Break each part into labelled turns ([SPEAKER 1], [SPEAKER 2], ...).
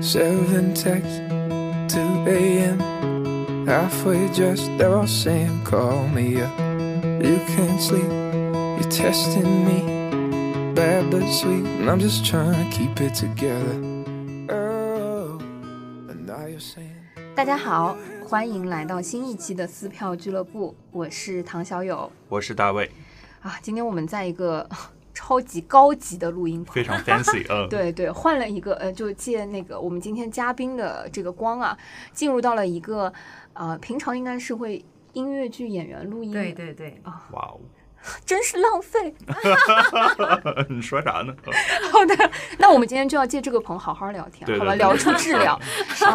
[SPEAKER 1] Seven texts, 2 a.m. Halfway dressed, they're all saying, Call me up. You can't sleep, you're testing me. Bad but sweet, and I'm just trying to keep it together. Oh, and now you're saying.
[SPEAKER 2] 大家好，欢迎来到新一期的撕票俱乐部，我是唐小友
[SPEAKER 3] 我是大卫，
[SPEAKER 2] 啊。今天我们在一个 超级高级的录音棚，
[SPEAKER 3] 非常 fancy，嗯，
[SPEAKER 2] 对对，换了一个呃，就借那个我们今天嘉宾的这个光啊，进入到了一个呃，平常应该是会音乐剧演员录音，
[SPEAKER 4] 对，对对，
[SPEAKER 3] 哇哦，
[SPEAKER 2] 真是浪费。
[SPEAKER 3] 你说啥呢？嗯
[SPEAKER 2] 好的，那我们今天就要借这个棚好好聊天，
[SPEAKER 3] 对对
[SPEAKER 2] 好吧？
[SPEAKER 3] 对
[SPEAKER 2] 聊出质 量，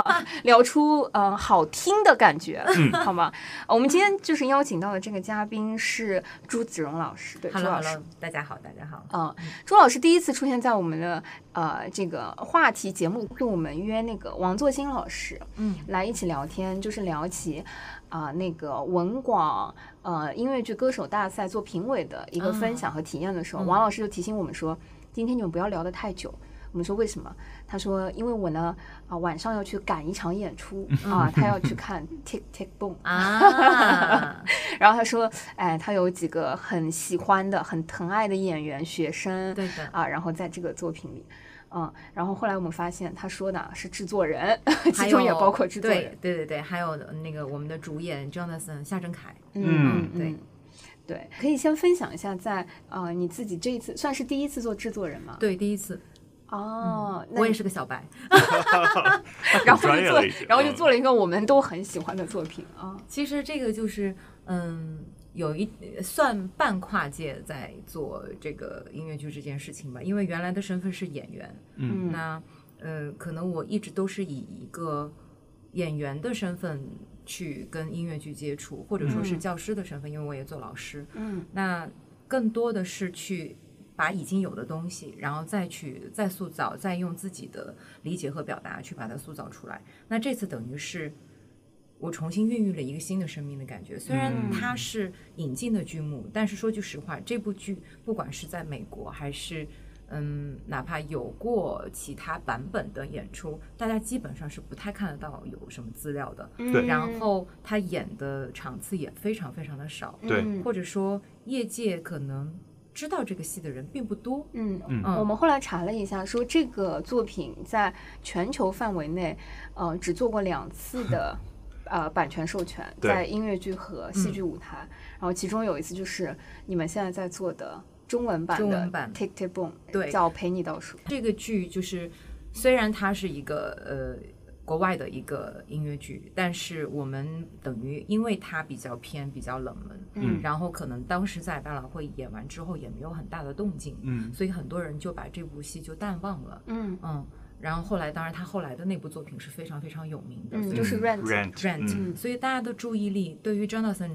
[SPEAKER 2] 啊聊出呃好听的感觉，
[SPEAKER 3] 嗯
[SPEAKER 2] 好吗？呃我们今天就是邀请到的这个嘉宾是朱子荣老师，对，朱
[SPEAKER 4] h e l l o
[SPEAKER 2] 老师
[SPEAKER 4] h e l l o 大家好，大家好。
[SPEAKER 2] 嗯，朱老师第一次出现在我们的呃这个话题节目，跟我们约那个王作兴老师，
[SPEAKER 4] 嗯，
[SPEAKER 2] 来一起聊天，就是聊起啊、那个文广呃音乐剧歌手大赛做评委的一个分享和体验的时候，
[SPEAKER 4] 嗯
[SPEAKER 2] 王老师就提醒我们说，今天你们不要聊得太久。我们说为什么？他说因为我呢啊、晚上要去赶一场演出
[SPEAKER 4] 嗯
[SPEAKER 2] 啊、他要去看 Tick Tick Boom
[SPEAKER 4] 啊，
[SPEAKER 2] 然后他说，哎，他有几个很喜欢的、很疼爱的演员学生，
[SPEAKER 4] 对 的
[SPEAKER 2] 啊，然后在这个作品里，嗯，然后后来我们发现他说的是制作人， 其
[SPEAKER 4] 还
[SPEAKER 2] 中
[SPEAKER 4] 有
[SPEAKER 2] 也包括制作
[SPEAKER 4] 对
[SPEAKER 2] 人，
[SPEAKER 4] 对对对，还有那个我们的主演 Jonathan 夏振凯，
[SPEAKER 2] 嗯
[SPEAKER 4] 嗯
[SPEAKER 2] 嗯，对。对，可以先分享一下在，呃你自己这一次算是第一次做制作人吗？
[SPEAKER 4] 对，第一次，
[SPEAKER 2] 哦，那
[SPEAKER 4] 我也
[SPEAKER 2] 你
[SPEAKER 4] 是个小白，
[SPEAKER 2] 然后
[SPEAKER 3] 专
[SPEAKER 2] 就
[SPEAKER 3] 业
[SPEAKER 2] 做
[SPEAKER 3] 了已经，嗯
[SPEAKER 2] 然后就做了一个我们都很喜欢的作品啊，
[SPEAKER 4] 其实这个就是，嗯，有一算半跨界在做这个音乐剧这件事情吧，因为原来的身份是演员，
[SPEAKER 3] 嗯
[SPEAKER 2] 嗯
[SPEAKER 4] 那呃，可能我一直都是以一个演员的身份去跟音乐剧接触，或者说是
[SPEAKER 2] 嗯
[SPEAKER 4] 教师的身份，因为我也做老师。
[SPEAKER 2] 嗯
[SPEAKER 4] 那更多的是去把已经有的东西，然后再去再塑造，再用自己的理解和表达去把它塑造出来。那这次等于是我重新孕育了一个新的生命的感觉。虽然
[SPEAKER 2] 嗯
[SPEAKER 4] 它是引进的剧目，但是说句实话，这部剧不管是在美国还是嗯，哪怕有过其他版本的演出，大家基本上是不太看得到有什么资料的。
[SPEAKER 2] 嗯
[SPEAKER 3] 对
[SPEAKER 4] 嗯然后他演的场次也非常非常的少，
[SPEAKER 3] 对
[SPEAKER 2] 嗯
[SPEAKER 4] 或者说业界可能知道这个戏的人并不多。
[SPEAKER 2] 嗯
[SPEAKER 3] 嗯
[SPEAKER 2] 我们后来查了一下，说这个作品在全球范围内，呃，只做过两次 的。呃，版权授权
[SPEAKER 3] 对
[SPEAKER 2] 在音乐剧
[SPEAKER 4] 嗯
[SPEAKER 2] 和戏剧舞台，然后其中有一次就是你们现在在做的中文版
[SPEAKER 4] 中
[SPEAKER 2] 的
[SPEAKER 4] 文
[SPEAKER 2] 《
[SPEAKER 4] 版
[SPEAKER 2] Tick Tick Boom》，
[SPEAKER 4] 对
[SPEAKER 2] 叫《陪你倒数》。
[SPEAKER 4] 这个剧就是虽然它是一个呃国外的一个音乐剧，但是我们等于因为它比较偏比较冷门，
[SPEAKER 2] 嗯
[SPEAKER 4] 然后可能当时在百老汇演完之后也没有很大的动静，
[SPEAKER 3] 嗯
[SPEAKER 4] 所以很多人就把这部戏就淡忘了。
[SPEAKER 2] 嗯
[SPEAKER 4] 嗯，然后后来当然他后来的那部作品是非常非常有名的，
[SPEAKER 2] 嗯，
[SPEAKER 4] 所以
[SPEAKER 2] 就是
[SPEAKER 3] 嗯
[SPEAKER 2] Rent。
[SPEAKER 3] rent
[SPEAKER 4] Rent，、
[SPEAKER 3] 嗯
[SPEAKER 2] 嗯
[SPEAKER 4] 所以大家的注意力对于 Jonathan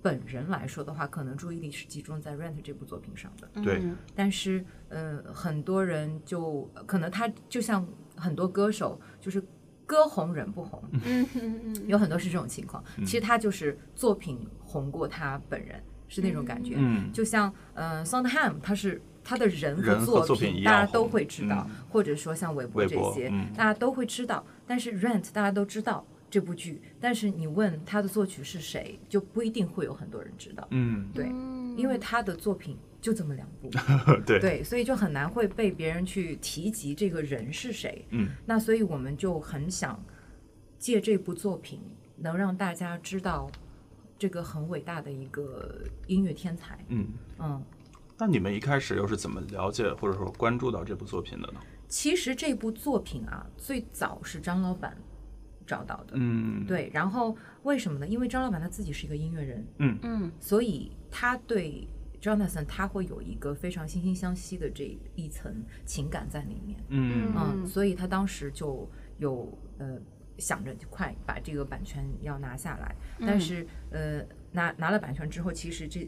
[SPEAKER 4] 本人来说的话，可能注意力是集中在 Rent 这部作品上的。
[SPEAKER 3] 对
[SPEAKER 2] 嗯
[SPEAKER 4] 但是，呃，很多人就呃可能他就像很多歌手，就是歌红人不红，
[SPEAKER 2] 嗯嗯嗯嗯
[SPEAKER 4] 有很多是这种情况。
[SPEAKER 3] 嗯
[SPEAKER 4] 其实他就是作品红过他本人，是那种感觉。
[SPEAKER 3] 嗯
[SPEAKER 4] 就像呃，Sondheim，他是他的人
[SPEAKER 3] 人
[SPEAKER 4] 和
[SPEAKER 3] 和
[SPEAKER 4] 作
[SPEAKER 3] 作品一样
[SPEAKER 4] 大家都
[SPEAKER 3] 红
[SPEAKER 4] 会知道，
[SPEAKER 3] 嗯
[SPEAKER 4] 或者说像韦伯
[SPEAKER 3] 韦
[SPEAKER 4] 这
[SPEAKER 3] 伯
[SPEAKER 4] 些，
[SPEAKER 3] 嗯
[SPEAKER 4] 大家都会知道。但是《Rent》大家都知道这部剧，但是你问他的作曲是谁，就不一定会有很多人知道。
[SPEAKER 3] 嗯，
[SPEAKER 4] 对，
[SPEAKER 2] 嗯
[SPEAKER 4] 因为他的作品就这么两部，
[SPEAKER 3] 嗯对，
[SPEAKER 4] 对，所以就很难会被别人去提及这个人是谁。
[SPEAKER 3] 嗯，
[SPEAKER 4] 那所以我们就很想借这部作品，能让大家知道这个很伟大的一个音乐天才。
[SPEAKER 3] 嗯。
[SPEAKER 4] 嗯，
[SPEAKER 3] 那你们一开始又是怎么了解或者说关注到这部作品的呢？
[SPEAKER 4] 其实这部作品啊，最早是张老板找到的。
[SPEAKER 3] 嗯，，
[SPEAKER 4] 对，然后为什么呢？因为张老板他自己是一个音乐人，
[SPEAKER 3] 嗯
[SPEAKER 2] 嗯
[SPEAKER 4] 所以他对 Jonathan 他会有一个非常惺惺相惜的这一层情感在里面。
[SPEAKER 3] 嗯
[SPEAKER 4] 嗯，
[SPEAKER 2] 嗯
[SPEAKER 4] 所以他当时就有呃想着就快把这个版权要拿下来，
[SPEAKER 2] 嗯
[SPEAKER 4] 但是呃拿拿了版权之后，其实这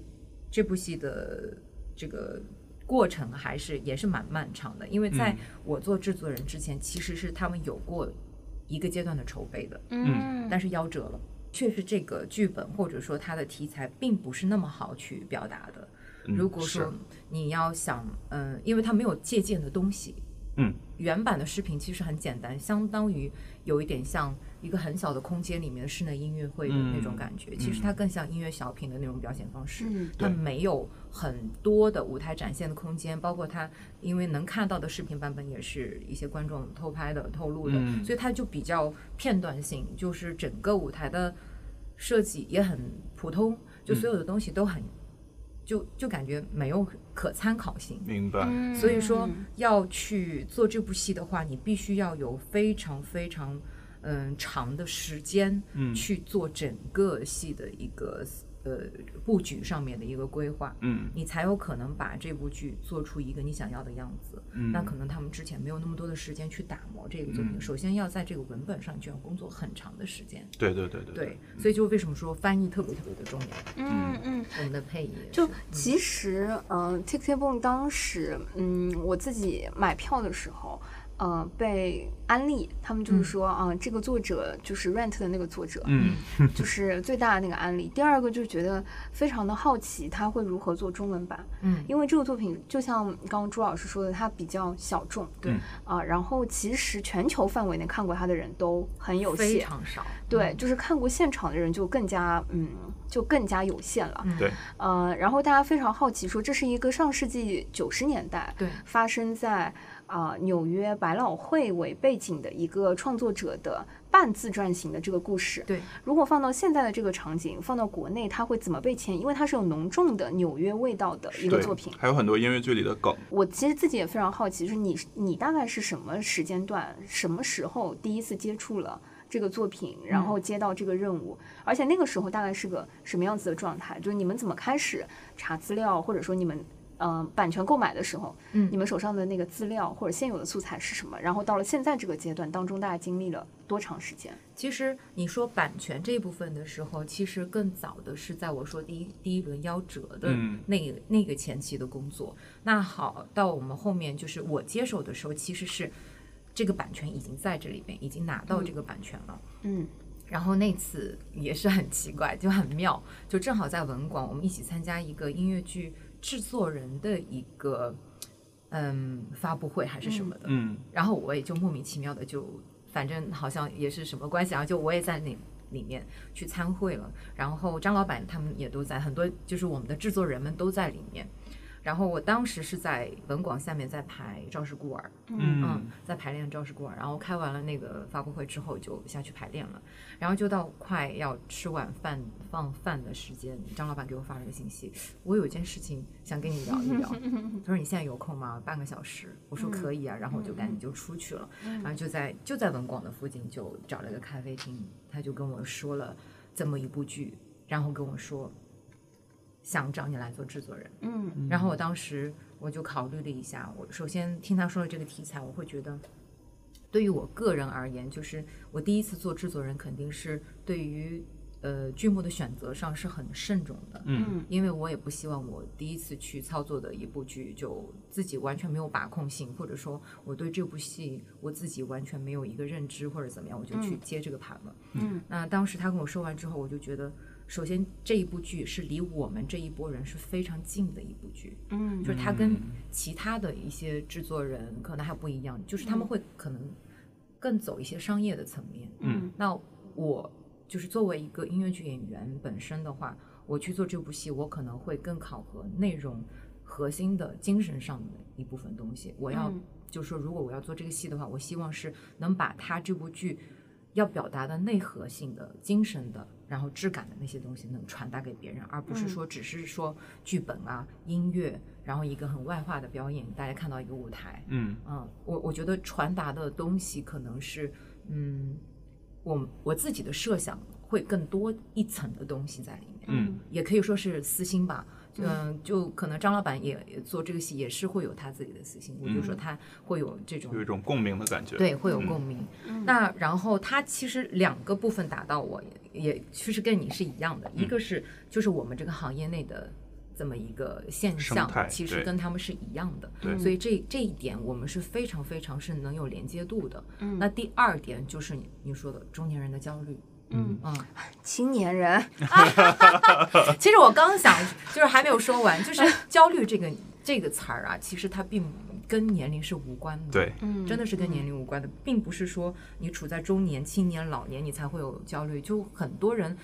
[SPEAKER 4] 这部戏的这个过程还是也是蛮漫长的，因为在
[SPEAKER 3] 嗯
[SPEAKER 4] 我做制作人之前，其实是他们有过一个阶段的筹备的，
[SPEAKER 2] 嗯
[SPEAKER 4] 但是夭折了。确实，这个剧本或者说它的题材并不是那么好去表达的。
[SPEAKER 3] 嗯
[SPEAKER 4] 如果
[SPEAKER 3] 是
[SPEAKER 4] 呃说你要想，嗯、因为它没有借鉴的东西，
[SPEAKER 3] 嗯
[SPEAKER 4] 原版的视频其实很简单，相当于有一点像一个很小的空间里面的室内音乐会的那
[SPEAKER 3] 嗯
[SPEAKER 4] 种感觉。其实它更像音乐小品的那种表现方式，
[SPEAKER 2] 嗯
[SPEAKER 4] 它
[SPEAKER 3] 对
[SPEAKER 4] 没有很多的舞台展现的空间，包括它因为能看到的视频版本也是一些观众偷拍的、透露的，
[SPEAKER 3] 嗯
[SPEAKER 4] 所以它就比较片段性，就是整个舞台的设计也很普通，
[SPEAKER 3] 嗯
[SPEAKER 4] 就所有的东西都很。就就感觉没有可参考性，
[SPEAKER 3] 明白，
[SPEAKER 2] 嗯
[SPEAKER 4] 所以说要去做这部戏的话，你必须要有非常非常嗯长的时间
[SPEAKER 3] 嗯
[SPEAKER 4] 去做整个戏的一个呃布局上面的一个规划。
[SPEAKER 3] 嗯
[SPEAKER 4] 你才有可能把这部剧做出一个你想要的样子。
[SPEAKER 3] 嗯
[SPEAKER 4] 那可能他们之前没有那么多的时间去打磨这个作品，
[SPEAKER 3] 嗯
[SPEAKER 4] 首先要在这个文本上就要工作很长的时间。
[SPEAKER 3] 对对对对
[SPEAKER 4] 对，
[SPEAKER 3] 嗯
[SPEAKER 4] 所以就为什么说翻译特别特别的重要，
[SPEAKER 2] 嗯嗯，
[SPEAKER 4] 我们的配音也
[SPEAKER 2] 就是其实，嗯、t i k t i k Boom 当时，嗯，我自己买票的时候，呃，被安利，他们就是说，啊、这个作者就是 Rent 的那个作者，
[SPEAKER 3] 嗯
[SPEAKER 2] 就是最大的那个安利。第二个就是觉得非常的好奇，他会如何做中文版，
[SPEAKER 4] 嗯
[SPEAKER 2] 因为这个作品就像刚刚朱老师说的，它比较小众，
[SPEAKER 3] 对
[SPEAKER 2] 啊、然后其实全球范围内看过他的人都很有
[SPEAKER 4] 非
[SPEAKER 2] 限，
[SPEAKER 4] 常少。
[SPEAKER 2] 对，就是看过现场的人就更加，嗯，就更加有限了。
[SPEAKER 4] 嗯
[SPEAKER 3] 对
[SPEAKER 2] 呃，然后大家非常好奇说，这是一个上世纪九十年代
[SPEAKER 4] 对
[SPEAKER 2] 发生在啊、纽约百老汇为背景的一个创作者的半自传型的这个故事。
[SPEAKER 4] 对，
[SPEAKER 2] 如果放到现在的这个场景，放到国内，它会怎么被迁移？因为它是有浓重的纽约味道的一个
[SPEAKER 3] 对
[SPEAKER 2] 作品。
[SPEAKER 3] 还有很多音乐剧里的梗，
[SPEAKER 2] 我其实自己也非常好奇，就是你你大概是什么时间段、什么时候第一次接触了这个作品，然后接到这个任务，而且那个时候大概是个什么样子的状态？就是你们怎么开始查资料，或者说你们呃版权购买的时候，
[SPEAKER 4] 嗯
[SPEAKER 2] 你们手上的那个资料或者现有的素材是什么？然后到了现在这个阶段当中，大概经历了多长时间？
[SPEAKER 4] 其实你说版权这部分的时候，其实更早的是在我说第一第一轮夭折的
[SPEAKER 3] 嗯
[SPEAKER 4] 那个、那个前期的工作。那好，到我们后面就是我接手的时候，其实是这个版权已经在这里边，已经拿到这个版权了。
[SPEAKER 2] 嗯
[SPEAKER 4] 然后那次也是很奇怪，就很妙，就正好在文广，我们一起参加一个音乐剧制作人的一个嗯发布会还是什么的，
[SPEAKER 3] 嗯
[SPEAKER 4] 然后我也就莫名其妙的就，反正好像也是什么关系啊，就我也在那里面去参会了，然后张老板他们也都在，很多就是我们的制作人们都在里面。然后我当时是在文广下面在排《赵氏孤儿》，嗯，在排练《赵氏孤儿》，然后开完了那个发布会之后就下去排练了，然后就到快要吃晚饭放饭的时间，张老板给我发了个信息，我有一件事情想跟你聊一聊，他说你现在有空吗？半个小时，我说可以啊，然后我就赶紧就出去了，然后就在就在文广的附近就找了一个咖啡厅，他就跟我说了这么一部剧，然后跟我说想找你来做制作人。
[SPEAKER 2] 嗯
[SPEAKER 4] 然后我当时我就考虑了一下，我首先听他说的这个题材，我会觉得，对于我个人而言，就是我第一次做制作人，肯定是对于呃剧目的选择上是很慎重的，
[SPEAKER 3] 嗯
[SPEAKER 4] 因为我也不希望我第一次去操作的一部剧就自己完全没有把控性，或者说我对这部戏我自己完全没有一个认知或者怎么样，我就去接这个盘了。
[SPEAKER 2] 嗯，
[SPEAKER 4] 那当时他跟我说完之后，我就觉得，首先这一部剧是离我们这一波人是非常近的一部剧，
[SPEAKER 2] 嗯
[SPEAKER 4] 就是他跟其他的一些制作人可能还不一样，就是他们会可能更走一些商业的层面。
[SPEAKER 3] 嗯，
[SPEAKER 4] 那我就是作为一个音乐剧演员本身的话，我去做这部戏，我可能会更考核内容核心的精神上的一部分东西。我要、
[SPEAKER 2] 嗯
[SPEAKER 4] 就是说，如果我要做这个戏的话，我希望是能把它这部剧要表达的内核性的、精神的，然后质感的那些东西能传达给别人，而不是
[SPEAKER 2] 嗯
[SPEAKER 4] 说只是说剧本啊、音乐，然后一个很外化的表演，大家看到一个舞台，
[SPEAKER 3] 嗯
[SPEAKER 4] 嗯，我我觉得传达的东西可能是，嗯，我我自己的设想会更多一层的东西在里面，
[SPEAKER 3] 嗯
[SPEAKER 4] 也可以说是私心吧。嗯，就可能张老板也也做这个戏，也是会有他自己的私心。我就说他会有这种
[SPEAKER 3] 有一种共鸣的感觉，
[SPEAKER 4] 对，会有共鸣。那然后它其实两个部分打到我，也也其实跟你是一样的，一个
[SPEAKER 3] 嗯
[SPEAKER 4] 是就是我们这个行业内的这么一个现
[SPEAKER 3] 生
[SPEAKER 4] 象
[SPEAKER 3] 态，
[SPEAKER 4] 其实
[SPEAKER 3] 对
[SPEAKER 4] 跟他们是一样的。
[SPEAKER 3] 对
[SPEAKER 4] 所以这这一点我们是非常非常是能有连接度的。那第二点就是你你说的中年人的焦虑。
[SPEAKER 2] 嗯
[SPEAKER 4] 嗯，
[SPEAKER 2] 青年人，
[SPEAKER 4] 其啊实我刚想，就是还没有说完，就是焦虑这个这个词儿啊，其实它并跟年龄是无关的。
[SPEAKER 3] 对，
[SPEAKER 2] 嗯，
[SPEAKER 4] 真的是跟年
[SPEAKER 2] 龄，
[SPEAKER 4] 龄无关的，并不是说你处在中年、青年、老年你才会有焦虑。就很多人，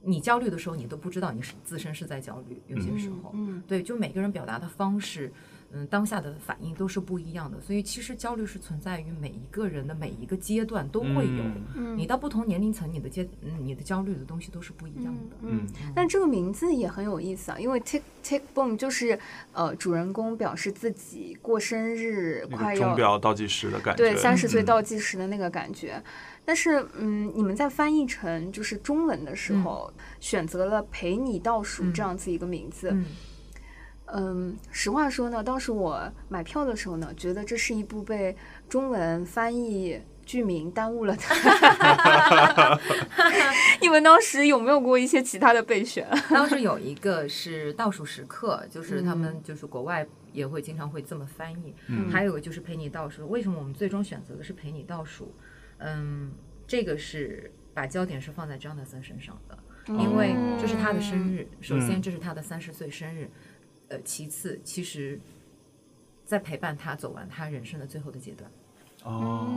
[SPEAKER 4] 你焦虑的时候，你都不知道你是自身是在焦虑，有些时候。
[SPEAKER 2] 嗯，
[SPEAKER 4] 对，就每个人表达的方式，嗯，当下的反应都是不一样的。所以其实焦虑是存在于每一个人的每一个阶段都会有。
[SPEAKER 3] 嗯
[SPEAKER 2] 嗯
[SPEAKER 4] 你到不同年龄层，你的阶、嗯你的焦虑的东西都是不一样的。
[SPEAKER 2] 嗯，但这个名字也很有意思啊，因为 Tick Tick Boom 就是呃，主人公表示自己过生日
[SPEAKER 3] 那
[SPEAKER 2] 快
[SPEAKER 3] 个
[SPEAKER 2] 要
[SPEAKER 3] 钟表倒计时的感觉，
[SPEAKER 2] 对三十岁
[SPEAKER 3] 嗯
[SPEAKER 2] 倒计时的那个感觉。但是，嗯，你们在翻译成就是中文的时候，选择了“陪你倒数”这样子一个名字。
[SPEAKER 4] 嗯
[SPEAKER 2] 嗯，实话说呢，当时我买票的时候呢，觉得这是一部被中文翻译剧名耽误了的。 你们当时有没有过一些其他的备选？
[SPEAKER 4] 当时有一个是倒数时刻，就是他们就是国外也会经常会这么翻译，
[SPEAKER 3] 嗯
[SPEAKER 4] 还有个就是陪你倒数。为什么我们最终选择的是陪你倒数？嗯，这个是把焦点是放在 Jonathan 身上的，
[SPEAKER 3] 哦
[SPEAKER 4] 因为这是他的生
[SPEAKER 3] 嗯
[SPEAKER 4] 日，首先这是他的三十岁生日，呃，其次其实。在陪伴他走完他人生的最后的阶段，
[SPEAKER 3] 哦，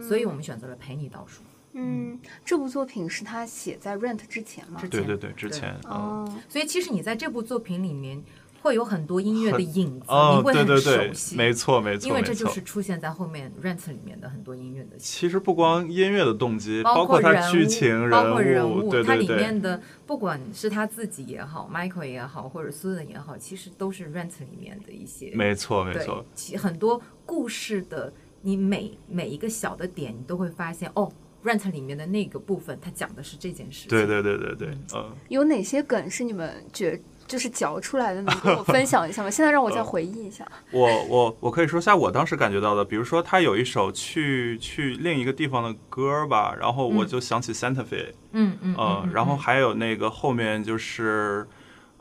[SPEAKER 4] 所以我们选择了陪你倒数。
[SPEAKER 2] 嗯，这部作品是他写在《Rent》之前吗
[SPEAKER 4] 之？
[SPEAKER 3] 对
[SPEAKER 4] 前
[SPEAKER 3] 对对，之
[SPEAKER 4] 对
[SPEAKER 3] 前嗯，
[SPEAKER 2] 哦，
[SPEAKER 4] 所以其实你在这部作品里面会有很多音乐的
[SPEAKER 3] 很
[SPEAKER 4] 影子，
[SPEAKER 3] 哦
[SPEAKER 4] 你，会
[SPEAKER 3] 对
[SPEAKER 4] 很
[SPEAKER 3] 对
[SPEAKER 4] 熟
[SPEAKER 3] 对
[SPEAKER 4] 悉。，
[SPEAKER 3] 没错没错，
[SPEAKER 4] 因为这
[SPEAKER 3] 没
[SPEAKER 4] 就
[SPEAKER 3] 错
[SPEAKER 4] 是出现在后面 Rent 里面的很多音乐的，
[SPEAKER 3] 其实不光音乐的动机，
[SPEAKER 4] 包
[SPEAKER 3] 包括它
[SPEAKER 4] 人物
[SPEAKER 3] 剧情、
[SPEAKER 4] 包括人
[SPEAKER 3] 物，对
[SPEAKER 4] 它
[SPEAKER 3] 对
[SPEAKER 4] 里
[SPEAKER 3] 对，
[SPEAKER 4] 面的不管是他自己也好，Michael 也好，或者 Susan 也好，其实都是 Rent 里面的一些，
[SPEAKER 3] 没错没
[SPEAKER 4] 对
[SPEAKER 3] 错，，
[SPEAKER 4] 其很多故事的，你每每一个小的点，你都会发现哦，Rent 里面的那个部分，它讲的是这件事情，
[SPEAKER 3] 对对对对对，嗯，
[SPEAKER 2] 有哪些梗是你们觉就是嚼出来 的？能跟我分享一下吗？现在让我再回忆一下。
[SPEAKER 3] 我我我可以说下我当时感觉到的，比如说他有一首去去另一个地方的歌儿吧，然后我就想起 Santa Fe，
[SPEAKER 4] 嗯嗯
[SPEAKER 3] 呃，然后还有那个后面就是。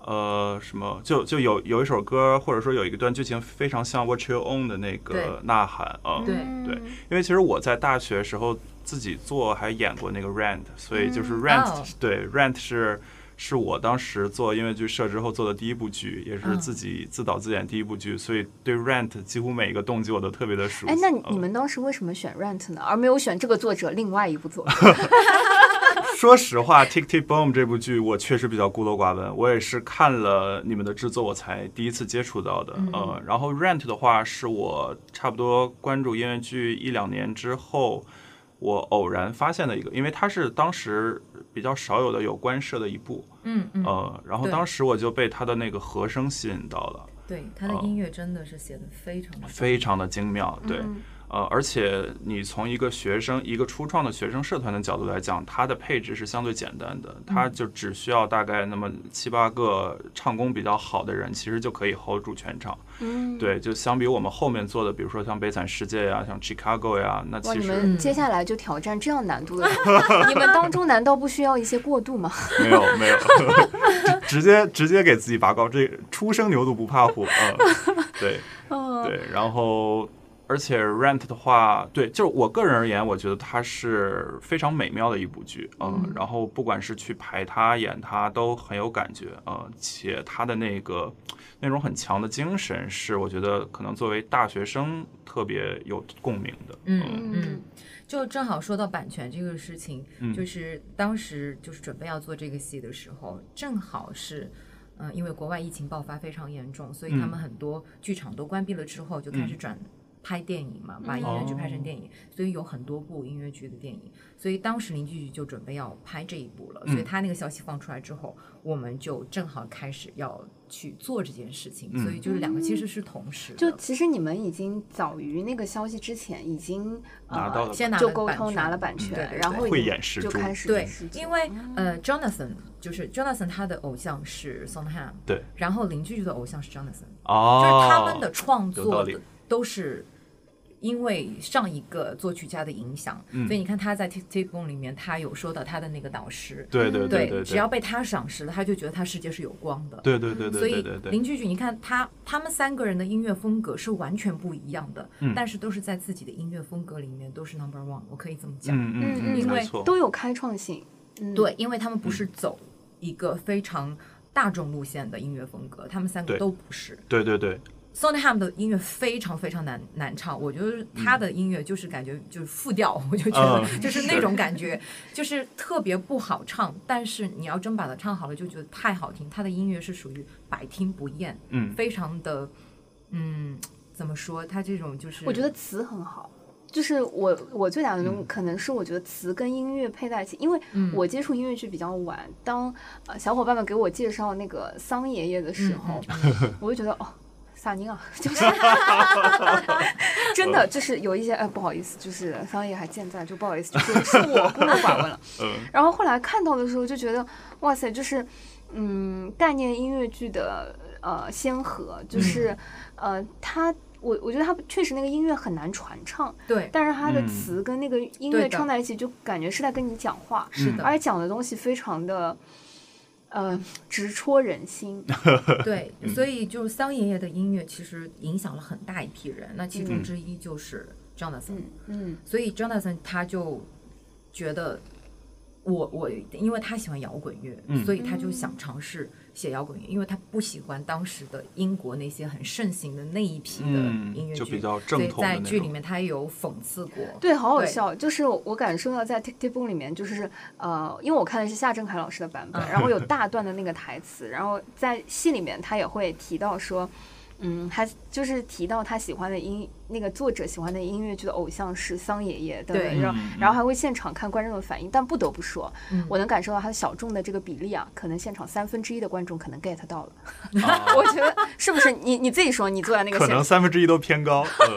[SPEAKER 3] 呃，什么就就有有一首歌，或者说有一段剧情非常像《What You Own》的那个
[SPEAKER 4] 对
[SPEAKER 3] 呐喊啊，
[SPEAKER 4] 哦对
[SPEAKER 3] 对，
[SPEAKER 2] 嗯
[SPEAKER 3] 因为其实我在大学时候自己做还演过那个 Rent，所以就是
[SPEAKER 2] 嗯
[SPEAKER 3] Rent、
[SPEAKER 4] 哦
[SPEAKER 3] 对 Rent 是是我当时做音乐剧社之后做的第一部剧，也是
[SPEAKER 4] 嗯
[SPEAKER 3] 自己自导自演第一部剧，所以对 Rent 几乎每一个动机我都特别的熟悉。
[SPEAKER 2] 哎，那你
[SPEAKER 3] 嗯
[SPEAKER 2] 你们当时为什么选 Rent 呢，而没有选这个作者另外一部作品？
[SPEAKER 3] 说实话，《Tick Tick Boom》这部剧我确实比较孤陋寡闻，我也是看了你们的制作我才第一次接触到的。
[SPEAKER 4] 嗯
[SPEAKER 3] 呃，然后《Rent》的话是我差不多关注音乐剧一两年之后，我偶然发现的一个，因为它是当时比较少有的有关涉的一部。
[SPEAKER 4] 嗯嗯，
[SPEAKER 3] 呃，然后
[SPEAKER 4] 对
[SPEAKER 3] 当时我就被它的那个和声吸引到了。
[SPEAKER 4] 对，他的音乐真的是写的非常的
[SPEAKER 3] 哦非常的精妙，对，
[SPEAKER 2] 嗯
[SPEAKER 3] 呃，而且你从一个学生、一个初创的学生社团的角度来讲，它的配置是相对简单的，它
[SPEAKER 2] 嗯
[SPEAKER 3] 就只需要大概那么七八个唱功比较好的人，其实就可以 hold 住全场。
[SPEAKER 2] 嗯，
[SPEAKER 3] 对，就相比我们后面做的，比如说像《悲惨世界》呀、像《Chicago》呀，那
[SPEAKER 2] 哇，
[SPEAKER 3] 其
[SPEAKER 2] 你
[SPEAKER 3] 实
[SPEAKER 4] 嗯
[SPEAKER 2] 们接下来就挑战这样难度的作品， 你们当中难道不需要一些过渡吗？
[SPEAKER 3] 没有没有，直接直接给自己拔高，这初生牛犊不怕虎，嗯，对，
[SPEAKER 4] 哦
[SPEAKER 3] 对，然后而且 Rent 的话，对，就是我个人而言，我觉得它是非常美妙的一部剧，嗯，然后不管是去排它、演它，都很有感觉，嗯，且它的那个那种很强的精神，是我觉得可能作为大学生特别有共鸣的，嗯
[SPEAKER 4] 嗯嗯，就正好说到版权这个事情，就是当时就是准备要做这个戏的时候，正好是。嗯，因为国外疫情爆发非常严重，所以他们很多剧场都关闭了之后，就开始转拍电影嘛，把音乐剧拍成电影，所以有很多部音乐剧的电影。所以当时林俊杰就准备要拍这一部了，所以他那个消息放出来之后，我们就正好开始要去做这件事情，所以就是两个其实是同时的，
[SPEAKER 2] 就其实你们已经早于那个消息之前已经
[SPEAKER 3] 拿到
[SPEAKER 2] 呃
[SPEAKER 3] 了
[SPEAKER 4] 先拿
[SPEAKER 2] 就
[SPEAKER 4] 了
[SPEAKER 2] 沟
[SPEAKER 4] 版
[SPEAKER 2] 通拿
[SPEAKER 4] 权
[SPEAKER 2] 了版
[SPEAKER 4] 对对
[SPEAKER 2] 权，
[SPEAKER 4] 对
[SPEAKER 2] 然后
[SPEAKER 3] 慧
[SPEAKER 2] 已经
[SPEAKER 3] 眼识
[SPEAKER 2] 就
[SPEAKER 3] 珠
[SPEAKER 2] 开始
[SPEAKER 4] 对
[SPEAKER 2] 实，践
[SPEAKER 4] 因为呃，Jonathan 就是 Jonathan 他的偶像是 s o n h a m
[SPEAKER 3] 对，
[SPEAKER 4] 然后林俊杰的偶像是 Jonathan，、
[SPEAKER 3] 哦，
[SPEAKER 4] 就是他们的创
[SPEAKER 3] 有道
[SPEAKER 4] 作
[SPEAKER 3] 理
[SPEAKER 4] 的都是因为上一个作曲家的影响，
[SPEAKER 3] 嗯
[SPEAKER 4] 所以你看他在 Tick Tick Boom 里面，他有说到他的那个导师，
[SPEAKER 3] 对对对对，
[SPEAKER 4] 嗯只要被他赏识了，他就觉得他世界是有光的，
[SPEAKER 3] 对对对对
[SPEAKER 4] 所
[SPEAKER 3] 对
[SPEAKER 4] 以
[SPEAKER 3] 对对，
[SPEAKER 4] 林俊杰，你看他他们三个人的音乐风格是完全不一样的，
[SPEAKER 3] 嗯
[SPEAKER 4] 但是都是在自己的音乐风格里面都是 number one，我可以这么讲，
[SPEAKER 3] 嗯嗯嗯，
[SPEAKER 2] 因
[SPEAKER 3] 没
[SPEAKER 4] 为
[SPEAKER 3] 错，
[SPEAKER 2] 都有开创性。嗯，
[SPEAKER 4] 对，因为他们不是走一个非常大众路线的音乐风格，他们三个
[SPEAKER 3] 对
[SPEAKER 4] 都不是。
[SPEAKER 3] 对对对，
[SPEAKER 4] Sondheim 的音乐非常非常难难唱，我觉得他的音乐就是感觉就是复调，我就觉得
[SPEAKER 3] 嗯
[SPEAKER 4] 就是那
[SPEAKER 3] 是
[SPEAKER 4] 种感觉，就是特别不好唱。但是你要真把它唱好了，就觉得太好听。他的音乐是属于百听不厌，
[SPEAKER 3] 嗯，
[SPEAKER 4] 非常的，嗯，怎么说？他这种就是
[SPEAKER 2] 我觉得词很好。就是我我最大的
[SPEAKER 3] 嗯
[SPEAKER 2] 可能是我觉得词跟音乐配在一起，因为
[SPEAKER 4] 嗯
[SPEAKER 2] 我接触音乐剧比较晚，当呃小伙伴们给我介绍那个桑爷爷的时候，我就觉得哦。萨尼啊，就是真
[SPEAKER 3] 嗯
[SPEAKER 2] 的，就是有一些哎，不好意思，就是桑爷还健在，就不好意思，就是是我孤陋寡闻了。
[SPEAKER 3] 嗯
[SPEAKER 2] 然后后来看到的时候就觉得，哇塞，就是嗯，概念音乐剧的呃先河，
[SPEAKER 3] 嗯
[SPEAKER 2] 就是、呃，它我我觉得它确实那个音乐很难传唱，
[SPEAKER 4] 对，
[SPEAKER 2] 但是它的
[SPEAKER 3] 嗯
[SPEAKER 2] 词跟那个音
[SPEAKER 4] 对
[SPEAKER 2] 乐
[SPEAKER 4] 的
[SPEAKER 2] 唱在一起，就感觉是在跟你讲话，
[SPEAKER 4] 是
[SPEAKER 2] 而且
[SPEAKER 4] 的，
[SPEAKER 2] 讲的东西非常的。呃，直戳人 心，
[SPEAKER 4] 对，
[SPEAKER 3] 嗯
[SPEAKER 4] 所以就是桑爷爷的音乐其实影响了很大一批人，那其
[SPEAKER 3] 嗯
[SPEAKER 4] 中之一就是 Jonathan，、
[SPEAKER 2] 嗯嗯
[SPEAKER 4] 所以 Jonathan 他就觉得我我因为他喜欢摇滚乐，
[SPEAKER 3] 嗯
[SPEAKER 4] 所以他就想尝试写摇滚乐，因为他不喜欢当时的英国那些很盛行的那一批的音乐
[SPEAKER 3] 嗯就
[SPEAKER 4] 剧，
[SPEAKER 3] 比较
[SPEAKER 4] 所
[SPEAKER 3] 正
[SPEAKER 4] 以
[SPEAKER 3] 统
[SPEAKER 4] 在
[SPEAKER 3] 的那
[SPEAKER 4] 剧里
[SPEAKER 3] 种，
[SPEAKER 4] 面他也有讽刺过，
[SPEAKER 2] 对，好好
[SPEAKER 4] 对
[SPEAKER 2] 笑。就是我感受到在 Tick Tick Boom 里面，就是呃，因为我看的是夏振海老师的版
[SPEAKER 4] 啊
[SPEAKER 2] 本，然 后有大段的那个台词，然后在戏里面他也会提到说，嗯，他就是提到他喜欢的音，那个作者喜欢的音乐剧的偶像是桑爷爷等
[SPEAKER 4] 对
[SPEAKER 2] 等，然后
[SPEAKER 3] 嗯嗯
[SPEAKER 2] 然后还会现场看观众的反应。但不得不说，
[SPEAKER 4] 嗯
[SPEAKER 2] 我能感受到他的小众的这个比例啊，可能现场三分之一的观众可能 get 到了。
[SPEAKER 3] 啊
[SPEAKER 2] 我觉得是不是你你自己说，你坐在那个
[SPEAKER 3] 可
[SPEAKER 2] 现
[SPEAKER 3] 能
[SPEAKER 2] 场，
[SPEAKER 3] 三分之一都偏高。嗯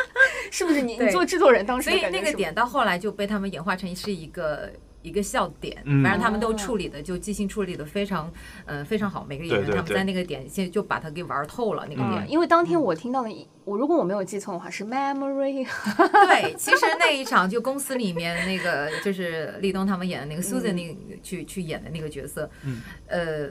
[SPEAKER 2] 是不是你你
[SPEAKER 4] 对
[SPEAKER 2] 做制作人当时
[SPEAKER 4] 所
[SPEAKER 2] 的
[SPEAKER 4] 以
[SPEAKER 2] 感觉
[SPEAKER 4] 那个
[SPEAKER 2] 是
[SPEAKER 4] 点到后来就被他们演化成是一个。一个笑点，
[SPEAKER 3] 嗯
[SPEAKER 4] 反正他们都
[SPEAKER 2] 哦
[SPEAKER 4] 处理的就即兴处理的非常，呃，非常好。每个演员
[SPEAKER 3] 对对
[SPEAKER 4] 他们
[SPEAKER 3] 对
[SPEAKER 4] 在那个点现就把它给玩透了那个
[SPEAKER 2] 啊
[SPEAKER 4] 点，
[SPEAKER 2] 因为当天我听到的一，我如果我没有记错的话是 memory，
[SPEAKER 4] 对，其实那一场就公司里面那个就是立冬他们演的那个 Susan 那个去去演的那个角色，
[SPEAKER 3] 嗯
[SPEAKER 4] 呃，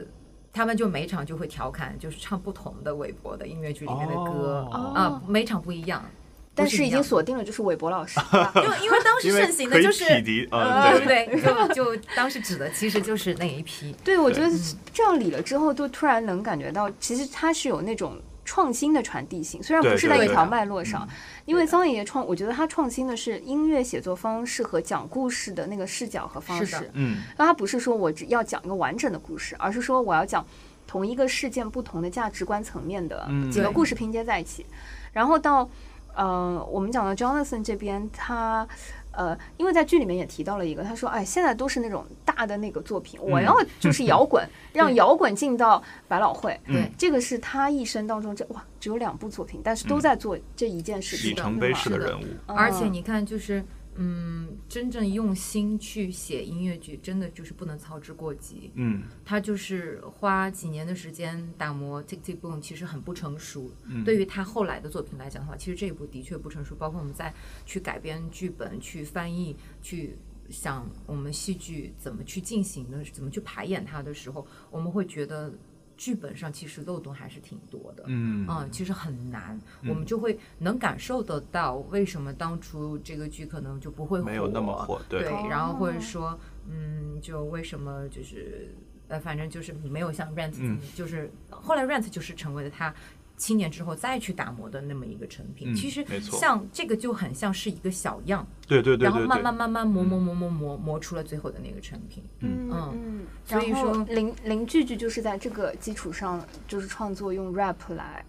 [SPEAKER 4] 他们就每场就会调侃，就是唱不同的韦伯的音乐剧里面的歌
[SPEAKER 3] 哦
[SPEAKER 4] 啊，每场不一 样。
[SPEAKER 2] 但
[SPEAKER 4] 不
[SPEAKER 2] 是
[SPEAKER 4] 是一
[SPEAKER 2] 已经
[SPEAKER 4] 样
[SPEAKER 2] 锁定了就是韦伯老师，对吧
[SPEAKER 4] 因为因为当时
[SPEAKER 3] 因为
[SPEAKER 4] 盛行
[SPEAKER 3] 可
[SPEAKER 4] 的
[SPEAKER 3] 以
[SPEAKER 4] 就是。
[SPEAKER 3] 匹敌，嗯，
[SPEAKER 4] 对
[SPEAKER 3] 对，
[SPEAKER 4] 呃对，就就当时指的其实就是那一 批，
[SPEAKER 2] 对，我觉得这样理了之后，就突然能感觉到，其实它是有那种创新的传递性，虽然
[SPEAKER 3] 对
[SPEAKER 2] 不是在
[SPEAKER 3] 对
[SPEAKER 2] 一
[SPEAKER 3] 对
[SPEAKER 2] 条
[SPEAKER 3] 的
[SPEAKER 2] 脉络上，因为桑野爷创，我觉得他创新的是音乐写作方式和讲故事的那个视角和方
[SPEAKER 4] 是的
[SPEAKER 2] 式。
[SPEAKER 3] 嗯
[SPEAKER 2] 那他不是说我只要讲一个完整的故事，而是说我要讲同一个事件不同的价值观层面的
[SPEAKER 3] 嗯
[SPEAKER 2] 几个
[SPEAKER 4] 对
[SPEAKER 2] 故事拼接在一起，然后到呃，我们讲到 Jonathan 这边，他呃，因为在剧里面也提到了一个，他说，哎，现在都是那种大的那个作品，我
[SPEAKER 3] 嗯
[SPEAKER 2] 要就是摇 滚，让摇滚进到百老汇。
[SPEAKER 3] 嗯，
[SPEAKER 2] 这个是他一生当中这哇，只有两部作品，但是
[SPEAKER 3] 嗯
[SPEAKER 2] 都在做这一件事情，
[SPEAKER 3] 里程碑式的
[SPEAKER 4] 是的
[SPEAKER 3] 人物，
[SPEAKER 2] 嗯
[SPEAKER 4] 而且你看，就是嗯，真正用心去写音乐剧，真的就是不能操之过急，
[SPEAKER 3] 嗯
[SPEAKER 4] 他就是花几年的时间打磨《Tick Tick Boom》，其实很不成熟。
[SPEAKER 3] 嗯，
[SPEAKER 4] 对于他后来的作品来讲的话，其实这一部的确不成熟。包括我们在去改编剧本、去翻译、去想我们戏剧怎么去进行的、怎么去排演它的时候，我们会觉得剧本上其实漏洞还是挺多的。
[SPEAKER 3] 嗯
[SPEAKER 4] 嗯，其实很难，我们就会能感受得到为什么当初这个剧可能就不会火
[SPEAKER 3] 没有那么火对
[SPEAKER 2] 哦
[SPEAKER 4] 然后或者说，嗯，就为什么就是呃，反正就是没有像 Rent，、
[SPEAKER 3] 嗯
[SPEAKER 4] 就是后来 Rent 就是成为了他七年之后再去打磨的那么一个成品。
[SPEAKER 3] 嗯
[SPEAKER 4] 其实
[SPEAKER 3] 没错
[SPEAKER 4] 像这个就很像是一个小样，
[SPEAKER 3] 对对对
[SPEAKER 4] 然后
[SPEAKER 3] 对嗯
[SPEAKER 4] 慢慢
[SPEAKER 3] 对，
[SPEAKER 4] 慢慢磨磨磨磨磨磨出了最后的那个成品。
[SPEAKER 2] 嗯
[SPEAKER 4] 嗯
[SPEAKER 2] 嗯，
[SPEAKER 4] 所以
[SPEAKER 2] 然后
[SPEAKER 4] 说
[SPEAKER 2] 林林聚聚就是在这个基础上，就是创作
[SPEAKER 4] 嗯
[SPEAKER 2] 用 rap 来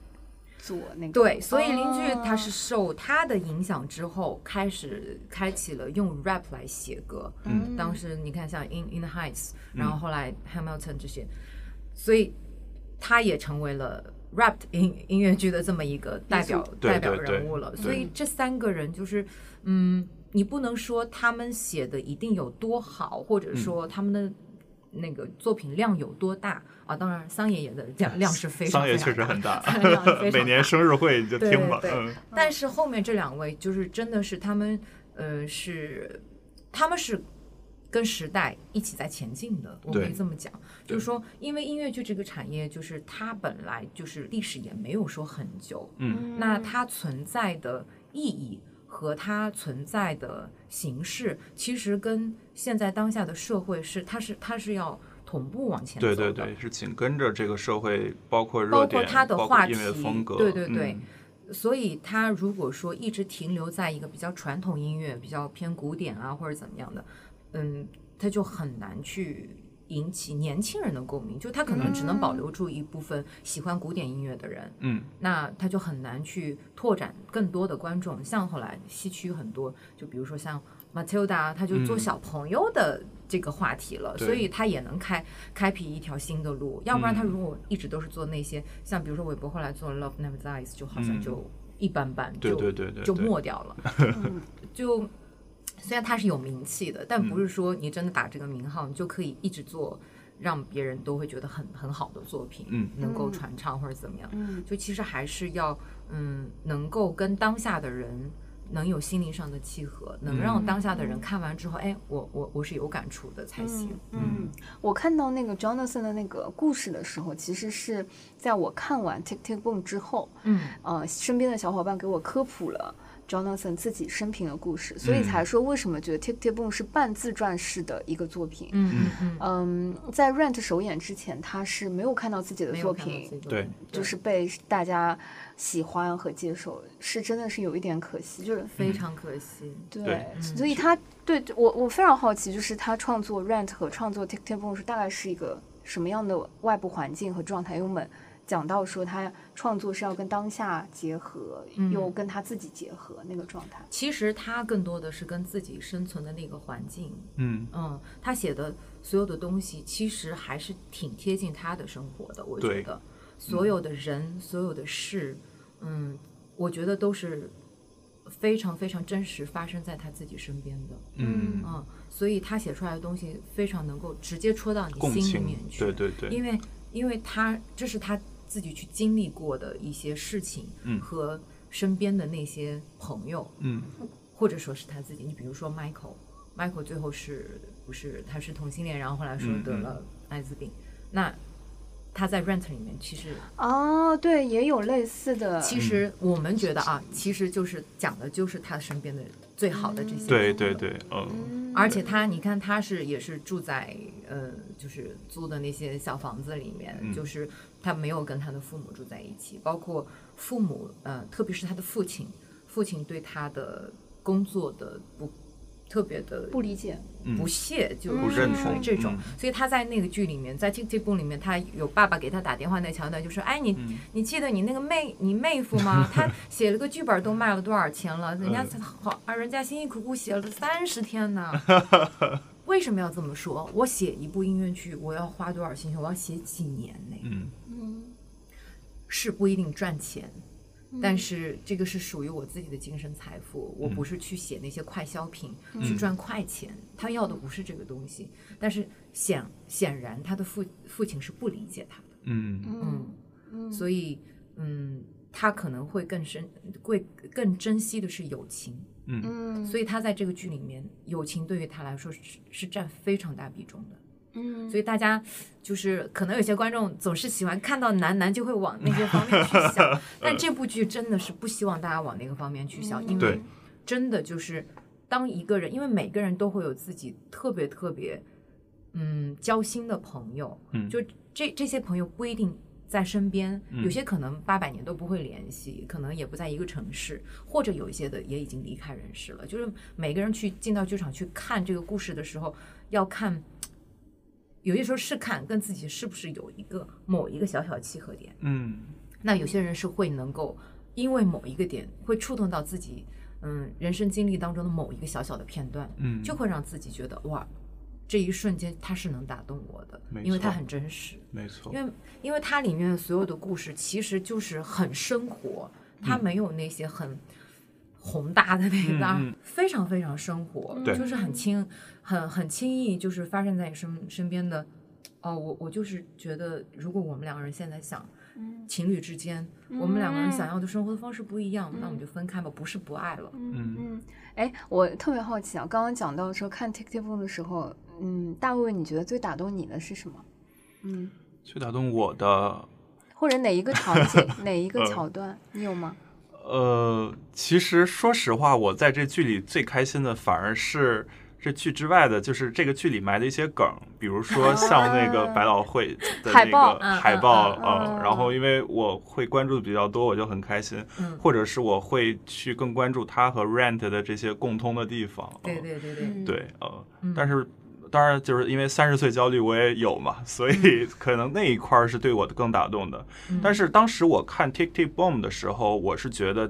[SPEAKER 2] 做那个。
[SPEAKER 4] 对，所以邻居
[SPEAKER 2] 哦
[SPEAKER 4] 他是受他的影响之后，开始开启了用 rap 来写歌。
[SPEAKER 3] 嗯
[SPEAKER 4] 当时你看像 In In the Heights，然后后来 Hamilton 这些，所以他也成为了 rap 音音乐剧的这么一个代表
[SPEAKER 3] 对
[SPEAKER 4] 代表
[SPEAKER 3] 对对
[SPEAKER 4] 人物了。
[SPEAKER 3] 对
[SPEAKER 4] 所以这三个人就是，嗯，你不能说他们写的一定有多好，或
[SPEAKER 3] 嗯
[SPEAKER 4] 者说他们的。那个作品量有多大啊？当然，桑爷爷的 量量是非常
[SPEAKER 3] 桑
[SPEAKER 4] 非
[SPEAKER 3] 野
[SPEAKER 4] 常
[SPEAKER 3] 确实
[SPEAKER 4] 大
[SPEAKER 3] 很大
[SPEAKER 4] 非常 非常，大
[SPEAKER 3] 每年生日会你就听吧，
[SPEAKER 4] 对对
[SPEAKER 3] 嗯
[SPEAKER 4] 但是后面这两位就是真的是他们，呃，是他们是跟时代一起在前进的，我可以
[SPEAKER 3] 对
[SPEAKER 4] 这么讲。
[SPEAKER 3] 对
[SPEAKER 4] 就是说，因为音乐剧这个产业，就是它本来就是历史也没有说很久，
[SPEAKER 3] 嗯
[SPEAKER 2] 嗯
[SPEAKER 4] 那它存在的意义和它存在的形式，其实跟现在当下的社会是，它是它是要同步往前走
[SPEAKER 3] 对
[SPEAKER 4] 嗯的。
[SPEAKER 3] 对对，是紧跟着这个社会，包括热
[SPEAKER 4] 包
[SPEAKER 3] 点，
[SPEAKER 4] 括他的
[SPEAKER 3] 包括
[SPEAKER 4] 话
[SPEAKER 3] 音乐
[SPEAKER 4] 题
[SPEAKER 3] 风格，
[SPEAKER 4] 对对对
[SPEAKER 3] 嗯
[SPEAKER 4] 所以他如果说一直停留在一个比较传统音乐、比较偏古典啊或者怎么样的，嗯，他就很难去引起年轻人的共鸣。就他可能只能保留住一部分喜欢古典音乐的人，
[SPEAKER 3] 嗯，
[SPEAKER 4] 那他就很难去拓展更多的观众。像后来西区很多，就比如说像 Matilda，他啊就做
[SPEAKER 3] 嗯
[SPEAKER 4] 小朋友的这个话题了，
[SPEAKER 3] 对嗯
[SPEAKER 4] 所以他也能开开辟一条新的路。要不然他如果一直都是做那些，像比如说韦伯后来做 Love Never Dies，就好像
[SPEAKER 3] 嗯
[SPEAKER 4] 就一般般，
[SPEAKER 3] 对
[SPEAKER 4] 就
[SPEAKER 3] 对对对
[SPEAKER 4] 就
[SPEAKER 3] 对
[SPEAKER 4] 没掉 了。就虽然他是有名气的，但不
[SPEAKER 3] 嗯
[SPEAKER 4] 是说你真的打这个名号，你就可以一直做让别人都会觉得很很好的作品，
[SPEAKER 3] 嗯
[SPEAKER 4] 能够
[SPEAKER 2] 嗯
[SPEAKER 4] 传唱或者怎么样。
[SPEAKER 2] 嗯
[SPEAKER 4] 就其实还是要，嗯，能够跟当下的人能有心灵上的契合，能让当下的人看完之后，哎，我我我是有感触的才行。
[SPEAKER 2] 嗯，我看到那个 Jonathan 的那个故事的时候，其实是在我看完《Tick Tick Boom》之后，
[SPEAKER 4] 嗯
[SPEAKER 2] 呃，身边的小伙伴给我科普了 Jonathan 自己生平的故事，所以才说为什么觉得《Tick Tick Boom》是半自传式的一个作品。
[SPEAKER 4] 嗯嗯嗯，
[SPEAKER 2] 嗯，在 Rent 首演之前，他是没有看到自己的
[SPEAKER 4] 没
[SPEAKER 2] 作
[SPEAKER 4] 有看到自己
[SPEAKER 2] 品，
[SPEAKER 4] 的
[SPEAKER 3] 对
[SPEAKER 4] 东西
[SPEAKER 2] 就是被大家喜欢和接受，是真的是有一点可惜，就是
[SPEAKER 4] 非常可惜。
[SPEAKER 2] 对，
[SPEAKER 3] 对
[SPEAKER 2] 所以他对我我非常好奇，就是他创作 Rent 和创作 Tick Tick Boom 是大概是一个什么样的外部环境和状态？因为我们讲到说他创作是要跟当下结合，
[SPEAKER 4] 嗯
[SPEAKER 2] 又跟他自己结合那个状态。
[SPEAKER 4] 其实他更多的是跟自己生存的那个环境，
[SPEAKER 3] 嗯
[SPEAKER 4] 嗯，他写的所有的东西其实还是挺贴近他的生活的，我觉
[SPEAKER 3] 对
[SPEAKER 4] 得所有的人、所有的事，嗯，我觉得都是非常非常真实发生在他自己身边的，
[SPEAKER 3] 嗯，
[SPEAKER 4] 嗯，所以他写出来的东西非常能够直接戳到你
[SPEAKER 3] 共
[SPEAKER 4] 心里
[SPEAKER 3] 情
[SPEAKER 4] 面，去，
[SPEAKER 3] 对对对，
[SPEAKER 4] 因为因为他这是他自己去经历过的一些事情，
[SPEAKER 3] 嗯
[SPEAKER 4] 和身边的那些朋友，
[SPEAKER 3] 嗯
[SPEAKER 4] 或者说是他自己。你比如说 Michael，Michael 最后是不是他是同性恋，然后后来说
[SPEAKER 3] 嗯
[SPEAKER 4] 得了艾滋病，那他在 Rent 里面其实
[SPEAKER 2] 哦，对，也有类似的，
[SPEAKER 4] 其实我们觉得啊，其实就是讲的就是他身边的最好的这些，
[SPEAKER 3] 对对。对，嗯
[SPEAKER 4] 而且他，你看，他是也是住在呃，就是租的那些小房子里面，
[SPEAKER 3] 嗯
[SPEAKER 4] 就是他没有跟他的父母住在一起，包括父母，呃，特别是他的父亲，父亲对他的工作的不特别的
[SPEAKER 2] 不理解。
[SPEAKER 4] 不屑，就
[SPEAKER 2] 嗯不
[SPEAKER 4] 是
[SPEAKER 2] 认
[SPEAKER 4] 属于
[SPEAKER 2] 同
[SPEAKER 4] 这种
[SPEAKER 3] 嗯。
[SPEAKER 4] 所以他在那个剧里面，在《Tick Tick Boom》里面，他有爸爸给他打电话那桥段，就说：“哎，你
[SPEAKER 2] 嗯
[SPEAKER 4] 你记得你那个妹你妹夫 吗？他写了个剧本都卖了多少钱了？
[SPEAKER 2] 嗯
[SPEAKER 4] 人家才好啊，人家辛辛苦苦写了三十天 呢。”为什么要这么说？我写一部音乐剧，我要花多少心血？我要写几年呢？
[SPEAKER 3] 嗯
[SPEAKER 4] 是不一定赚钱，
[SPEAKER 2] 嗯
[SPEAKER 4] 但是这个是属于我自己的精神财富，我不是去写那些快消品、去赚快钱，他要的不是这个东西。但是显显然他的父父亲是不理解他的，
[SPEAKER 3] 嗯
[SPEAKER 2] 嗯嗯
[SPEAKER 4] 所以嗯，他可能会更深，会更珍惜的是友情。
[SPEAKER 3] 嗯
[SPEAKER 2] 嗯，
[SPEAKER 4] 所以他在这个剧里面，友情对于他来说是是占非常大比重的。
[SPEAKER 2] 嗯
[SPEAKER 4] 所以大家就是可能有些观众总是喜欢看到男男就会往那些方面去想，但这部剧真的是不希望大家往那个方面
[SPEAKER 2] 嗯
[SPEAKER 4] 去想，因为
[SPEAKER 3] 对
[SPEAKER 4] 真的就是当一个人，因为每个人都会有自己特别特别嗯交心的朋友，
[SPEAKER 3] 嗯
[SPEAKER 4] 就这这些朋友不一定。在身边，
[SPEAKER 3] 嗯
[SPEAKER 4] 有些可能八百年都不会联系，可能也不在一个城市，或者有一些的也已经离开人世了。就是每个人去进到剧场去看这个故事的时候，要看有些时候是看跟自己是不是有一个某一个小小的契合点。
[SPEAKER 3] 嗯
[SPEAKER 4] 那有些人是会能够因为某一个点会触动到自己，嗯，人生经历当中的某一个小小的片段，
[SPEAKER 3] 嗯，
[SPEAKER 4] 就会让自己觉得哇，这一瞬间他是能打动我的，
[SPEAKER 3] 没
[SPEAKER 4] 因为
[SPEAKER 3] 错
[SPEAKER 4] 它很真实。
[SPEAKER 3] 没错，
[SPEAKER 4] 因为因为它里面所有的故事其实就是很生活，它
[SPEAKER 2] 嗯
[SPEAKER 4] 没有那些很宏大的那个，
[SPEAKER 3] 嗯嗯
[SPEAKER 4] 非常非常生活，
[SPEAKER 2] 嗯
[SPEAKER 3] 对
[SPEAKER 4] 就是很轻，很很轻易，就是发生在你身身边的。哦，我我就是觉得，如果我们两个人现在想。
[SPEAKER 2] 嗯
[SPEAKER 4] 情侣之间，我们两个人想要的生活方式不一样，那我们就分开吧，不是不爱了。
[SPEAKER 3] 嗯
[SPEAKER 2] 嗯，哎，我特别好奇啊，刚刚讲到说看 Tick Tick Boom 的时候，嗯，大卫，你觉得最打动你的是什么？嗯，
[SPEAKER 3] 去打动我的
[SPEAKER 2] 或者哪一个场 景、哪一个
[SPEAKER 3] 呃
[SPEAKER 2] 桥段，你有吗？
[SPEAKER 3] 呃，其实说实话，我在这剧里最开心的反而是这剧之外的，就是这个剧里埋的一些梗，比如说像那个百老汇 的那
[SPEAKER 2] 海报
[SPEAKER 3] 个海报，
[SPEAKER 4] 啊嗯嗯嗯
[SPEAKER 3] 呃，然后因为我会关注的比较多，我就很开心，
[SPEAKER 4] 嗯
[SPEAKER 3] 或者是我会去更关注它和 Rent 的这些共通的地方，呃
[SPEAKER 4] 对对对对，
[SPEAKER 2] 嗯
[SPEAKER 3] 对，呃，
[SPEAKER 4] 嗯
[SPEAKER 3] 但是当然就是因为三十岁焦虑我也有嘛，所
[SPEAKER 4] 嗯
[SPEAKER 3] 以可能那一块儿是对我更打动的。但是当时我看《Tick Tick Boom》的时候，我是觉得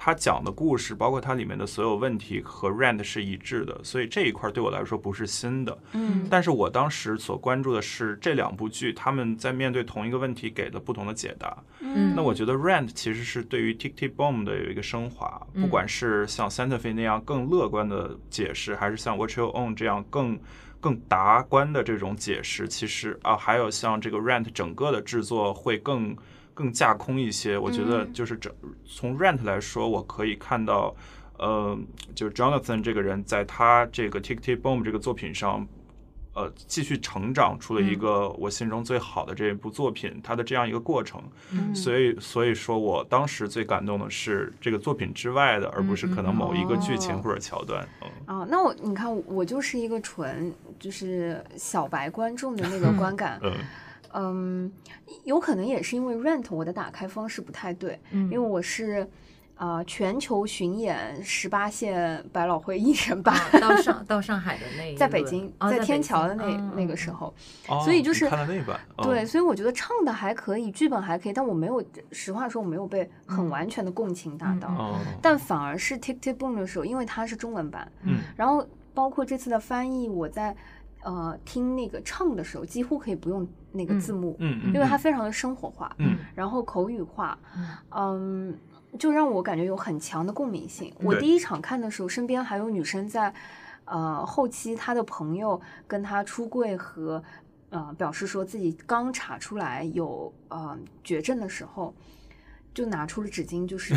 [SPEAKER 3] 他讲的故事，包括它里面的所有问题和《Rent》是一致的，所以这一块儿对我来说不是新的。
[SPEAKER 2] 嗯
[SPEAKER 3] 但是我当时所关注的是这两部剧，他们在面对同一个问题给的不同的解答。
[SPEAKER 2] 嗯
[SPEAKER 3] 那我觉得《Rent》其实是对于 Tick Tick Boom 的有一个升华，
[SPEAKER 4] 嗯
[SPEAKER 3] 不管是像 Santa Fe 那样更乐观的解释，还是像 What You Own 这样更更达观的这种解释，其实啊，还有像这个《Rent》整个的制作会更更架空一些。我觉得
[SPEAKER 2] 嗯
[SPEAKER 3] 就是整从《Rent》来说，我可以看到，呃，就是 Jonathan 这个人在他这个 Tick Tick Boom 这个作品上呃继续成长出了
[SPEAKER 2] 嗯
[SPEAKER 3] 一个我心中最好的这一部作品，它的这样一个过程。
[SPEAKER 2] 嗯
[SPEAKER 3] 所以，所以说我当时最感动的是这个作品之外的，而不是可能某一个剧情
[SPEAKER 2] 哦
[SPEAKER 3] 或者桥段。嗯，
[SPEAKER 2] 啊，那我你看，我就是一个纯就是小白观众的那个观感，
[SPEAKER 3] 嗯
[SPEAKER 2] 嗯，有可能也是因为 Rent 我的打开方式不太对，
[SPEAKER 4] 嗯
[SPEAKER 3] 嗯
[SPEAKER 2] 因为我是。啊、全球巡演十八线百老汇一人版，
[SPEAKER 4] 啊到上到上海的那一
[SPEAKER 2] 在北
[SPEAKER 4] 轮
[SPEAKER 2] 京，
[SPEAKER 4] 哦在
[SPEAKER 2] 天
[SPEAKER 4] 北
[SPEAKER 2] 桥的那、
[SPEAKER 4] 京嗯
[SPEAKER 2] 那个
[SPEAKER 4] 嗯
[SPEAKER 2] 时
[SPEAKER 4] 嗯
[SPEAKER 2] 候，
[SPEAKER 3] 哦
[SPEAKER 2] 所以就
[SPEAKER 3] 你
[SPEAKER 2] 是
[SPEAKER 3] 看了那版，嗯
[SPEAKER 2] 对，，所以我觉得唱的还可以，剧本还可以，但我没有，实话说我没有被很完全的共情达
[SPEAKER 4] 嗯
[SPEAKER 2] 到，
[SPEAKER 4] 嗯
[SPEAKER 3] 哦，
[SPEAKER 2] 但反而是 Tick Tick Boom 的时候，因为它是中文版，
[SPEAKER 3] 嗯
[SPEAKER 2] 然后包括这次的翻译，我在呃听那个唱的时候，几乎可以不用那个字幕，
[SPEAKER 3] 嗯嗯，
[SPEAKER 2] 因为它非常的生活化，
[SPEAKER 3] 嗯
[SPEAKER 2] 然后口语化，
[SPEAKER 4] 嗯
[SPEAKER 2] 嗯，就让我感觉有很强的共鸣性。我
[SPEAKER 3] 对
[SPEAKER 2] 第一场看的时候，身边还有女生在，呃，后期她的朋友跟她出柜和，呃，表示说自己刚查出来有呃绝症的时候，就拿出了纸巾，就是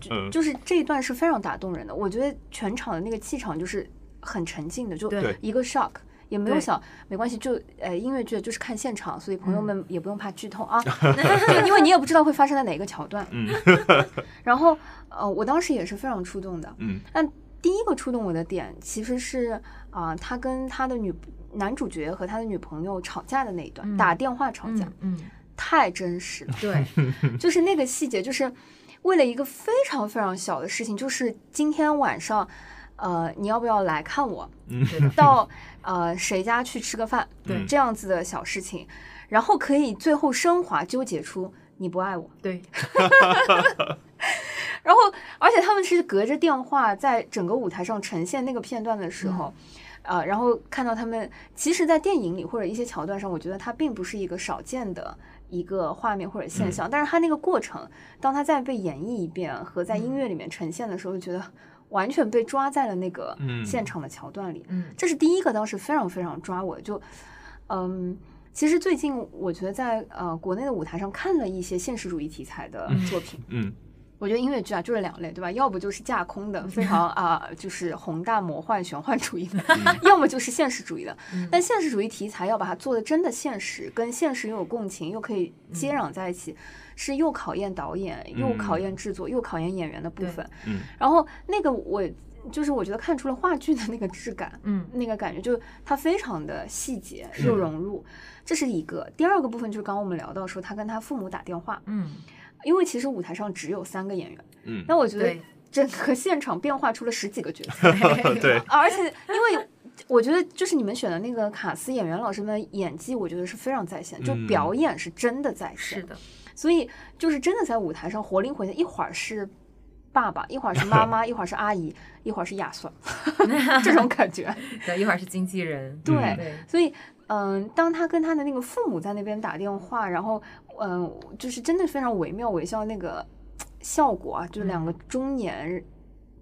[SPEAKER 2] 就
[SPEAKER 3] 嗯
[SPEAKER 2] 就是这一段是非常打动人的。我觉得全场的那个气场就是很沉静的，就
[SPEAKER 4] 对
[SPEAKER 2] 一个 shock。也没有
[SPEAKER 4] 对
[SPEAKER 2] 想没关系，就呃音乐剧就是看现场，所以朋友
[SPEAKER 4] 嗯
[SPEAKER 2] 们也不用怕剧透 啊，就因为你也不知道会发生在哪一个桥段。
[SPEAKER 3] 嗯
[SPEAKER 2] 然后呃，我当时也是非常触动的。
[SPEAKER 3] 嗯
[SPEAKER 2] 但第一个触动我的点其实是啊、他跟他的女男主角和他的女朋友吵架的那一段，
[SPEAKER 4] 嗯
[SPEAKER 2] 打电话吵架，
[SPEAKER 4] 嗯，嗯。
[SPEAKER 2] 太真实了
[SPEAKER 4] 对，
[SPEAKER 2] 就是那个细节，就是为了一个非常非常小的事情，就是今天晚上，呃，你要不要来看我？
[SPEAKER 3] 嗯
[SPEAKER 4] 对 的，
[SPEAKER 2] 到呃谁家去吃个饭，
[SPEAKER 4] 对
[SPEAKER 2] 这样子的小事情，然后可以最后升华纠结出你不爱我，
[SPEAKER 4] 对，
[SPEAKER 2] 然后而且他们是隔着电话在整个舞台上呈现那个片段的时候。呃，然后看到他们，其实，在电影里或者一些桥段上，我觉得它并不是一个少见的一个画面或者现象，但是它那个过程，当它再被演绎一遍和在音乐里面呈现的时候，就觉得完全被抓在了那个
[SPEAKER 3] 嗯
[SPEAKER 2] 现场的桥段里。
[SPEAKER 4] 嗯
[SPEAKER 2] 这是第一个，当时非常非常抓我，就，嗯，其实最近我觉得在呃国内的舞台上看了一些现实主义题材的作品，
[SPEAKER 3] 嗯
[SPEAKER 2] 我觉得音乐剧啊就是两类，对吧？要不就是架空的，非 常啊、就是宏大魔幻玄幻主义的，
[SPEAKER 3] 嗯
[SPEAKER 2] 要么就是现实主义的。但现实主义题材要把它做的真的现实，跟现实又有共情，又可以
[SPEAKER 3] 嗯
[SPEAKER 2] 接壤在一起，是又考验导演，又考验制作，又考验演员的部
[SPEAKER 4] 对
[SPEAKER 2] 分。
[SPEAKER 3] 嗯
[SPEAKER 2] 然后那个我就是我觉得看出了话剧的那个质感，
[SPEAKER 4] 嗯
[SPEAKER 2] 那个感觉，就是它非常的细节
[SPEAKER 3] 是
[SPEAKER 2] 又融入，这是一个。第二个部分就是刚刚我们聊到说他跟他父母打电话，
[SPEAKER 4] 嗯，
[SPEAKER 2] 因为其实舞台上只有三个演员，
[SPEAKER 3] 嗯，
[SPEAKER 2] 那我觉得
[SPEAKER 4] 对
[SPEAKER 2] 整个现场变化出了十几个角 色，
[SPEAKER 3] 对，嗯
[SPEAKER 2] 而且因为。我觉得就是你们选的那个卡斯演员老师们演技，我觉得是非常在线，就
[SPEAKER 3] 嗯
[SPEAKER 2] 表演是真的在线
[SPEAKER 4] 是，的，
[SPEAKER 2] 所以就是真的在舞台上活灵活现，一会儿是爸爸，一会儿是妈 妈，一会儿是阿姨，一会儿是亚瑟， 这种感觉。
[SPEAKER 4] 对，一会儿是经纪人，
[SPEAKER 2] 对，
[SPEAKER 3] 嗯
[SPEAKER 4] 对，
[SPEAKER 2] 所以，嗯、当他跟他的那个父母在那边打电话，然后，嗯、就是真的非常惟妙惟肖那个嘖效果啊，就
[SPEAKER 4] 嗯
[SPEAKER 2] 两个中年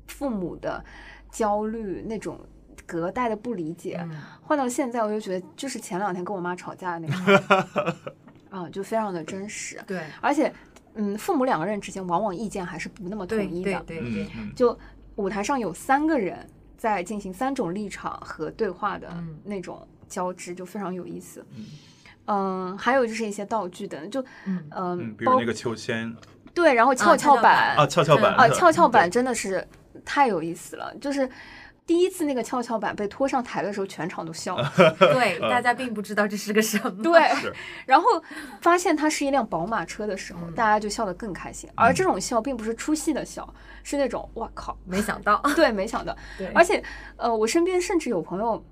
[SPEAKER 2] 父母的焦虑那种隔代的不理解，
[SPEAKER 4] 嗯
[SPEAKER 2] 换到现在，我就觉得就是前两天跟我妈吵架的那个， 啊、就非常的真实，
[SPEAKER 4] 对，
[SPEAKER 2] 而且，嗯，父母两个人之间往往意见还是不那么统
[SPEAKER 4] 对
[SPEAKER 2] 一
[SPEAKER 4] 对
[SPEAKER 2] 的
[SPEAKER 4] 对，对
[SPEAKER 3] 嗯
[SPEAKER 4] 对，
[SPEAKER 3] 嗯
[SPEAKER 2] 就舞台上有三个人在进行三种立场和对话的
[SPEAKER 4] 嗯
[SPEAKER 2] 那种交织，就非常有意思。
[SPEAKER 3] 嗯
[SPEAKER 2] 嗯，还有就是一些道具等，就
[SPEAKER 4] 嗯
[SPEAKER 2] 嗯
[SPEAKER 3] 嗯，，比
[SPEAKER 2] 包
[SPEAKER 3] 如那个秋千
[SPEAKER 2] 对，然后跷跷板
[SPEAKER 3] 啊，跷跷板
[SPEAKER 2] 啊，跷跷
[SPEAKER 3] 对
[SPEAKER 2] 板真的是太有意思了，就是。第一次那个跷跷板被拖上台的时候，全场都
[SPEAKER 3] 啊
[SPEAKER 2] 笑了。
[SPEAKER 4] 对，大家并不知道这是个什么。
[SPEAKER 2] 对， 然后发现它是一辆宝马车的时候，大家就笑得更开心。
[SPEAKER 3] 嗯
[SPEAKER 2] 而这种笑并不是出戏的笑，是那种哇靠，
[SPEAKER 4] 没想到，
[SPEAKER 2] 对，没想到。
[SPEAKER 4] 对，
[SPEAKER 2] 而且，呃，我身边甚至有朋友，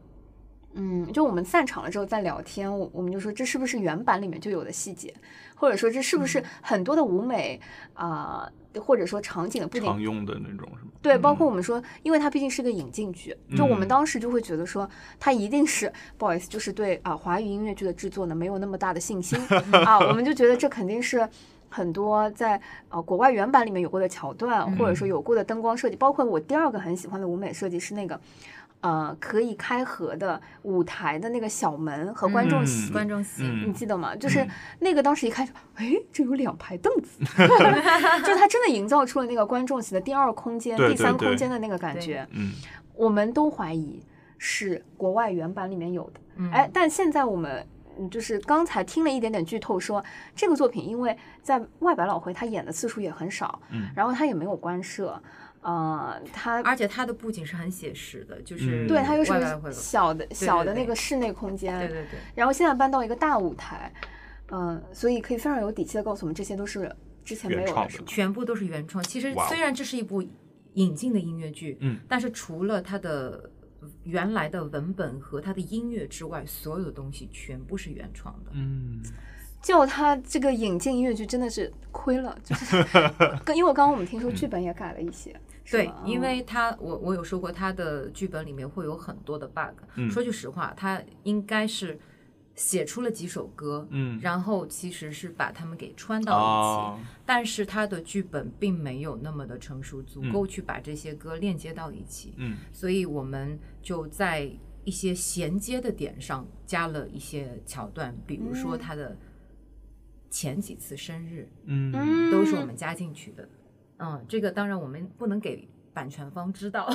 [SPEAKER 2] 嗯，就我们散场了之后在聊天，我我们就说这是不是原版里面就有的细节，或者说这是不是很多的舞美啊、或者说场景的布景
[SPEAKER 3] 常用的那种是吗？
[SPEAKER 2] 对，包
[SPEAKER 3] 嗯
[SPEAKER 2] 括我们说，因为它毕竟是个引进剧，就我们
[SPEAKER 3] 嗯
[SPEAKER 2] 当时就会觉得说，它一定是不好意思，就是对啊华语音乐剧的制作呢没有那么大的信 心啊，我们就觉得这肯定是。很多在啊国外原版里面有过的桥段，或者
[SPEAKER 3] 嗯
[SPEAKER 2] 说有过的灯光设计，包括我第二个很喜欢的舞美设计是那个，呃，可以开合的舞台的那个小门和观众
[SPEAKER 3] 嗯
[SPEAKER 2] 席，
[SPEAKER 4] 观众席，
[SPEAKER 2] 你
[SPEAKER 3] 嗯，
[SPEAKER 2] 记得吗？就是
[SPEAKER 3] 嗯
[SPEAKER 2] 那个当时一看就，哎，这有两排凳 子，就是他真的营造出了那个观众席的第二空间、
[SPEAKER 3] 对
[SPEAKER 2] 第三
[SPEAKER 3] 对对
[SPEAKER 2] 空间的那个感觉。
[SPEAKER 3] 嗯，
[SPEAKER 2] 我们都怀疑是国外原版里面有的，
[SPEAKER 4] 嗯
[SPEAKER 2] 哎，，但现在我们。嗯就是刚才听了一点点剧透说，这个作品因为在外百老汇他演的次数也很少，
[SPEAKER 3] 嗯
[SPEAKER 2] 然后他也没有官设，呃，他
[SPEAKER 4] 而且它的布景是很写实的，就是
[SPEAKER 3] 嗯
[SPEAKER 2] 对他又是
[SPEAKER 4] 外来回
[SPEAKER 2] 个
[SPEAKER 4] 流
[SPEAKER 2] 小的小的
[SPEAKER 4] 对
[SPEAKER 2] 那个室内空间，
[SPEAKER 4] 对对对，
[SPEAKER 2] 然后现在搬到一个大舞台，嗯、所以可以非常有底气的告诉我们，这些都是之前没
[SPEAKER 3] 原
[SPEAKER 2] 有
[SPEAKER 3] 创
[SPEAKER 2] 的，
[SPEAKER 3] 的
[SPEAKER 2] 是吗？
[SPEAKER 4] 全部都是原创。其实
[SPEAKER 3] 哇哦
[SPEAKER 4] 虽然这是一部引进的音乐剧，
[SPEAKER 3] 嗯，
[SPEAKER 4] 但是除了它的原来的文本和它的音乐之外，所有的东西全部是原创的。
[SPEAKER 3] 嗯，
[SPEAKER 2] 叫他这个引进音乐剧真的是亏了，就是 跟因为刚刚我们听说剧本也改了一些，是
[SPEAKER 4] 对
[SPEAKER 2] 吗，
[SPEAKER 4] 因为它我我有说过，它的剧本里面会有很多的 bug。
[SPEAKER 3] 嗯
[SPEAKER 4] 说句实话，它应该是写出了几首歌，
[SPEAKER 3] 嗯
[SPEAKER 4] 然后其实是把它们给穿到一起。
[SPEAKER 3] 啊，
[SPEAKER 4] 但是他的剧本并没有那么的成熟，足
[SPEAKER 3] 嗯
[SPEAKER 4] 够去把这些歌链接到一起，
[SPEAKER 3] 嗯
[SPEAKER 4] 所以我们就在一些衔接的点上加了一些桥段，比如说
[SPEAKER 2] 嗯
[SPEAKER 4] 他的前几次生日
[SPEAKER 3] 嗯，
[SPEAKER 2] 嗯，
[SPEAKER 4] 都是我们加进去的，嗯，这个当然我们不能给版权方 知道，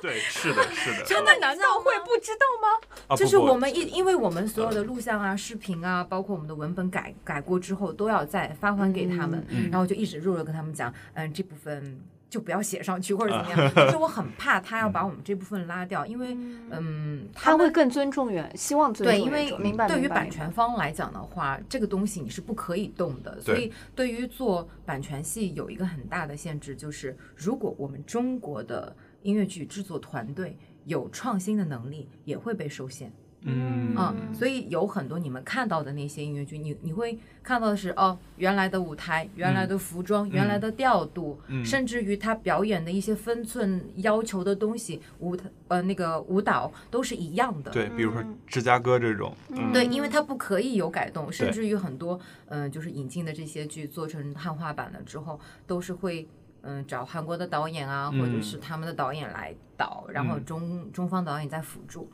[SPEAKER 3] 对，是的，是的，
[SPEAKER 2] 真的难道会不知道吗？
[SPEAKER 3] 啊
[SPEAKER 4] 就
[SPEAKER 3] 不
[SPEAKER 4] 是
[SPEAKER 3] 不
[SPEAKER 4] 我们一，因为我们所有的录像啊、视频啊，包括我们的文本改改过之后，都要再发还给他们，
[SPEAKER 3] 嗯
[SPEAKER 4] 然后就一直弱弱跟他们讲，嗯，这部分就不要写上去或者怎么 样，就是我很怕他要把我们这部分拉掉，因为嗯，
[SPEAKER 2] 他会
[SPEAKER 4] 们
[SPEAKER 2] 更尊重原，希望尊
[SPEAKER 4] 对，
[SPEAKER 2] 重
[SPEAKER 4] 因为
[SPEAKER 2] 原著，明白
[SPEAKER 4] 对于
[SPEAKER 2] 明白
[SPEAKER 4] 版权方来讲的话，这个东西你是不可以动的，所以对于做版权戏有一个很大的限制，就是如果我们中国的音乐剧制作团队有创新的能力，也会被受限。
[SPEAKER 3] 嗯
[SPEAKER 4] 啊，所以有很多你们看到的那些音乐剧，你你会看到的是哦，原来的舞台、原来的服装、原来的调度，
[SPEAKER 3] 嗯
[SPEAKER 4] 甚至于他表演的一些分寸要求的东西，舞台呃那个舞蹈都是一样的。
[SPEAKER 3] 对，比如说芝加哥这种，嗯
[SPEAKER 4] 嗯对，因为它不可以有改动，甚至于很多嗯、呃就是引进的这些剧做成汉化版了之后，都是会。嗯，找韩国的导演啊，或者
[SPEAKER 3] 嗯
[SPEAKER 4] 是他们的导演来导，然后
[SPEAKER 3] 嗯
[SPEAKER 4] 中中方导演在辅助。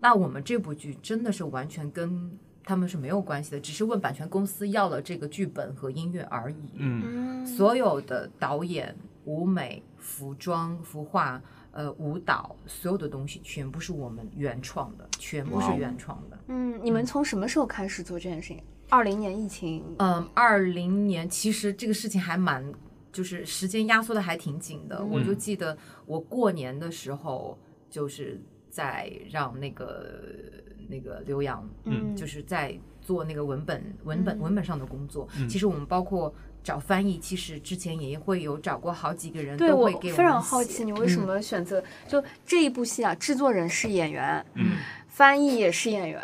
[SPEAKER 4] 那我们这部剧真的是完全跟他们是没有关系的，只是问版权公司要了这个剧本和音乐而已。
[SPEAKER 3] 嗯
[SPEAKER 2] 嗯
[SPEAKER 4] 所有的导演、舞美、服装、服化、呃舞蹈，所有的东西全部是我们原创的，全部
[SPEAKER 3] 哇
[SPEAKER 4] 是
[SPEAKER 3] 哦
[SPEAKER 4] 原创的。
[SPEAKER 2] 嗯，你们从什么时候开始做这件事情？二零年疫情，
[SPEAKER 4] 嗯，二零年其实这个事情还蛮，就是时间压缩的还挺紧的。我就记得我过年的时候，就是在让那个那个刘洋，
[SPEAKER 3] 嗯
[SPEAKER 4] 就是在做那个文本文本
[SPEAKER 2] 嗯
[SPEAKER 4] 文本上的工作。其实我们包括。找翻译，其实之前也会有找过好几个人，
[SPEAKER 2] 对
[SPEAKER 4] 都
[SPEAKER 2] 我
[SPEAKER 4] 会给
[SPEAKER 2] 非
[SPEAKER 4] 们
[SPEAKER 2] 常好
[SPEAKER 4] 写
[SPEAKER 2] 奇，你为什
[SPEAKER 4] 嗯
[SPEAKER 2] 么选择、就这一部戏啊？制作人是演员，
[SPEAKER 3] 嗯，
[SPEAKER 2] 翻译也是演 员，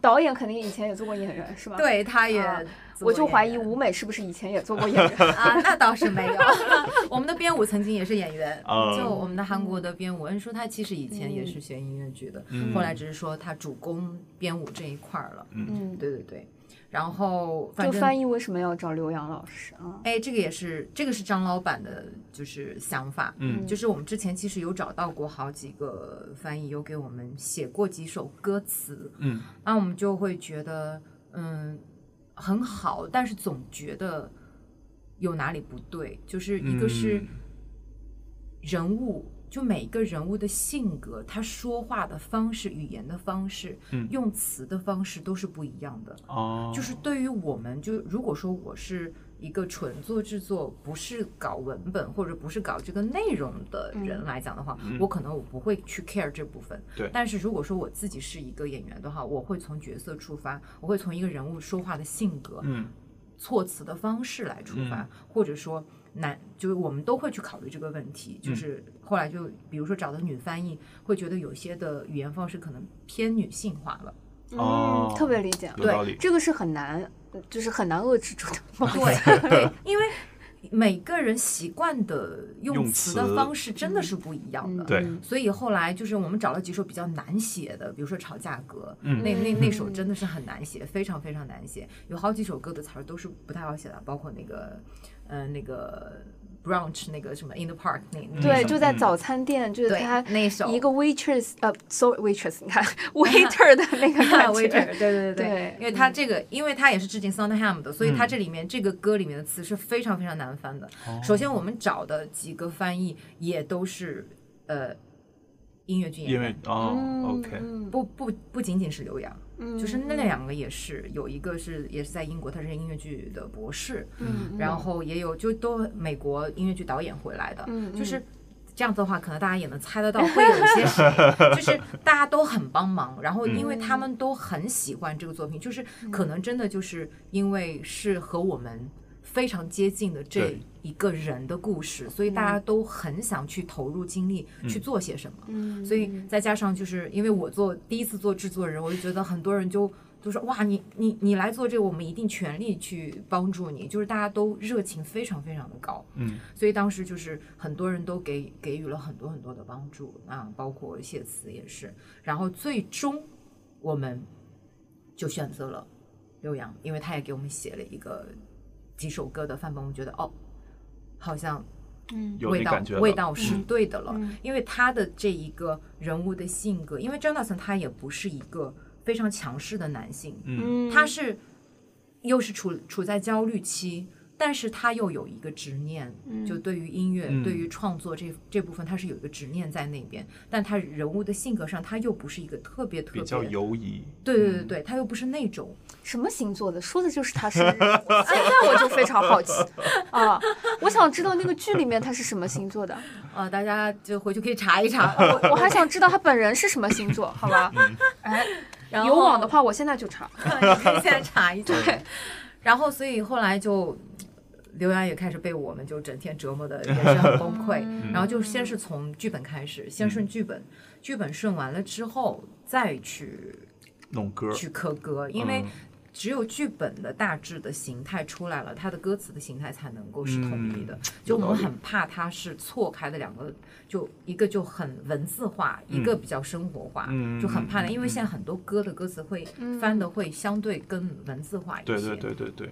[SPEAKER 2] 导演肯定以前也做过演员是吧？，
[SPEAKER 4] 对，他也
[SPEAKER 2] 啊
[SPEAKER 4] 做
[SPEAKER 2] 我就
[SPEAKER 4] 演
[SPEAKER 2] 怀
[SPEAKER 4] 员？
[SPEAKER 2] 疑舞美是不是以前也做过演员
[SPEAKER 4] 啊，那倒是没有。 我们的编舞曾经也是演员，
[SPEAKER 3] 哦
[SPEAKER 4] 就我们的韩国的编舞，恩说他其实以前也是学音乐剧的，
[SPEAKER 3] 嗯
[SPEAKER 4] 后来只是说他主攻编舞这一块儿了。
[SPEAKER 2] 嗯，
[SPEAKER 4] 对对对，然后反
[SPEAKER 2] 就
[SPEAKER 4] 正
[SPEAKER 2] 翻译为什么要找刘洋老师啊？
[SPEAKER 4] 哎，这个也是这个是张老板的，就是想法。
[SPEAKER 3] 嗯
[SPEAKER 4] 就是我们之前其实有找到过好几个翻译，有给我们写过几首歌词。
[SPEAKER 3] 嗯，
[SPEAKER 4] 那我们就会觉得，嗯，很好，但是总觉得有哪里不对。就是一个是
[SPEAKER 3] 嗯
[SPEAKER 4] 人物，就每一个人物的性格，他说话的方式、语言的方式、
[SPEAKER 3] 嗯
[SPEAKER 4] 用词的方式都是不一样的。
[SPEAKER 3] 哦，
[SPEAKER 4] 就是对于我们，就如果说我是一个纯做制作，不是搞文本或者不是搞这个内容的人来讲的话，我可能我不会去 care 这部分。
[SPEAKER 3] 嗯对
[SPEAKER 4] 但是如果说我自己是一个演员的话，我会从角色出发，我会从一个人物说话的性格、
[SPEAKER 3] 嗯
[SPEAKER 4] 措辞的方式来出发，
[SPEAKER 3] 嗯
[SPEAKER 4] 或者说男，就是我们都会去考虑这个问题。就
[SPEAKER 3] 嗯
[SPEAKER 4] 是后来就比如说找的女翻译，会觉得有些的语言方式可能偏女性化了。
[SPEAKER 3] 哦
[SPEAKER 2] 嗯，特别理解，
[SPEAKER 3] 有道理。
[SPEAKER 2] 这个是很难，就是很难遏制住的。
[SPEAKER 4] 对对，因为每个人习惯的用
[SPEAKER 3] 用
[SPEAKER 4] 词
[SPEAKER 3] 词
[SPEAKER 4] 的方式真的是不一样的。
[SPEAKER 3] 对
[SPEAKER 2] 嗯
[SPEAKER 4] 所以后来就是我们找了几首比较难写的，比如说《吵架歌》，
[SPEAKER 3] 嗯
[SPEAKER 4] 那那
[SPEAKER 2] 嗯
[SPEAKER 4] 那首真的是很难写，非常非常难写，有好几首歌的词儿都是不太好写的，包括那个，呃，那个 brunch 那个什么 in the park 那那
[SPEAKER 2] 对，
[SPEAKER 4] 首
[SPEAKER 2] 就在
[SPEAKER 3] 嗯
[SPEAKER 2] 早餐店，就是
[SPEAKER 4] 对
[SPEAKER 2] 他
[SPEAKER 4] 嗯那首
[SPEAKER 2] 一个 waitress，呃，sorry waitress，你看 waiter 的 那个感
[SPEAKER 4] 位置，
[SPEAKER 2] 觉，
[SPEAKER 4] 对对对
[SPEAKER 2] 对
[SPEAKER 4] 因为他
[SPEAKER 2] 嗯
[SPEAKER 4] 这个，因为他也是致敬 Sondheim 的，所以他
[SPEAKER 3] 嗯
[SPEAKER 4] 这里面这个歌里面的词是非常非常难翻的。首先，我们找的几个翻译也都是呃音乐剧演
[SPEAKER 3] 因为
[SPEAKER 4] 员，
[SPEAKER 3] 哦
[SPEAKER 2] 嗯
[SPEAKER 3] ，OK，
[SPEAKER 2] 嗯
[SPEAKER 4] 不不不仅仅是刘洋，
[SPEAKER 2] 嗯
[SPEAKER 4] 就是那两个也是，有一个是也是在英国，他是音乐剧的博士，
[SPEAKER 2] 嗯，
[SPEAKER 4] 然后也有就都美国音乐剧导演回来的，
[SPEAKER 2] 嗯嗯
[SPEAKER 4] 就是。这样子的话，可能大家也能猜得到会有一些谁， 就是大家都很帮忙，然
[SPEAKER 2] 嗯
[SPEAKER 4] 后因为他们都很喜欢这个作品，就是可能真的就是因为是和我们非常接近的这
[SPEAKER 3] 对
[SPEAKER 4] 一个人的故事，
[SPEAKER 2] 嗯
[SPEAKER 4] 所以大家都很想去投入精力去做些什么。
[SPEAKER 2] 嗯
[SPEAKER 4] 所以再加上就是因为我做第一次做制作人，我就觉得很多人就就说哇，你你你来做这个，我们一定全力去帮助你，就是大家都热情非常非常的高，
[SPEAKER 3] 嗯，
[SPEAKER 4] 所以当时就是很多人都给给予了很多很多的帮助啊，包括写词也是，然后最终我们就选择了刘洋，因为他也给我们写了一个几首歌的范本，我们觉得哦，好像
[SPEAKER 3] 有
[SPEAKER 4] 味
[SPEAKER 3] 你
[SPEAKER 4] 道
[SPEAKER 3] 感觉了
[SPEAKER 4] 味道是
[SPEAKER 2] 嗯
[SPEAKER 4] 对的了，
[SPEAKER 2] 嗯
[SPEAKER 4] 因为他的这一个人物的性格，因为 Jonathan 他也不是一个非常强势的男性，
[SPEAKER 3] 嗯
[SPEAKER 2] 嗯
[SPEAKER 4] 他是又是处处在焦虑期，但是他又有一个执念，就对于音乐、
[SPEAKER 3] 嗯
[SPEAKER 4] 对于创作这这部分，他是有一个执念在那边，但他人物的性格上，他又不是一个特别特别
[SPEAKER 3] 比较嗯犹疑，
[SPEAKER 4] 对对对对，他又不是那种
[SPEAKER 2] 什么星座的？说的就是他是 哎，那我就非常好奇啊！我想知道那个剧里面他是什么星座的，
[SPEAKER 4] 啊、大家就回去可以查一查。
[SPEAKER 2] 我我还想知道他本人是什么星座，好吧？
[SPEAKER 4] 嗯
[SPEAKER 2] 哎，
[SPEAKER 4] 然后
[SPEAKER 2] 有网的话，我现在就查。
[SPEAKER 4] 你可以现在查一查。然后所以后来就。刘洋也开始被我们就整天折磨的也是很崩溃，然后就先是从剧本开始，先顺剧本，剧本顺完了之后再去
[SPEAKER 3] 弄歌儿，
[SPEAKER 4] 去磕歌，因为
[SPEAKER 3] 嗯
[SPEAKER 4] 只有剧本的大致的形态出来了，它的歌词的形态才能够是统一的。
[SPEAKER 3] 嗯
[SPEAKER 4] 就我
[SPEAKER 3] 有
[SPEAKER 4] 们
[SPEAKER 3] 道理
[SPEAKER 4] 很怕它是错开的两个，就一个就很文字化，一个比较生活化，
[SPEAKER 3] 嗯
[SPEAKER 4] 就很怕的。
[SPEAKER 3] 嗯
[SPEAKER 4] 因为现在很多歌的歌词会、翻的会相对更文字化一些。
[SPEAKER 3] 对对对对对，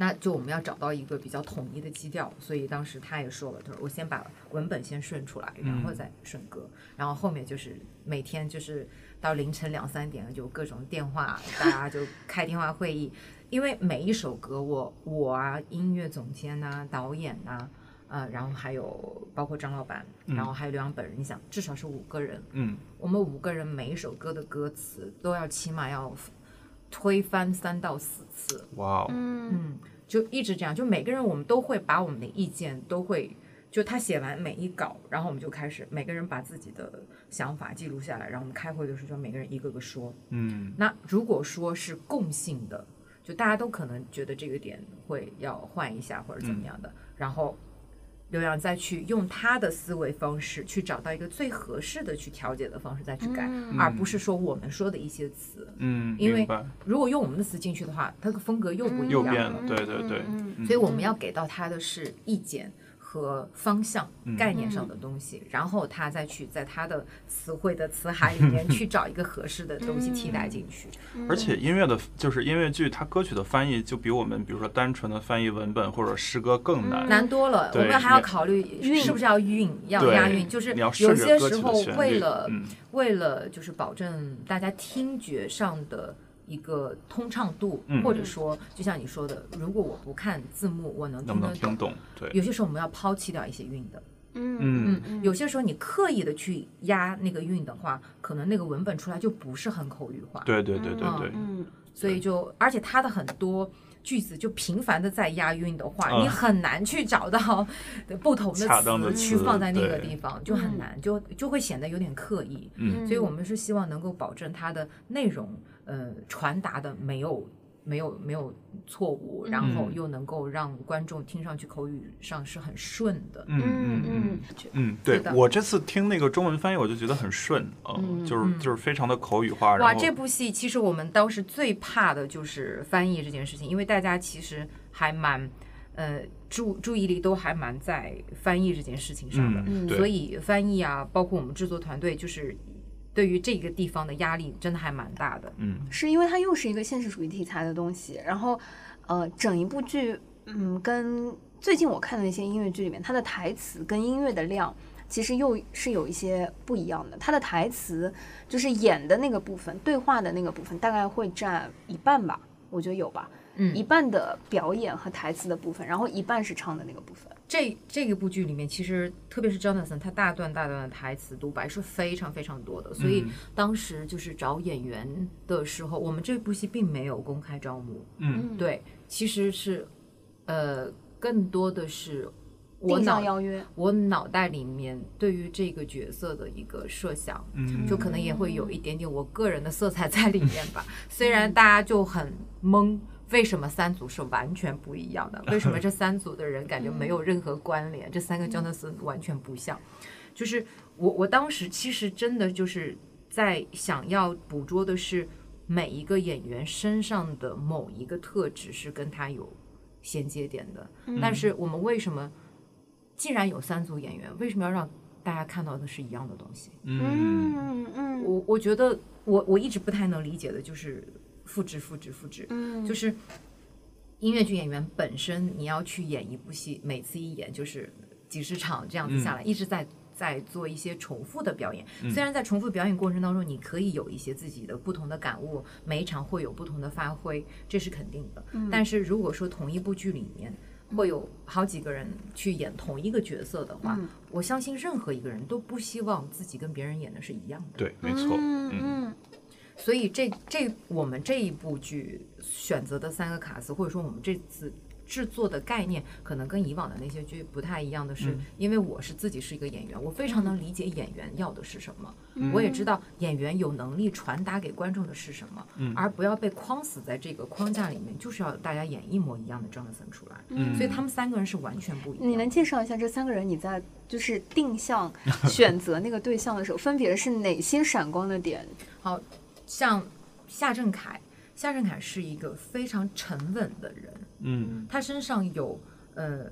[SPEAKER 4] 那就我们要找到一个比较统一的基调，所以当时他也说了，他说我先把文本先顺出来，然后再顺歌，然后后面就是每天就是到凌晨两三点就各种电话，大家就开电话会议，因为每一首歌我我啊音乐总监呐、导演呐、呃，然后还有包括张老板，然后还有刘洋本人，你想至少是五个人，
[SPEAKER 3] 嗯，
[SPEAKER 4] 我们五个人每一首歌的歌词都要起码要推翻三到四次，
[SPEAKER 3] 哇哦，
[SPEAKER 4] 嗯，就一直这样，就每个人我们都会把我们的意见都会，就他写完每一稿，然后我们就开始每个人把自己的想法记录下来，然后我们开会的时候就每个人一个个说。
[SPEAKER 3] 嗯
[SPEAKER 4] 那如果说是共性的，就大家都可能觉得这个点会要换一下或者怎
[SPEAKER 3] 嗯
[SPEAKER 4] 么样的，然后刘洋再去用他的思维方式去找到一个最合适的去调节的方式再去改，而不是说我们说的一些词。
[SPEAKER 3] 嗯，
[SPEAKER 4] 因为
[SPEAKER 3] 明白
[SPEAKER 4] 如果用我们的词进去的话，它的风格又不一
[SPEAKER 3] 嗯又
[SPEAKER 4] 样
[SPEAKER 3] 变了，对对对，
[SPEAKER 4] 嗯
[SPEAKER 3] 嗯
[SPEAKER 4] 所以我们要给到他的是意见和方向、
[SPEAKER 3] 嗯
[SPEAKER 4] 概念上的东西，然后他再去在他的词汇的词海里面去找一个合适的东西替代进去。
[SPEAKER 3] 而且音乐的，就是音乐剧，它歌曲的翻译就比我们，比如说单纯的翻译文本或者诗歌更难。
[SPEAKER 4] 难多了，我
[SPEAKER 3] 对
[SPEAKER 4] 们还要考虑
[SPEAKER 2] 韵
[SPEAKER 4] 是不是要韵，要
[SPEAKER 3] 对
[SPEAKER 4] 押韵，就是
[SPEAKER 3] 你要
[SPEAKER 4] 有
[SPEAKER 3] 顺着
[SPEAKER 4] 些
[SPEAKER 3] 歌
[SPEAKER 4] 时
[SPEAKER 3] 曲的
[SPEAKER 4] 候
[SPEAKER 3] 旋律
[SPEAKER 4] 为了、
[SPEAKER 3] 嗯
[SPEAKER 4] 为了就是保证大家听觉上的。一个通畅度，
[SPEAKER 3] 嗯
[SPEAKER 4] 或者说，就像你说的，如果我不看字幕，我能
[SPEAKER 3] 能不
[SPEAKER 4] 得
[SPEAKER 3] 能听懂？对，
[SPEAKER 4] 有些时候我们要抛弃掉一些韵的，
[SPEAKER 2] 嗯
[SPEAKER 3] 嗯，
[SPEAKER 4] 嗯，有些时候你刻意的去压那个韵的话，可能那个文本出来就不是很口语化。，
[SPEAKER 3] 对对对对对，
[SPEAKER 2] 嗯
[SPEAKER 4] 所以就而且它的很多句子就频繁的在押韵的话，
[SPEAKER 3] 嗯
[SPEAKER 4] 你很难去找到不同的
[SPEAKER 3] 恰当的
[SPEAKER 4] 去
[SPEAKER 3] 词
[SPEAKER 4] 放在那个
[SPEAKER 3] 对
[SPEAKER 4] 地方，就很难，就就会显得有点刻意。
[SPEAKER 3] 嗯
[SPEAKER 4] 所以我们是希望能够保证它的内容，呃，传达的没有没有没有错误，然后
[SPEAKER 3] 嗯
[SPEAKER 4] 又能够让观众听上去口语上是很顺的。
[SPEAKER 3] 嗯嗯
[SPEAKER 2] 嗯
[SPEAKER 3] 嗯
[SPEAKER 2] 嗯，就
[SPEAKER 3] 嗯，对
[SPEAKER 4] 是的
[SPEAKER 3] 我这次听那个中文翻译，我就觉得很顺，嗯，就是就是非常的口语化。
[SPEAKER 4] 哇，
[SPEAKER 3] 然后
[SPEAKER 4] 这部戏其实我们当时最怕的就是翻译这件事情，因为大家其实还蛮，呃，注注意力都还蛮在翻译这件事情上的，
[SPEAKER 3] 嗯，对
[SPEAKER 4] 所以翻译啊，包括我们制作团队，就是对于这个地方的压力真的还蛮大的。
[SPEAKER 3] 嗯
[SPEAKER 2] 是因为它又是一个现实主义题材的东西，然后呃，整一部剧，嗯，跟最近我看的一些音乐剧里面，它的台词跟音乐的量。其实又是有一些不一样的，它的台词就是演的那个部分，对话的那个部分，大概会占一半吧，我觉得有吧，
[SPEAKER 4] 嗯
[SPEAKER 2] 一半的表演和台词的部分，然后一半是唱的那个部分。
[SPEAKER 4] 这这个部剧里面，其实特别是 Jonathan，他大段大段的台词独白是非常非常多的，所以
[SPEAKER 3] 嗯
[SPEAKER 4] 当时就是找演员的时候，我们这部戏并没有公开招募，
[SPEAKER 3] 嗯，
[SPEAKER 4] 对，其实是，呃，更多的是我
[SPEAKER 2] 定向
[SPEAKER 4] 脑
[SPEAKER 2] 邀约，
[SPEAKER 4] 我脑袋里面对于这个角色的一个设想，
[SPEAKER 3] 嗯
[SPEAKER 4] 就可能也会有一点点我个人的色彩在里面吧。虽然大家就很懵，为什么三组是完全不一样的？为什么这三组的人感觉没有任何关联？这三个 Jonathan 完全不像。就是我我当时其实真的就是在想要捕捉的是每一个演员身上的某一个特质是跟他有衔接点的。但是我们为什么既然有三组演员，为什么要让大家看到的是一样的东西？
[SPEAKER 3] 嗯
[SPEAKER 2] 嗯嗯
[SPEAKER 4] 我我觉得我我一直不太能理解的就是复制复制复制，
[SPEAKER 2] 嗯，
[SPEAKER 4] 就是音乐剧演员本身你要去演一部戏，每次一演就是几十场这样子下来，一直在。在做一些重复的表演，虽然在重复表演过程当中，你可以有一些自己的不同的感悟，每一场会有不同的发挥，这是肯定的。但是如果说同一部剧里面会有好几个人去演同一个角色的话，我相信任何一个人都不希望自己跟别人演的是一样的。
[SPEAKER 3] 对，没错，嗯
[SPEAKER 2] 嗯
[SPEAKER 4] 所以这这我们这一部剧选择的三个卡司，或者说我们这次制作的概念，可能跟以往的那些剧不太一样的是，因为我是自己是一个演员，我非常能理解演员要的是什么，
[SPEAKER 2] 嗯
[SPEAKER 4] 我也知道演员有能力传达给观众的是什么，而不要被框死在这个框架里面，就是要大家演一模一样的 Jonathan 出来。
[SPEAKER 3] 嗯，
[SPEAKER 4] 所以他们三个人是完全不一样的。
[SPEAKER 2] 你能介绍一下这三个人你在就是定向选择那个对象的时候，分别是哪些闪光的点？
[SPEAKER 4] 像夏振凯，夏振凯是一个非常沉稳的人，
[SPEAKER 3] 嗯
[SPEAKER 4] 他身上有呃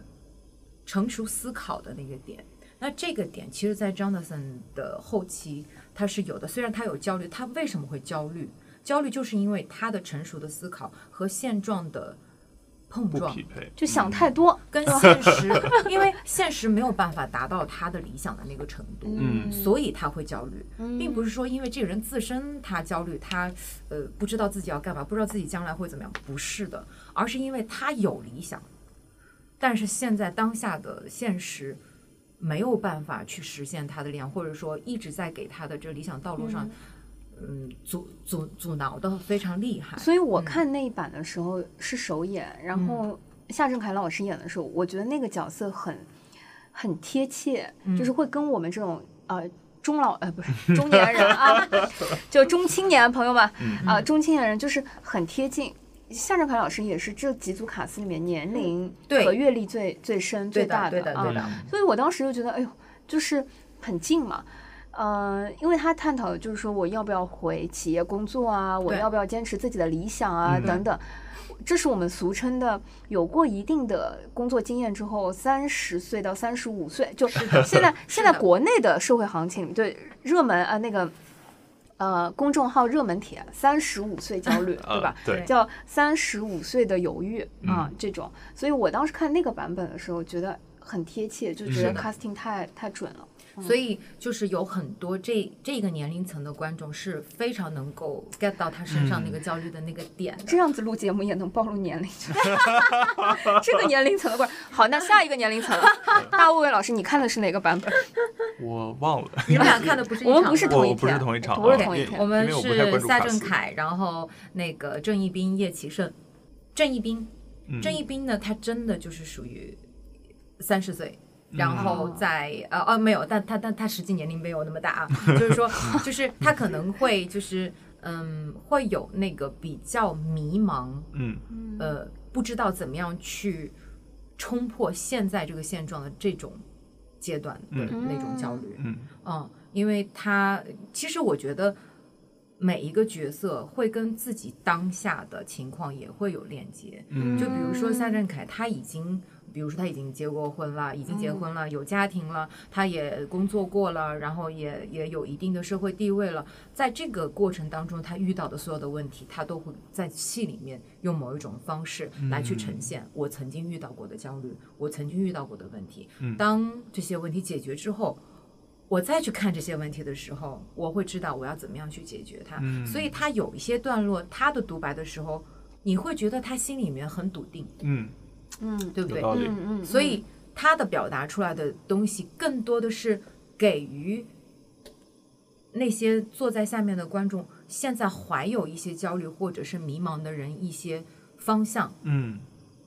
[SPEAKER 4] 成熟思考的那个点。那这个点其实，在 Jonathan 的后期他是有的，虽然他有焦虑，他为什么会焦虑？焦虑就是因为他的成熟的思考和现状的碰
[SPEAKER 3] 不
[SPEAKER 4] 撞
[SPEAKER 3] 匹，配，
[SPEAKER 2] 就想太多，
[SPEAKER 4] 跟现实，因为现实没有办法达到他的理想的那个程度，
[SPEAKER 3] 嗯
[SPEAKER 4] 所以他会焦虑，
[SPEAKER 2] 嗯
[SPEAKER 4] 并不是说因为这个人自身他焦虑，他呃不知道自己要干嘛，不知道自己将来会怎么样，不是的，而是因为他有理想，但是现在当下的现实没有办法去实现他的理想，或者说一直在给他的这理想道路上，嗯，阻阻阻挠的非常厉害，
[SPEAKER 2] 所以我看那一版的时候是首演，然
[SPEAKER 4] 嗯
[SPEAKER 2] 后夏振凯老师演的时候，我觉得那个角色很很贴切，
[SPEAKER 4] 嗯
[SPEAKER 2] 就是会跟我们这种呃。中老呃不是中年人 啊，就中青年朋友们啊、
[SPEAKER 4] 嗯
[SPEAKER 2] 中青年人就是很贴近。夏振凯老师也是这几组卡司里面年龄
[SPEAKER 4] 嗯对
[SPEAKER 2] 和阅历最最深最
[SPEAKER 4] 对
[SPEAKER 2] 大
[SPEAKER 4] 的，对的，
[SPEAKER 2] 啊
[SPEAKER 4] 对的，
[SPEAKER 3] 嗯
[SPEAKER 2] 所以我当时就觉得，哎呦，就是很近嘛。呃，因为他探讨的就是说，我要不要回企业工作啊，我
[SPEAKER 4] 对嗯
[SPEAKER 2] 要不要坚持自己的理想啊，等等。这是我们俗称的有过一定的工作经验之后，三十岁到三十五岁，就现 在现在
[SPEAKER 4] 的
[SPEAKER 2] 国内的社会行情对热门啊、呃那个呃公众号热门帖，三十五岁焦虑，
[SPEAKER 4] 啊
[SPEAKER 2] 对吧？
[SPEAKER 3] 对，
[SPEAKER 2] 叫三十五岁的犹豫啊、这种，所以我当时看那个版本的时候，觉得很贴切，就觉
[SPEAKER 3] 是
[SPEAKER 2] 得
[SPEAKER 3] 的
[SPEAKER 2] casting 太太准了。
[SPEAKER 4] 所以就是有很多这这个年龄层的观众是非常能够 get 到他身上那个焦虑的那个点的。
[SPEAKER 2] 这样子录节目也能暴露年龄， 这个年龄层的怪。好，那下一个年龄层了，大卫老师，你看的是哪个版本？
[SPEAKER 3] 我忘了，
[SPEAKER 4] 你们俩看的不是一
[SPEAKER 2] 我
[SPEAKER 4] 场
[SPEAKER 2] 们
[SPEAKER 4] 吗
[SPEAKER 2] 不是同
[SPEAKER 3] 我
[SPEAKER 2] 一
[SPEAKER 3] 我不是
[SPEAKER 2] 天
[SPEAKER 3] 同一场，
[SPEAKER 2] 不是
[SPEAKER 3] 啊
[SPEAKER 2] 同一
[SPEAKER 3] 因
[SPEAKER 2] 天
[SPEAKER 4] 我们
[SPEAKER 3] 因为我不太关
[SPEAKER 4] 是
[SPEAKER 3] 注
[SPEAKER 4] 夏
[SPEAKER 3] 卡
[SPEAKER 4] 振
[SPEAKER 3] 斯
[SPEAKER 4] 凯，然后那个郑义斌、叶启胜。郑义斌
[SPEAKER 3] 嗯
[SPEAKER 4] 郑义斌呢，他真的就是属于三十岁。然
[SPEAKER 3] 嗯
[SPEAKER 4] 后
[SPEAKER 2] 哦
[SPEAKER 4] 在呃哦没有，但他但他实际年龄没有那么大 啊，就是说就是他可能会就是嗯会有那个比较迷茫，
[SPEAKER 3] 嗯
[SPEAKER 4] 呃不知道怎么样去冲破现在这个现状的这种阶段的
[SPEAKER 2] 嗯
[SPEAKER 4] 那种焦虑。
[SPEAKER 3] 嗯
[SPEAKER 4] 嗯，因为他其实我觉得每一个角色会跟自己当下的情况也会有链接。
[SPEAKER 3] 嗯
[SPEAKER 4] 就比如说夏
[SPEAKER 2] 嗯
[SPEAKER 4] 振凯，他已经，比如说他已经结过婚了，已经结婚了，有家庭了，他也工作过了，然后也也有一定的社会地位了。在这个过程当中，他遇到的所有的问题，他都会在戏里面用某一种方式来去
[SPEAKER 3] 嗯
[SPEAKER 4] 呈现、我曾经遇到过的焦虑，我曾经遇到过的问题。
[SPEAKER 3] 嗯
[SPEAKER 4] 当这些问题解决之后。我再去看这些问题的时候，我会知道我要怎么样去解决它。
[SPEAKER 3] 嗯
[SPEAKER 4] 所以他有一些段落，他的独白的时候，你会觉得他心里面很笃定，
[SPEAKER 3] 嗯，
[SPEAKER 2] 嗯
[SPEAKER 4] 对不
[SPEAKER 3] 有
[SPEAKER 4] 对？
[SPEAKER 3] 道理，
[SPEAKER 2] 嗯嗯，
[SPEAKER 4] 所以他的表达出来的东西更多的是给予那些坐在下面的观众，现在怀有一些焦虑或者是迷茫的人一些方向。
[SPEAKER 3] 嗯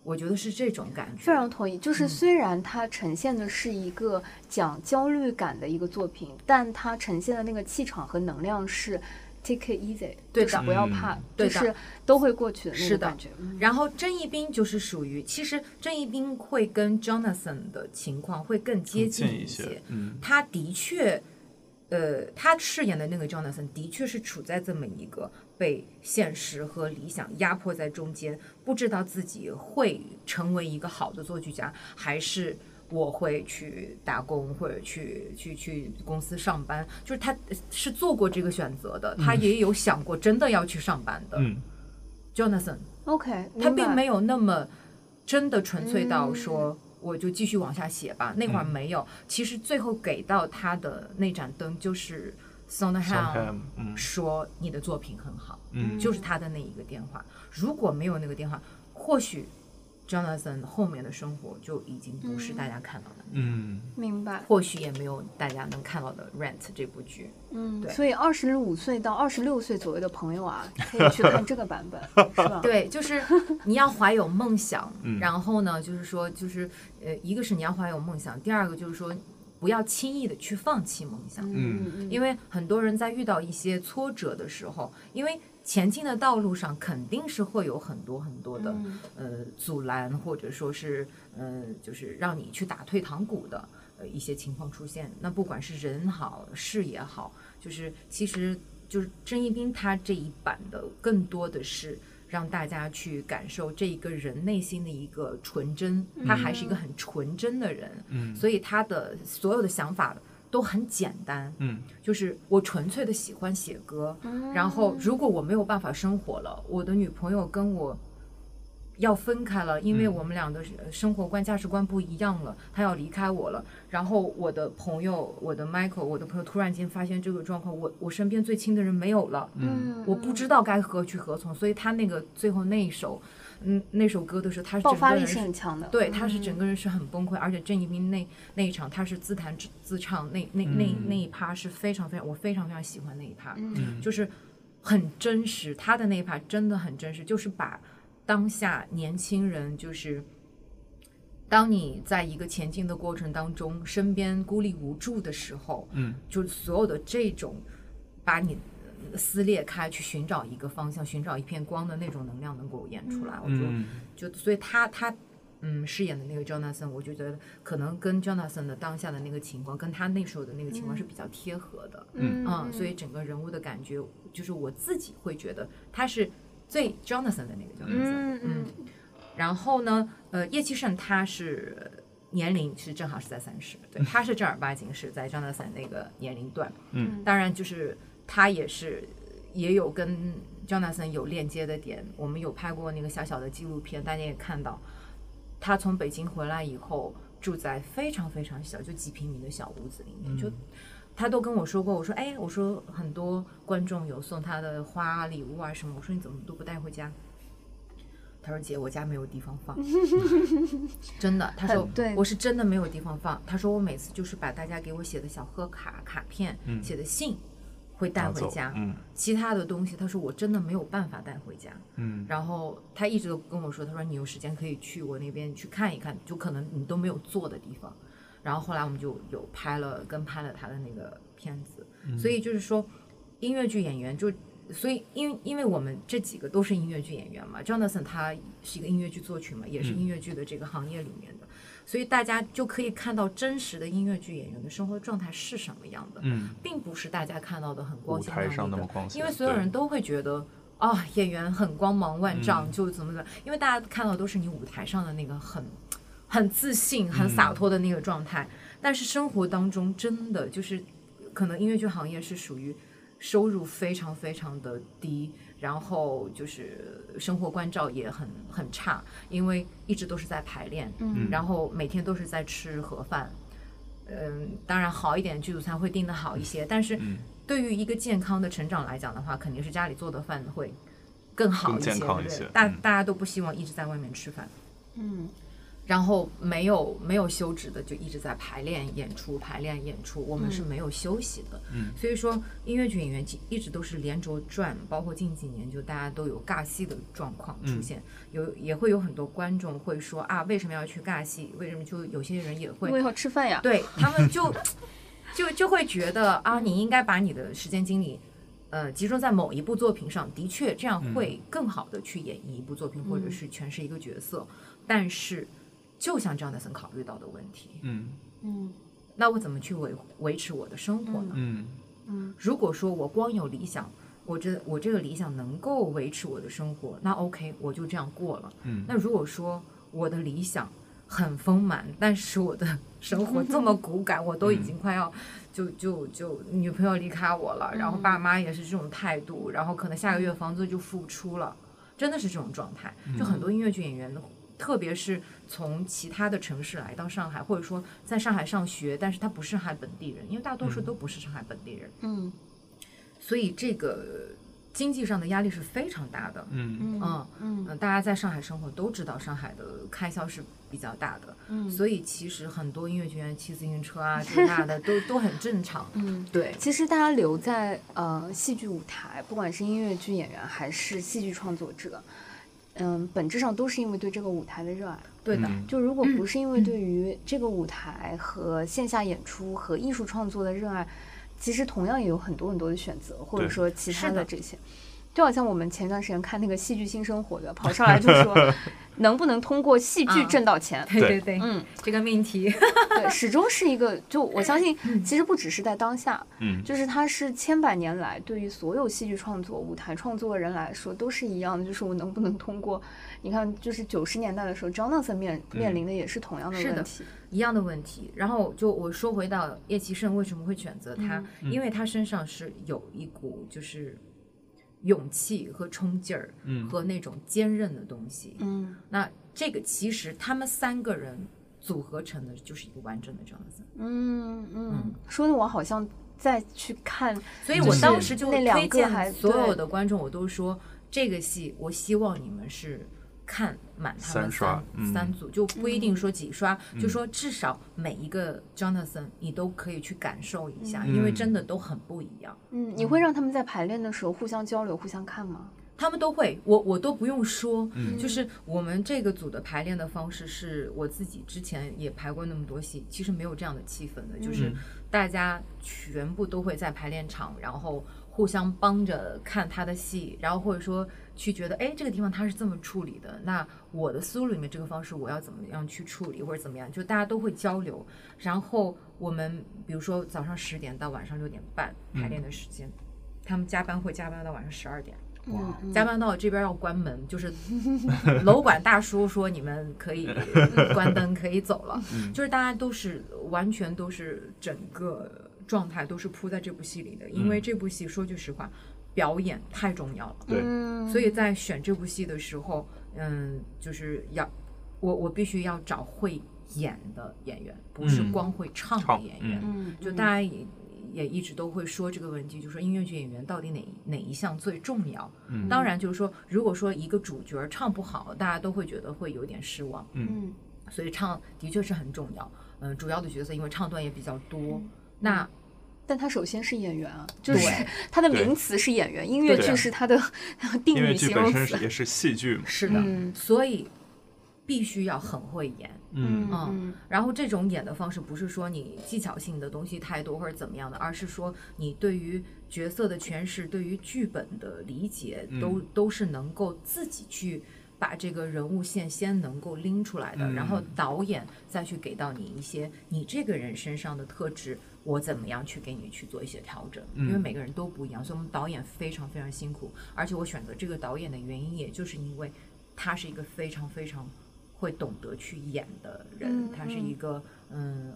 [SPEAKER 4] 我觉得是这种感觉。
[SPEAKER 2] 非常同意，就是啊虽然它呈现的是一个讲焦虑感的一个作品，但它呈现的那个气场和能量是 take it easy，
[SPEAKER 4] 对的
[SPEAKER 2] 就是不要怕，
[SPEAKER 4] 对
[SPEAKER 2] 就
[SPEAKER 4] 的
[SPEAKER 2] 是都会过去的那
[SPEAKER 4] 是
[SPEAKER 2] 个
[SPEAKER 4] 的
[SPEAKER 2] 感觉。嗯
[SPEAKER 4] 然后郑义斌就是属于，其实郑义斌会跟 Jonathan 的情况会更接近
[SPEAKER 3] 近一
[SPEAKER 4] 些。
[SPEAKER 3] 些，嗯
[SPEAKER 4] 他的确，呃，他饰演的那个 Jonathan 的确是处在这么一个被现实和理想压迫在中间，不知道自己会成为一个好的作曲家，还是我会去打工或者去去去公司上班。就是他是做过这个选择的，他也有想过真的要去上班的。
[SPEAKER 3] 嗯
[SPEAKER 4] Jonathan
[SPEAKER 2] OK，
[SPEAKER 4] 他
[SPEAKER 2] 明白
[SPEAKER 4] 并没有那么真的纯粹到说我就继续往下写吧，那会儿
[SPEAKER 3] 嗯
[SPEAKER 4] 没有。其实最后给到他的那盏灯就是 s o n a h a m
[SPEAKER 3] ，Sondheim，嗯
[SPEAKER 4] 说你的作品很好，
[SPEAKER 3] 嗯
[SPEAKER 4] 就是他的那一个电话。如果没有那个电话，或许 Jonathan 后面的生活就已经不是大家看到的，
[SPEAKER 3] 嗯
[SPEAKER 2] 明白，
[SPEAKER 4] 或许也没有大家能看到的《Rent》这部剧。
[SPEAKER 2] 嗯，
[SPEAKER 4] 对
[SPEAKER 2] 所以二十五岁到二十六岁左右的朋友啊， 可以去看这个版本，是吧？
[SPEAKER 4] 对，就是你要怀有梦想，
[SPEAKER 3] 嗯
[SPEAKER 4] 然后呢，就是说，就是呃，一个是你要怀有梦想，第二个就是说，不要轻易的去放弃梦想，
[SPEAKER 3] 嗯
[SPEAKER 2] 嗯，
[SPEAKER 4] 因为很多人在遇到一些挫折的时候，因为前进的道路上肯定是会有很多很多的、
[SPEAKER 2] 嗯
[SPEAKER 4] 呃阻拦，或者说是呃，就是让你去打退堂鼓的呃一些情况出现。那不管是人好事也好，就是其实就是郑义斌他这一版的更多的是。让大家去感受这一个人内心的一个纯真，
[SPEAKER 2] 嗯
[SPEAKER 4] 他还是一个很纯真的人，
[SPEAKER 3] 嗯
[SPEAKER 4] 所以他的所有的想法都很简单，
[SPEAKER 3] 嗯
[SPEAKER 4] 就是我纯粹的喜欢写歌，
[SPEAKER 2] 哦
[SPEAKER 4] 然后如果我没有办法生活了，我的女朋友跟我要分开了，因为
[SPEAKER 3] 嗯
[SPEAKER 4] 我们俩的呃生活观、价值观不一样了，她要离开我了。然后我的朋友，我的 Michael，我的朋友突然间发现这个状况，我我身边最亲的人没有了，
[SPEAKER 2] 嗯，
[SPEAKER 4] 我不知道该何去何从，所以他那个最后那一首，嗯，那首歌的时候，他是
[SPEAKER 2] 爆
[SPEAKER 4] 整
[SPEAKER 2] 发
[SPEAKER 4] 个
[SPEAKER 2] 力
[SPEAKER 4] 人
[SPEAKER 2] 是
[SPEAKER 4] 是
[SPEAKER 2] 很强的，
[SPEAKER 4] 对，他是整
[SPEAKER 2] 嗯
[SPEAKER 4] 个人是很崩溃，而且郑义斌那那一场他是自弹自自唱，那那那
[SPEAKER 3] 嗯
[SPEAKER 4] 那一趴是非常非常我非常非常喜欢那一趴，
[SPEAKER 2] 嗯
[SPEAKER 3] 嗯
[SPEAKER 4] 就是很真实，他的那一趴真的很真实，就是把当下年轻人就是。当你在一个前进的过程当中，身边孤立无助的时候，
[SPEAKER 3] 嗯
[SPEAKER 4] 就是所有的这种把你呃撕裂开，去寻找一个方向，寻找一片光的那种能量能够演出来，我觉得
[SPEAKER 3] 嗯
[SPEAKER 4] 就所以他他嗯饰演的那个 Jonathan，我就觉得可能跟 Jonathan 的当下的那个情况，跟他那时候的那个情况是比较贴合的，
[SPEAKER 3] 嗯
[SPEAKER 4] 嗯，所以整个人物的感觉就是我自己会觉得他是最 Jonathan 的那个 Jonathan，、
[SPEAKER 2] 嗯嗯
[SPEAKER 4] 然后呢，呃，叶启胜他是。年龄是正好是在三十，对，他是正儿八经是在 Jonathan 那个年龄段，
[SPEAKER 3] 嗯
[SPEAKER 4] 当然就是他也是也有跟 Jonathan 有链接的点，我们有拍过那个小小的纪录片，大家也看到，他从北京回来以后住在非常非常小，就几平米的小屋子里面，就。他都跟我说过，我说哎，我说很多观众有送他的花啊、礼物啊什么，我说你怎么都不带回家？他说姐，我家没有地方放，真的。他说
[SPEAKER 2] 很对
[SPEAKER 4] 我是真的没有地方放。他说我每次就是把大家给我写的小贺卡、卡片、
[SPEAKER 3] 嗯
[SPEAKER 4] 写的信，会带
[SPEAKER 3] 拿
[SPEAKER 4] 回
[SPEAKER 3] 走
[SPEAKER 4] 家，
[SPEAKER 3] 嗯
[SPEAKER 4] 其他的东西，他说我真的没有办法带回家。
[SPEAKER 3] 嗯
[SPEAKER 4] 然后他一直都跟我说，他说你有时间可以去我那边去看一看，就可能你都没有做的地方。然后后来我们就有拍了跟拍了他的那个片子，所以就是说音乐剧演员就。所以，因为因为我们这几个都是音乐剧演员嘛，Jonathan 他是一个音乐剧作曲嘛，也是
[SPEAKER 3] 嗯
[SPEAKER 4] 音乐剧的这个行业里面的，所以大家就可以看到真实的音乐剧演员的生活状态是什么样的。
[SPEAKER 3] 嗯，
[SPEAKER 4] 并不是大家看到的很光
[SPEAKER 3] 舞
[SPEAKER 4] 鲜
[SPEAKER 3] 台
[SPEAKER 4] 亮
[SPEAKER 3] 上
[SPEAKER 4] 丽
[SPEAKER 3] 那
[SPEAKER 4] 的
[SPEAKER 3] 么光鲜
[SPEAKER 4] 因为所有
[SPEAKER 3] 对
[SPEAKER 4] 人都会觉得啊、演员很光芒万丈，
[SPEAKER 3] 嗯
[SPEAKER 4] 就怎么怎么，因为大家看到都是你舞台上的那个很很自信、很洒脱的那个状态，但是生活当中真的就是，可能音乐剧行业是属于收入非常非常的低，然后就是生活关照也很很差，因为一直都是在排练，
[SPEAKER 2] 嗯
[SPEAKER 4] 然后每天都是在吃盒饭。嗯，当然好一点，剧组餐会订的好一些，但是
[SPEAKER 3] 嗯
[SPEAKER 4] 对于一个健康的成长来讲的话，肯定是家里做的饭会更好
[SPEAKER 3] 更
[SPEAKER 4] 一些，
[SPEAKER 3] 健康
[SPEAKER 4] 对
[SPEAKER 3] 一
[SPEAKER 4] 不对
[SPEAKER 3] 些
[SPEAKER 4] 大
[SPEAKER 3] 嗯
[SPEAKER 4] 大家都不希望一直在外面吃饭，
[SPEAKER 2] 嗯
[SPEAKER 4] 然后没有没有休止的就一直在排练演出，排练演出，我们是没有休息的。
[SPEAKER 3] 嗯
[SPEAKER 4] 所以说音乐剧演员一直都是连轴转，包括近几年就大家都有尬戏的状况出
[SPEAKER 3] 嗯
[SPEAKER 4] 现，有也会有很多观众会说啊，为什么要去尬戏？为什么就有些人也会
[SPEAKER 2] 因为要吃饭呀，
[SPEAKER 4] 对他们就就就会觉得啊，你应该把你的时间精力。呃，集中在某一部作品上，的确这样会更好的去演绎一部作品，或者是诠释一个角色。但是，就像 Jonathan 考虑到的问题，
[SPEAKER 3] 嗯
[SPEAKER 2] 嗯
[SPEAKER 4] 那我怎么去维维持我的生活呢？
[SPEAKER 3] 嗯
[SPEAKER 2] 嗯
[SPEAKER 4] 如果说我光有理想，我这我这个理想能够维持我的生活，那 OK，我就这样过了。
[SPEAKER 3] 嗯
[SPEAKER 4] 那如果说我的理想很丰满，但是我的 生活这么骨感，我都已
[SPEAKER 3] 嗯
[SPEAKER 4] 经快要就就就女朋友离开我了，然后爸妈也是这种态度，然后可能下个月房租就付不出了，真的是这种状态。
[SPEAKER 3] 嗯
[SPEAKER 4] 就很多音乐剧演员。特别是从其他的城市来到上海，或者说在上海上学，但是他不是上海本地人，因为大多数
[SPEAKER 3] 嗯
[SPEAKER 4] 都不是上海本地人，
[SPEAKER 2] 嗯
[SPEAKER 4] 所以这个经济上的压力是非常大的。
[SPEAKER 3] 嗯
[SPEAKER 2] 嗯
[SPEAKER 4] 嗯
[SPEAKER 2] 嗯
[SPEAKER 4] 嗯，大家在上海生活都知道，上海的开销是比较大的，
[SPEAKER 2] 嗯，
[SPEAKER 4] 所以其实很多音乐剧院骑自行车啊，这那的 都都很正常。
[SPEAKER 2] 嗯。
[SPEAKER 4] 对，
[SPEAKER 2] 其实大家留在呃戏剧舞台，不管是音乐剧演员还是戏剧创作者，嗯，本质上都是因为对这个舞台的热爱。
[SPEAKER 4] 对的，
[SPEAKER 3] 嗯
[SPEAKER 2] 就如果不是因为对于这个舞台和线下演出和艺术创作的热爱，其实同样也有很多很多的选择，或者
[SPEAKER 3] 对
[SPEAKER 2] 说其他
[SPEAKER 4] 是
[SPEAKER 2] 的
[SPEAKER 4] 的
[SPEAKER 2] 这些。就好像我们前段时间看那个《戏剧新生活》的，跑上来就说，能不能通过戏剧
[SPEAKER 4] 啊
[SPEAKER 2] 挣到 钱？
[SPEAKER 4] 对
[SPEAKER 3] 对
[SPEAKER 4] 对，
[SPEAKER 2] 嗯，
[SPEAKER 4] 这个命题，
[SPEAKER 2] 对，始终是一个，就我相信，其实不只是在当下，
[SPEAKER 3] 嗯
[SPEAKER 2] 就是它是千百年来对于所有戏剧创作、舞台创作人来说都是一样的，就是我能不能通过，你看，就是九十年代的时候，Jonathan 面面临的也是同样的
[SPEAKER 4] 是的
[SPEAKER 2] 问题，
[SPEAKER 4] 一样的问题。然后就我说回到叶奇胜为什么会选择
[SPEAKER 2] 嗯
[SPEAKER 4] 他，
[SPEAKER 3] 嗯
[SPEAKER 4] 因为他身上是有一股就是勇气和冲劲儿
[SPEAKER 3] 嗯
[SPEAKER 4] 和那种坚韧的东西。
[SPEAKER 2] 嗯
[SPEAKER 4] 那这个其实他们三个人组合成的就是一个完整的 Jonathan。
[SPEAKER 2] 嗯嗯
[SPEAKER 4] 嗯，
[SPEAKER 2] 说的我好像再去看，
[SPEAKER 4] 所以
[SPEAKER 3] 就
[SPEAKER 4] 我
[SPEAKER 3] 是
[SPEAKER 4] 当时就
[SPEAKER 2] 那两
[SPEAKER 4] 推
[SPEAKER 2] 个还
[SPEAKER 4] 荐所有
[SPEAKER 2] 对
[SPEAKER 4] 的观众，我都说这个戏，我希望你们是看满他
[SPEAKER 3] 三
[SPEAKER 4] 们
[SPEAKER 3] 刷
[SPEAKER 4] 三
[SPEAKER 3] 嗯
[SPEAKER 4] 三组，就不一定
[SPEAKER 2] 嗯
[SPEAKER 4] 说几刷，就
[SPEAKER 3] 嗯
[SPEAKER 4] 说至少每一个 Jonathan 你都可以去感受一下，
[SPEAKER 3] 嗯
[SPEAKER 4] 因为真的都很不一样。
[SPEAKER 2] 嗯，你会让他们在排练的时候互相交流、互相看吗？
[SPEAKER 4] 他们都会，我我都不用说，
[SPEAKER 3] 嗯
[SPEAKER 4] 就是我们这个组的排练的方式是我自己之前也排过那么多戏，其实没有这样的气氛的，就是
[SPEAKER 3] 嗯
[SPEAKER 4] 大家全部都会在排练场，然后互相帮着看他的戏，然后或者说去觉得，哎，这个地方他是这么处理的，那我的思路里面这个方式我要怎么样去处理或者怎么样，就大家都会交流，然后我们比如说早上十点到晚上六点半排练的时间，他们加班会加班到晚上十二点。
[SPEAKER 3] 哇
[SPEAKER 2] 嗯
[SPEAKER 4] 加班到这边要关门，就是楼管大叔说你们可以关灯，可以走了。就是大家都是完全都是整个状态都是扑在这部戏里的，因为
[SPEAKER 3] 嗯
[SPEAKER 4] 这部戏说句实话，表演太重要了。
[SPEAKER 3] 对
[SPEAKER 2] 嗯，
[SPEAKER 4] 所以在选这部戏的时候，嗯，就是要我我必须要找会演的演员，不是
[SPEAKER 3] 嗯
[SPEAKER 4] 光会唱的
[SPEAKER 3] 唱
[SPEAKER 4] 演员。
[SPEAKER 2] 嗯，
[SPEAKER 4] 就
[SPEAKER 2] 嗯
[SPEAKER 4] 大家也也一直都会说这个问题，就说音乐剧演员到底哪哪一项最重要？
[SPEAKER 3] 嗯
[SPEAKER 4] 当然就是说，如果说一个主角唱不好，大家都会觉得会有点失望，
[SPEAKER 2] 嗯
[SPEAKER 4] 呃所以唱的确是很重要。嗯、主要的角色因为唱段也比较多，那
[SPEAKER 2] 但他首先是演员啊，就是
[SPEAKER 4] 对
[SPEAKER 2] 他的
[SPEAKER 3] 对
[SPEAKER 2] 名词是演员，音乐
[SPEAKER 3] 对
[SPEAKER 2] 剧是他的 定
[SPEAKER 3] 音乐
[SPEAKER 2] 语
[SPEAKER 3] 剧
[SPEAKER 2] 形
[SPEAKER 3] 本
[SPEAKER 2] 容
[SPEAKER 3] 身 是
[SPEAKER 2] 词。
[SPEAKER 3] 也是戏剧嘛，
[SPEAKER 4] 是的，
[SPEAKER 2] 嗯
[SPEAKER 4] 所以必须要很会演。
[SPEAKER 3] 嗯，
[SPEAKER 2] 嗯
[SPEAKER 4] 然后这种演的方式不是说你技巧性的东西太多或者怎么样的，而是说你对于角色的诠释、对于剧本的理解
[SPEAKER 3] 嗯
[SPEAKER 4] 都、都是能够自己去把这个人物线先能够拎出来的，
[SPEAKER 3] 嗯
[SPEAKER 4] 然后导演再去给到你一些你这个人身上的特质。我怎么样去给你去做一些调整？因为
[SPEAKER 3] 嗯
[SPEAKER 4] 每个人都不一样，所以我们导演非常非常辛苦。而且我选择这个导演的原因，也就是因为他是一个非常非常会懂得去演的人，
[SPEAKER 2] 嗯
[SPEAKER 4] 他是
[SPEAKER 2] 嗯
[SPEAKER 4] 一个嗯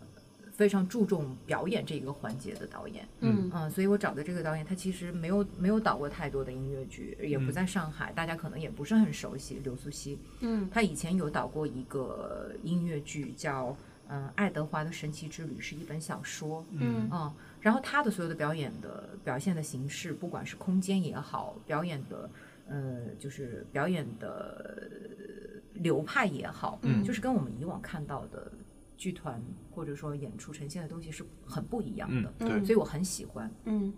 [SPEAKER 4] 非常注重表演这一个环节的导演。
[SPEAKER 2] 嗯
[SPEAKER 4] 嗯，所以我找的这个导演，他其实没有没有导过太多的音乐剧，也不
[SPEAKER 3] 嗯
[SPEAKER 4] 在上海，大家可能也不是很熟悉刘苏西。
[SPEAKER 2] 嗯
[SPEAKER 4] 他以前有导过一个音乐剧叫《嗯、爱德华的神奇之旅》，是一本小说。
[SPEAKER 2] 嗯
[SPEAKER 4] 嗯，然后他的所有的表演的表现的形式，不管是空间也好，表演的呃，就是表演的呃流派也好，
[SPEAKER 2] 嗯
[SPEAKER 4] 就是跟我们以往看到的剧团或者说演出呈现的东西是很不一样的，
[SPEAKER 3] 嗯，对
[SPEAKER 2] 嗯，
[SPEAKER 4] 所以我很喜欢。
[SPEAKER 2] 嗯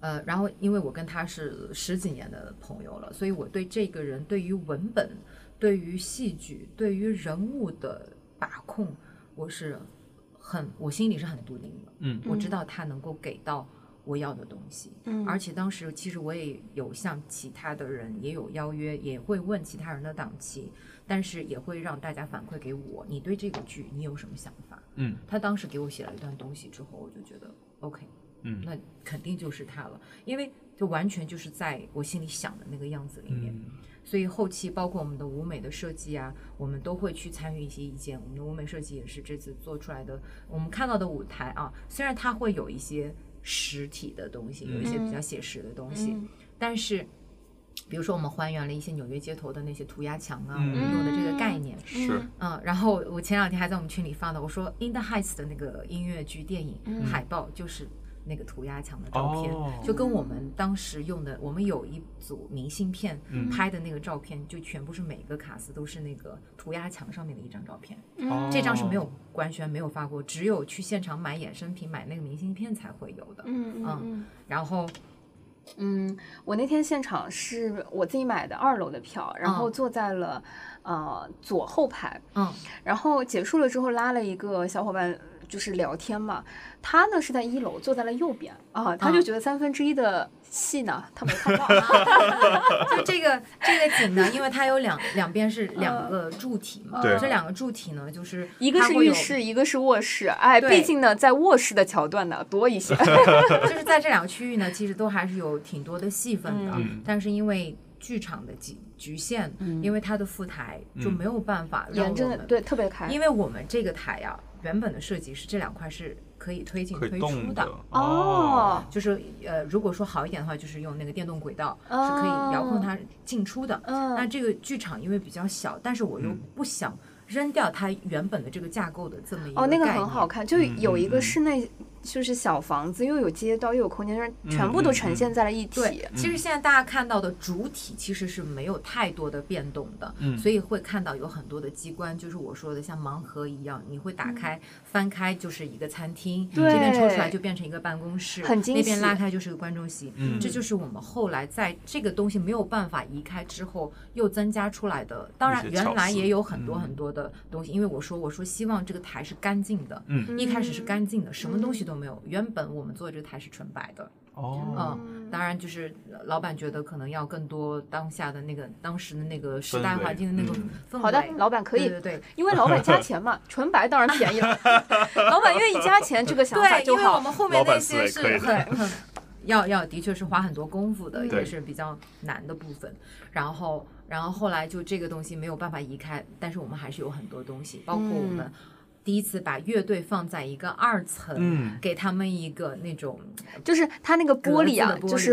[SPEAKER 4] 呃，然后因为我跟他是十几年的朋友了，所以我对这个人对于文本、对于戏剧、对于人物的把控，我是很我心里是很笃定的。
[SPEAKER 3] 嗯
[SPEAKER 4] 我知
[SPEAKER 2] 嗯
[SPEAKER 4] 道他能够给到我要的东西。
[SPEAKER 2] 嗯，
[SPEAKER 4] 而且当时其实我也有向其他的人也有邀约，也会问其他人的档期，但是也会让大家反馈给我，你对这个剧你有什么想法？
[SPEAKER 3] 嗯
[SPEAKER 4] 他当时给我写了一段东西之后，我就觉得 OK，
[SPEAKER 3] 嗯
[SPEAKER 4] 那肯定就是他了，因为就完全就是在我心里想的那个样子里面。
[SPEAKER 3] 嗯
[SPEAKER 4] 所以后期包括我们的舞美的设计啊，我们都会去参与一些意见。我们的舞美设计也是这次做出来的，我们看到的舞台啊，虽然它会有一些实体的东西，有一些比较写实的东西，
[SPEAKER 2] 嗯
[SPEAKER 4] 但是。比如说，我们还原了一些纽约街头的那些涂鸦墙啊，
[SPEAKER 3] 嗯
[SPEAKER 4] 我们用的这个概念，
[SPEAKER 3] 是
[SPEAKER 4] 嗯，然后我前两天还在我们群里发的，我说《In the Heights》的那个音乐剧电影、
[SPEAKER 2] 嗯
[SPEAKER 4] 海报就是那个涂鸦墙的照片，
[SPEAKER 3] 哦
[SPEAKER 4] 就跟我们当时用的，我们有一组明信片
[SPEAKER 3] 嗯
[SPEAKER 4] 拍的那个照片，就全部是每个卡司都是那个涂鸦墙上面的一张照片，
[SPEAKER 3] 哦
[SPEAKER 4] 嗯这张是没有官宣没有发过，只有去现场买衍生品买那个明信片才会有的。
[SPEAKER 2] 嗯嗯嗯。
[SPEAKER 4] 然后
[SPEAKER 2] 嗯，我那天现场是我自己买的二楼的票，然后
[SPEAKER 4] 嗯
[SPEAKER 2] 坐在了、呃左后排，
[SPEAKER 4] 嗯
[SPEAKER 2] 然后结束了之后拉了一个小伙伴。就是聊天嘛，他呢是在一楼坐在了右边啊，他就
[SPEAKER 4] 嗯
[SPEAKER 2] 觉得三分之一的戏呢他没看到，
[SPEAKER 4] 啊就这个这个景呢，因为它有两两边是两个柱体嘛，
[SPEAKER 3] 对
[SPEAKER 4] 这两个柱体呢，就 是
[SPEAKER 2] 呃一个
[SPEAKER 4] 它
[SPEAKER 2] 是
[SPEAKER 4] 会
[SPEAKER 2] 浴
[SPEAKER 4] 有
[SPEAKER 2] 室，一个是卧室，哎，
[SPEAKER 4] 对
[SPEAKER 2] 毕竟呢在卧室的桥段呢多 一些，
[SPEAKER 4] 就是在这两个区域呢，其实都还是有挺多的戏份的，
[SPEAKER 3] 嗯
[SPEAKER 4] 但是因为剧场的局局限，
[SPEAKER 2] 嗯
[SPEAKER 4] 因为它的副台
[SPEAKER 3] 嗯
[SPEAKER 4] 就没有办法让
[SPEAKER 2] 沿
[SPEAKER 4] 我
[SPEAKER 2] 着
[SPEAKER 4] 们，
[SPEAKER 2] 对特别开，
[SPEAKER 4] 因为我们这个台呀、原本的设计是这两块是可以推进
[SPEAKER 3] 可
[SPEAKER 4] 推
[SPEAKER 3] 以
[SPEAKER 4] 出
[SPEAKER 3] 动
[SPEAKER 4] 的。
[SPEAKER 2] 哦，
[SPEAKER 4] 就是呃，如果说好一点的话，就是用那个电动轨道、是可以遥控它进出的。
[SPEAKER 2] 哦嗯
[SPEAKER 4] 那这个剧场因为比较小，但是我又
[SPEAKER 3] 嗯
[SPEAKER 4] 不想扔掉它原本的这个架构的这么一个
[SPEAKER 2] 哦，那个
[SPEAKER 4] 概
[SPEAKER 2] 很
[SPEAKER 4] 念
[SPEAKER 2] 好看，就有一
[SPEAKER 3] 嗯
[SPEAKER 2] 个
[SPEAKER 3] 嗯
[SPEAKER 2] 室内，就是小房子，又有街道，又有空间，让全
[SPEAKER 3] 嗯
[SPEAKER 2] 部都
[SPEAKER 3] 嗯
[SPEAKER 2] 呈
[SPEAKER 3] 嗯
[SPEAKER 2] 现在了一起。
[SPEAKER 4] 对，其实现在大家看到的主体其实是没有太多的变动的，
[SPEAKER 3] 嗯
[SPEAKER 4] 所以会看到有很多的机关，就是我说的像盲盒一样，你会打开、
[SPEAKER 3] 嗯
[SPEAKER 4] 翻开就是一个餐厅，
[SPEAKER 2] 对
[SPEAKER 4] 这边抽出来就变成一个办公室，
[SPEAKER 2] 很惊喜
[SPEAKER 4] 那边拉开就是个观众席，
[SPEAKER 3] 嗯
[SPEAKER 4] 这就是我们后来在这个东西没有办法移开之后又增加出来的。当然
[SPEAKER 3] 一，些巧
[SPEAKER 4] 原来也
[SPEAKER 3] 思
[SPEAKER 4] 有很多
[SPEAKER 3] 嗯
[SPEAKER 4] 很多的东西，因为我说我说希望这个台是干净的。
[SPEAKER 3] 嗯
[SPEAKER 4] 一开始是干净的，什么东西都没有。原本我们做这个台是纯白的，
[SPEAKER 3] 哦，
[SPEAKER 4] 嗯，当然就是呃老板觉得可能要更多当下的那个当时的那个时代
[SPEAKER 3] 氛围
[SPEAKER 4] 环境的那个
[SPEAKER 3] 嗯
[SPEAKER 4] 氛围。
[SPEAKER 2] 好的，老板可以，
[SPEAKER 4] 对对对
[SPEAKER 2] 因为老板加钱 嘛，纯白当然便宜了， 老板愿意加钱，这个想法
[SPEAKER 4] 对，
[SPEAKER 2] 就
[SPEAKER 4] 因为我
[SPEAKER 2] 好。
[SPEAKER 4] 们后面那些
[SPEAKER 3] 老板思维可
[SPEAKER 4] 是
[SPEAKER 3] 以
[SPEAKER 4] 很 很 要要的确是花很多功夫的，
[SPEAKER 3] 对
[SPEAKER 4] 也是比较难的部分。然后然后后来就这个东西没有办法移开，但是我们还是有很多东西，包括我
[SPEAKER 2] 嗯
[SPEAKER 4] 们。第一次把乐队放在一个二层，
[SPEAKER 3] 嗯
[SPEAKER 4] 给他们一个那种
[SPEAKER 2] 就是它那个玻璃啊
[SPEAKER 4] 格子，的玻璃
[SPEAKER 2] 就是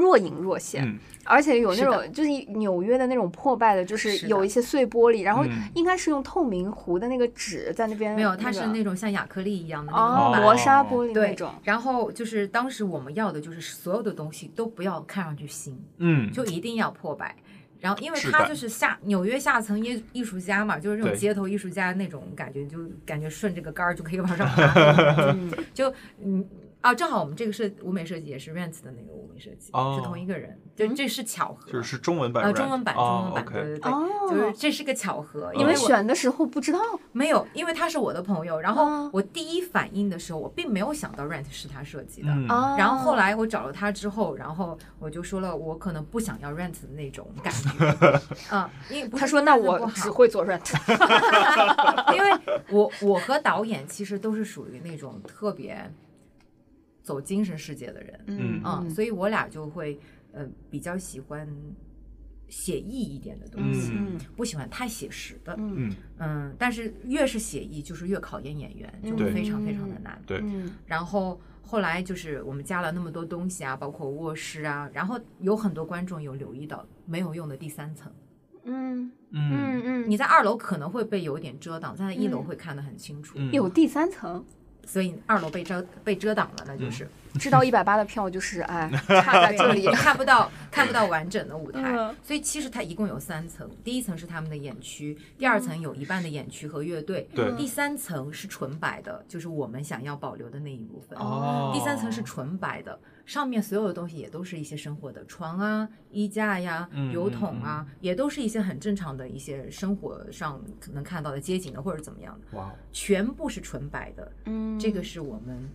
[SPEAKER 2] 若隐若现，
[SPEAKER 3] 嗯
[SPEAKER 2] 而且有那
[SPEAKER 4] 是的
[SPEAKER 2] 种就是纽约的那种破败的，就是
[SPEAKER 4] 是
[SPEAKER 2] 有
[SPEAKER 4] 的
[SPEAKER 2] 一些碎玻璃，然后
[SPEAKER 3] 嗯
[SPEAKER 2] 应该是用透明糊的那个纸在那边、
[SPEAKER 4] 没有，
[SPEAKER 2] 个
[SPEAKER 4] 它是那种像亚克力一样的那
[SPEAKER 2] 哦
[SPEAKER 4] 种板
[SPEAKER 2] 磨砂玻璃那
[SPEAKER 4] 对
[SPEAKER 2] 种，，
[SPEAKER 4] 然后就是当时我们要的就是所有的东西都不要看上去新，
[SPEAKER 3] 嗯，
[SPEAKER 4] 就一定要破百。然后，因为
[SPEAKER 3] 质
[SPEAKER 4] 他
[SPEAKER 3] 感
[SPEAKER 4] 就是下纽约下层艺艺术家嘛，就是这种
[SPEAKER 3] 对
[SPEAKER 4] 街头艺术 家那种感觉，就感觉顺这个杆儿就可以往上爬那种，就嗯，啊，正好我们这个设舞美设计也是 Rent 的那个舞美设计，
[SPEAKER 3] 哦
[SPEAKER 4] 是同一个人，对，
[SPEAKER 2] 嗯
[SPEAKER 4] 这是巧合。
[SPEAKER 3] 就是中文版
[SPEAKER 4] 呃，
[SPEAKER 3] Rent，
[SPEAKER 4] 中文版，中文
[SPEAKER 3] 哦
[SPEAKER 4] 版，对
[SPEAKER 3] ，OK，嗯
[SPEAKER 4] 对对，
[SPEAKER 2] 哦
[SPEAKER 4] 就是这是个巧合。
[SPEAKER 2] 你
[SPEAKER 4] 因为
[SPEAKER 2] 们
[SPEAKER 4] 我
[SPEAKER 2] 选的时候不知道，
[SPEAKER 4] 没有，因为他是我的朋友，然
[SPEAKER 2] 哦
[SPEAKER 4] 后我第一反应的时候，我并没有想到 Rent 是他设计的。
[SPEAKER 3] 嗯，
[SPEAKER 2] 哦
[SPEAKER 4] 然后后来我找了他之后，然后我就说了，我可能不想要 rent 的那种感觉，嗯，因为不是
[SPEAKER 2] 他说那
[SPEAKER 4] 真的不
[SPEAKER 2] 我
[SPEAKER 4] 好
[SPEAKER 2] 只会做 rent，
[SPEAKER 4] 因为我我和导演其实都是属于那种特别走精神世界的人，
[SPEAKER 3] 嗯
[SPEAKER 4] 嗯，所以我俩就会呃比较喜欢写意一点的东西，
[SPEAKER 3] 嗯
[SPEAKER 4] 不喜欢太写实的，
[SPEAKER 2] 嗯
[SPEAKER 3] 嗯，
[SPEAKER 4] 嗯，但是越是写意，就是越考验演员，就
[SPEAKER 3] 对
[SPEAKER 4] 非常非常的难。
[SPEAKER 3] 对，
[SPEAKER 2] 嗯
[SPEAKER 4] 然后后来就是我们加了那么多东西啊，包括卧室啊，然后有很多观众有留意到没有用的第三层，
[SPEAKER 2] 嗯
[SPEAKER 3] 嗯
[SPEAKER 2] 嗯嗯，
[SPEAKER 4] 你在二楼可能会被有一点遮挡，但在一楼
[SPEAKER 2] 嗯
[SPEAKER 4] 会看得很清楚，
[SPEAKER 3] 嗯
[SPEAKER 2] 有第三层，
[SPEAKER 4] 所以二楼被遮被遮挡了，那就是、
[SPEAKER 3] 嗯
[SPEAKER 2] 知道一百八的票就是哎差在这
[SPEAKER 4] 对
[SPEAKER 2] 里
[SPEAKER 4] 你，看不到看不到完整的舞台
[SPEAKER 2] 嗯，
[SPEAKER 4] 所以其实它一共有三层，第一层是他们的演区，第
[SPEAKER 2] 嗯
[SPEAKER 4] 二层有一半的演区和乐队，
[SPEAKER 3] 对
[SPEAKER 4] 第三层是纯白的，就是我们想要保留的那一部分。
[SPEAKER 3] 哦
[SPEAKER 4] 第三层是纯白的，上面所有的东西也都是一些生活的床啊、衣架呀、
[SPEAKER 3] 嗯
[SPEAKER 4] 油桶啊，也都是一些很正常的一些生活上可能看到的街景的或者怎么样的，
[SPEAKER 3] 哇，
[SPEAKER 4] 全部是纯白的。
[SPEAKER 2] 嗯
[SPEAKER 4] 这个是我们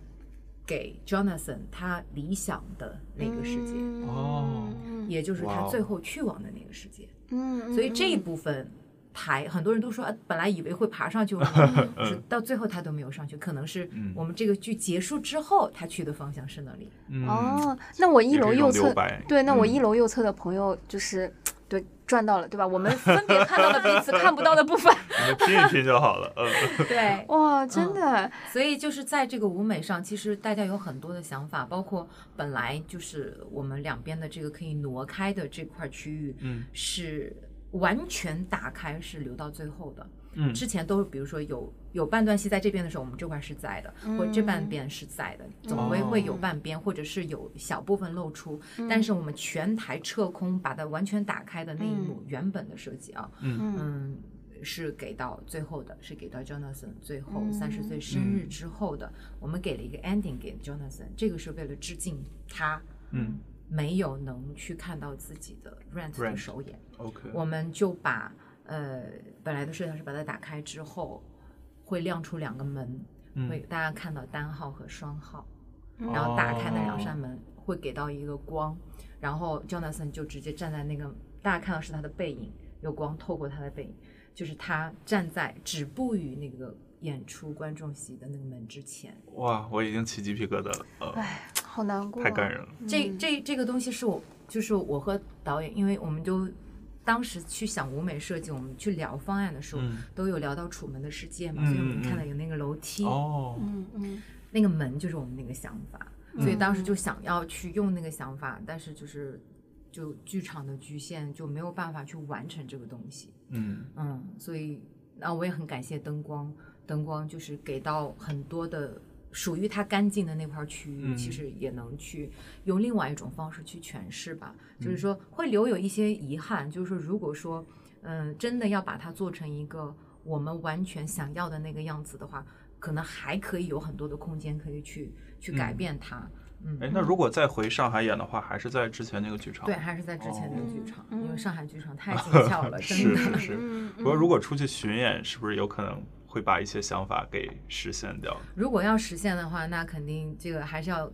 [SPEAKER 4] 给 Jonathan 他理想的那个世界，
[SPEAKER 3] 哦
[SPEAKER 2] 嗯
[SPEAKER 4] 也就是
[SPEAKER 3] 哇
[SPEAKER 4] 他
[SPEAKER 3] 哦
[SPEAKER 4] 最后去往的那个世界。
[SPEAKER 2] 嗯，
[SPEAKER 4] 所以这一部分台，很多人都说，啊，本来以为会爬上去，我们是到最后他都没有上去，可能是
[SPEAKER 3] 嗯
[SPEAKER 4] 我们这个剧结束之后，他去的方向是那里。
[SPEAKER 3] 嗯，
[SPEAKER 2] 哦，那我一
[SPEAKER 3] 有
[SPEAKER 2] 楼
[SPEAKER 3] 这
[SPEAKER 2] 右
[SPEAKER 3] 种留
[SPEAKER 2] 侧
[SPEAKER 3] 白，
[SPEAKER 2] 对，那我
[SPEAKER 3] 嗯
[SPEAKER 2] 一楼右侧的朋友就是对赚到了，对吧？我们分别看到了彼此看不到的部 分，
[SPEAKER 3] 你就拼一拼就好了，嗯，
[SPEAKER 4] 对，
[SPEAKER 2] 哇，真的，
[SPEAKER 4] 所以就是在这个舞美上，其实大家有很多的想法，包括本来就是我们两边的这个可以挪开的这块区域，
[SPEAKER 3] 嗯，
[SPEAKER 4] 是完全打开，是留到最后的。
[SPEAKER 3] 嗯
[SPEAKER 4] 之前都是比如说有有半段戏在这边的时候，我们这块是在的，或者这半边是在的，总
[SPEAKER 3] 哦
[SPEAKER 4] 归会有半边，或者是有小部分露出。
[SPEAKER 2] 嗯
[SPEAKER 3] 嗯
[SPEAKER 4] 但是我们全台撤空，把它完全打开的那一幕，原本的设计啊，
[SPEAKER 2] 嗯
[SPEAKER 4] 嗯，是给到最后的，是给到 Jonathan 最后三十岁生日之后的，我们给了一个 ending 给 Jonathan，这个是为了致敬他
[SPEAKER 3] 嗯
[SPEAKER 4] 没有能去看到自己的 Rent 的
[SPEAKER 3] Rent
[SPEAKER 4] 首演，
[SPEAKER 3] ，OK，
[SPEAKER 4] 我们就把呃本来的摄像师把它打开之后，会亮出两个门，
[SPEAKER 3] 嗯
[SPEAKER 4] 会大家看到单号和双号，
[SPEAKER 2] 嗯
[SPEAKER 4] 然后打开那两扇
[SPEAKER 3] 哦
[SPEAKER 4] 门会给到一个光，然后 Jonathan 就直接站在那个大家看到是他的背影，有光透过他的背影，就是他站在止步于那个演出观众席的那个门之前。
[SPEAKER 3] 哇，我已经起鸡皮疙瘩了，呃，
[SPEAKER 2] 哎，好难过，啊
[SPEAKER 3] 太感人了，
[SPEAKER 4] 这这这个东西是我，就是我和导演，因为我们都当时去想舞美设计，我们去聊方案的时候，
[SPEAKER 3] 嗯
[SPEAKER 4] 都有聊到楚门的世界嘛，
[SPEAKER 3] 嗯
[SPEAKER 4] 所以我们
[SPEAKER 3] 嗯
[SPEAKER 4] 看到
[SPEAKER 3] 嗯
[SPEAKER 4] 有那个楼梯，
[SPEAKER 3] 哦，
[SPEAKER 2] 嗯嗯
[SPEAKER 4] 那个门就是我们那个想法，所以当时就想要去用那个想法，但是就是就剧场的局限就没有办法去完成这个东西。
[SPEAKER 3] 嗯
[SPEAKER 4] 嗯，所以啊，我也很感谢灯光，灯光就是给到很多的属于它干净的那块区域，
[SPEAKER 3] 嗯
[SPEAKER 4] 其实也能去用另外一种方式去诠释吧。
[SPEAKER 3] 嗯
[SPEAKER 4] 就是说会留有一些遗憾，就是说如果说嗯、真的要把它做成一个我们完全想要的那个样子的话，可能还可以有很多的空间可以去去改
[SPEAKER 3] 嗯
[SPEAKER 4] 变它。嗯，
[SPEAKER 3] 哎，那如果再回上海演的话，还是在之前那个剧场，
[SPEAKER 4] 对，，还是在之前那个剧
[SPEAKER 2] 哦
[SPEAKER 4] 场，
[SPEAKER 2] 嗯
[SPEAKER 4] 因为
[SPEAKER 2] 嗯
[SPEAKER 4] 上海剧 场太紧俏了，真
[SPEAKER 3] 是
[SPEAKER 4] 的。
[SPEAKER 3] 是是。
[SPEAKER 2] 嗯
[SPEAKER 3] 不过如果出去巡演，是不是有可能会把一些想法给实现掉？
[SPEAKER 4] 如果要实现的话，那肯定这个还是要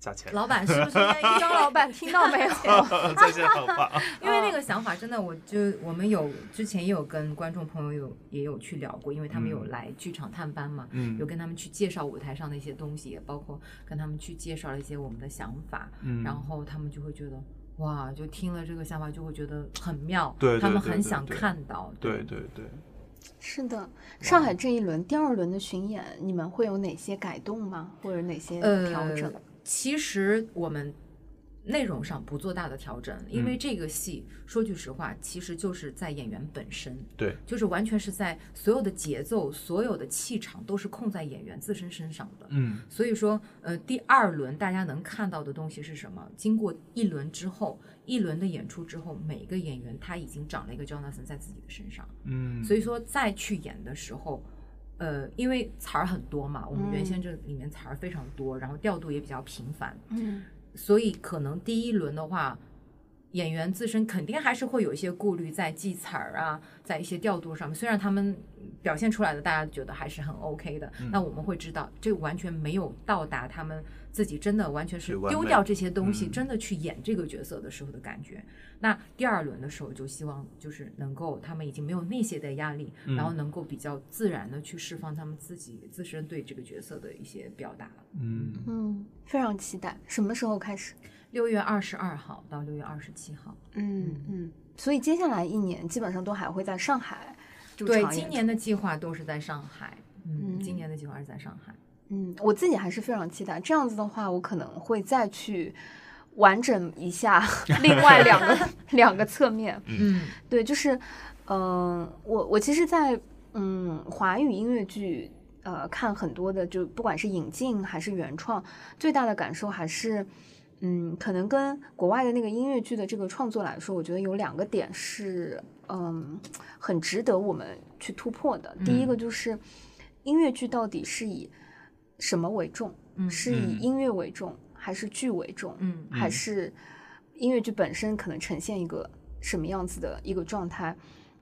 [SPEAKER 3] 加 钱，
[SPEAKER 4] 老板是不是应该一
[SPEAKER 2] 张老板听到 没有？
[SPEAKER 3] 再见好吧。
[SPEAKER 4] 因为那个想法真的，我就我们有之前也有跟观众朋友有也有去聊过，因为他们
[SPEAKER 3] 嗯
[SPEAKER 4] 有来剧场探班嘛，
[SPEAKER 3] 嗯
[SPEAKER 4] 有跟他们去介绍舞台上的一些东西，也包括跟他们去介绍了一些我们的想法，
[SPEAKER 3] 嗯
[SPEAKER 4] 然后他们就会觉得哇，就听了这个想法就会觉得很妙，
[SPEAKER 3] 对对
[SPEAKER 4] 他们
[SPEAKER 3] 对
[SPEAKER 4] 很
[SPEAKER 3] 对
[SPEAKER 4] 想
[SPEAKER 3] 对
[SPEAKER 4] 看到，
[SPEAKER 3] 对对对，
[SPEAKER 2] 是的，上海这一轮第二轮的巡演，你们会有哪些改动吗？或者哪些调整？
[SPEAKER 4] 呃。其实我们内容上不做大的调整，因为
[SPEAKER 3] 嗯
[SPEAKER 4] 这个戏、说句实话，其实就是在演员本身，
[SPEAKER 3] 对，
[SPEAKER 4] 就是完全是在所有的节奏、所有的气场都是控在演员自身身上的。
[SPEAKER 3] 嗯
[SPEAKER 4] 所以说，呃，第二轮大家能看到的东西是什么？经过一轮之后，一轮的演出之后，每一个演员他已经长了一个 Jonathan 在自己的身上，
[SPEAKER 3] 嗯，
[SPEAKER 4] 所
[SPEAKER 3] 以
[SPEAKER 4] 以说再去演的时候，呃，因为词儿很多嘛，我们原先这里面词儿非常多，然后调度也比较频繁，
[SPEAKER 2] 嗯
[SPEAKER 4] 所以可能第一轮的话，演员自身肯定还是会有一些顾虑，在记词儿啊，在一些调度上面。虽然他们表现出来的大家觉得还是很 OK 的，
[SPEAKER 3] 嗯
[SPEAKER 4] 那我们会知道这完全没有到达他们自己真的完全是
[SPEAKER 3] 最完美
[SPEAKER 4] 丢掉这些东西，
[SPEAKER 3] 嗯
[SPEAKER 4] 真的去演这个角色的时候的感觉。那第二轮的时候，就希望就是能够他们已经没有那些的压力，
[SPEAKER 3] 嗯
[SPEAKER 4] 然后能够比较自然的去释放他们自己自身对这个角色的一些表达。
[SPEAKER 3] 嗯，
[SPEAKER 2] 嗯，非常期待，什么时候开始？
[SPEAKER 4] 六月二十二号到六月二十七号。
[SPEAKER 2] 嗯嗯，所以接下来一年基本上都还会在上海驻场
[SPEAKER 4] 对
[SPEAKER 2] 演，出
[SPEAKER 4] 今年的计划都是在上海。嗯，
[SPEAKER 2] 嗯
[SPEAKER 4] 今年的计划是在上海。
[SPEAKER 2] 嗯，我自己还是非常期待。这样子的话，我可能会再去完整一下 另外两个 两个侧面。
[SPEAKER 4] 嗯
[SPEAKER 2] 对，就是，嗯、我我其实在，嗯华语音乐剧，呃，看很多的，就不管是引进还是原创，最大的感受还是，嗯，可能跟国外的那个音乐剧的这个创作来说，我觉得有两个点是，嗯，很值得我们去突破的。第
[SPEAKER 4] 嗯
[SPEAKER 2] 一个就是，音乐剧到底是以什么为重？
[SPEAKER 4] 嗯
[SPEAKER 2] 是以
[SPEAKER 3] 嗯
[SPEAKER 2] 音乐为重，还是剧为重？
[SPEAKER 4] 嗯
[SPEAKER 2] 还是音乐剧本身可能呈现一个什么样子的一个状态。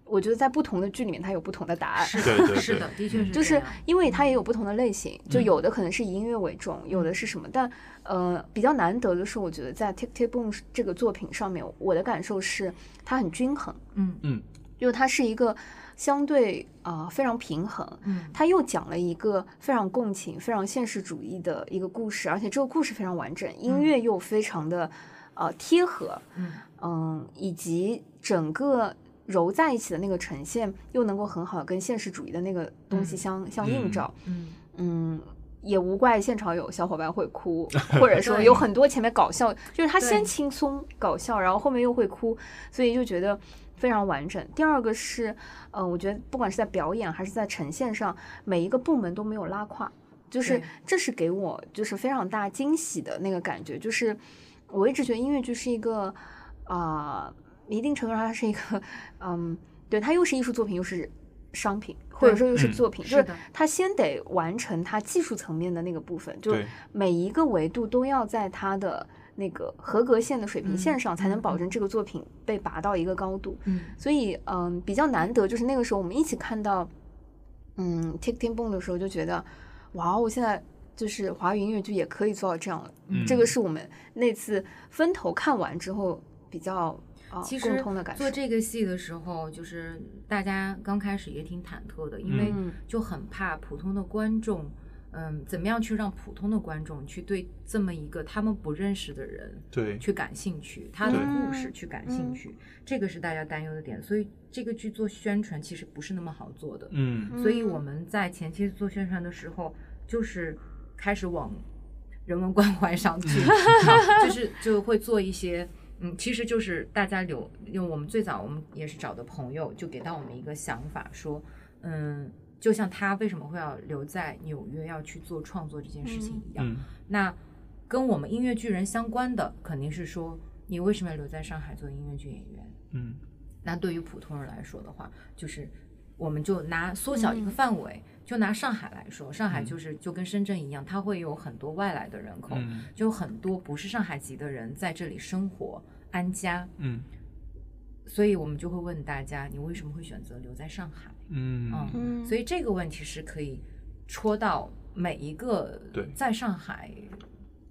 [SPEAKER 2] 我觉得在不同的剧里面，它有不同的答案，
[SPEAKER 4] 是
[SPEAKER 3] 对
[SPEAKER 4] 的，
[SPEAKER 3] 对
[SPEAKER 4] 啊是的，的确是这样。
[SPEAKER 2] 嗯
[SPEAKER 4] 嗯
[SPEAKER 2] 就是因为它也有不同的类型，就有的可能是以音乐为重，有的是什么。但呃，比较难得的是，我觉得在《Tick Tick Boom》这个作品上面，我的感受是它很均衡，
[SPEAKER 4] 嗯
[SPEAKER 3] 嗯
[SPEAKER 2] 就是它是一个相对啊、呃非常平衡，
[SPEAKER 4] 嗯
[SPEAKER 2] 他又讲了一个非常共情、非常现实主义的一个故事，而且这个故事非常完整，音乐又非常的呃贴合，
[SPEAKER 4] 嗯
[SPEAKER 2] 嗯，以及整个揉在一起的那个呈现，又能够很好地跟现实主义的那个东西
[SPEAKER 4] 嗯
[SPEAKER 2] 相、相映照，
[SPEAKER 4] 嗯
[SPEAKER 2] 嗯。也无怪现场有小伙伴会哭，或者说
[SPEAKER 4] 对
[SPEAKER 2] 有很多前面搞笑，就是他先
[SPEAKER 4] 对
[SPEAKER 2] 轻松搞笑，然后后面又会哭，所以就觉得非常完整。第二个是，呃，我觉得不管是在表演还是在呈现上，每一个部门都没有拉胯，就是
[SPEAKER 4] 对
[SPEAKER 2] 这是给我就是非常大惊喜的那个感觉。就是我一直觉得音乐剧是一个，啊、一定程度上它是一个， 嗯，对，它又是艺术作品，又是商品，或者
[SPEAKER 4] 对
[SPEAKER 2] 说又是
[SPEAKER 3] 嗯
[SPEAKER 2] 作品，就是是
[SPEAKER 4] 的
[SPEAKER 2] 它先得完成它技术层面的那个部分，就
[SPEAKER 3] 对
[SPEAKER 2] 每一个维度都要在它的那个合格线的水平线上，才能保证这个作品被拔到一个高度。
[SPEAKER 4] 嗯
[SPEAKER 2] 所以，嗯，比较难得就是那个时候我们一起看到，嗯，Tick Tick Boom 的时候，就觉得，哇哦，现在就是华语音乐剧也可以做到这样了。
[SPEAKER 3] 嗯
[SPEAKER 2] 这个是我们那次分头看完之后比较啊、
[SPEAKER 4] 其
[SPEAKER 2] 共
[SPEAKER 4] 实
[SPEAKER 2] 通的感受
[SPEAKER 4] 做。这个戏的时候，就是大家刚开始也挺忐忑的，因为
[SPEAKER 2] 嗯
[SPEAKER 4] 就很怕普通的观众，嗯，怎么样去让普通的观众去对这么一个他们不认识的人
[SPEAKER 3] 对
[SPEAKER 4] 去感兴趣，他的
[SPEAKER 2] 对
[SPEAKER 4] 故事去感
[SPEAKER 2] 嗯
[SPEAKER 4] 兴趣，这个是大家担忧的点。所以这个剧做宣传其实不是那么好做的，
[SPEAKER 3] 嗯
[SPEAKER 4] 所以我们在前期做宣传的时候，就是开始往人文关怀上 去，就是就会做一些。嗯，其实就是大家留，因为我们最早我们也是找的朋友，就给到我们一个想法，说，嗯，就像他为什么会要留在纽约，要去做创作这件事情一样，
[SPEAKER 3] 嗯
[SPEAKER 4] 那跟我们音乐剧人相关的，肯定是说你为什么要留在上海做音乐剧演员？
[SPEAKER 3] 嗯
[SPEAKER 4] 那对于普通人来说的话，就是我们就拿缩小
[SPEAKER 3] 嗯
[SPEAKER 4] 一个范围，就拿上海来说，上海就是就跟深圳一样，它会有很多外来的人口，
[SPEAKER 3] 嗯
[SPEAKER 4] 就很多不是上海籍的人在这里生活安家，
[SPEAKER 3] 嗯
[SPEAKER 4] 所以我们就会问大家，你为什么会选择留在上海？
[SPEAKER 3] 嗯
[SPEAKER 4] 嗯，
[SPEAKER 2] 嗯
[SPEAKER 4] 所以这个问题是可以戳到每一个
[SPEAKER 3] 对
[SPEAKER 4] 在上海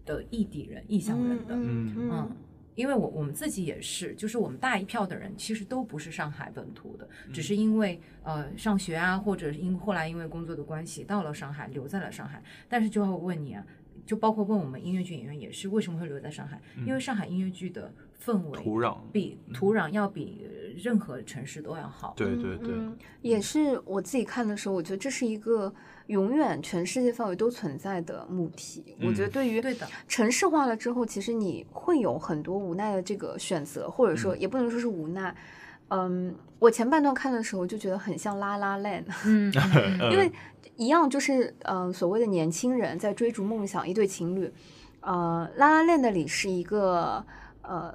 [SPEAKER 4] 的异地人、异乡人的。
[SPEAKER 3] 嗯
[SPEAKER 4] 嗯，因为我我们自己也是，就是我们大一票的人其实都不是上海本土的，
[SPEAKER 3] 嗯
[SPEAKER 4] 只是因为呃上学啊，或者因后来因为工作的关系到了上海，留在了上海。但是就要问你啊，就包括问我们音乐剧演员也是，为什么会留在上海？因为上海音乐剧的氛围
[SPEAKER 3] 嗯土壤，嗯
[SPEAKER 4] 比土壤要比任何城市都要好。
[SPEAKER 3] 对对对，
[SPEAKER 2] 嗯，也是我自己看的时候，我觉得这是一个永远全世界范围都存在的母题。我觉得
[SPEAKER 3] 嗯
[SPEAKER 2] 对于
[SPEAKER 4] 对的
[SPEAKER 2] 城市化了之后，其实你会有很多无奈的这个选择，或者说也不能说是无奈。嗯，我前半段看的时候就觉得很像《拉拉 land》，
[SPEAKER 4] 嗯，嗯
[SPEAKER 3] 嗯
[SPEAKER 2] 因为一样就是嗯、呃所谓的年轻人在追逐梦想，一对情侣，呃，《拉拉 land》里是一个呃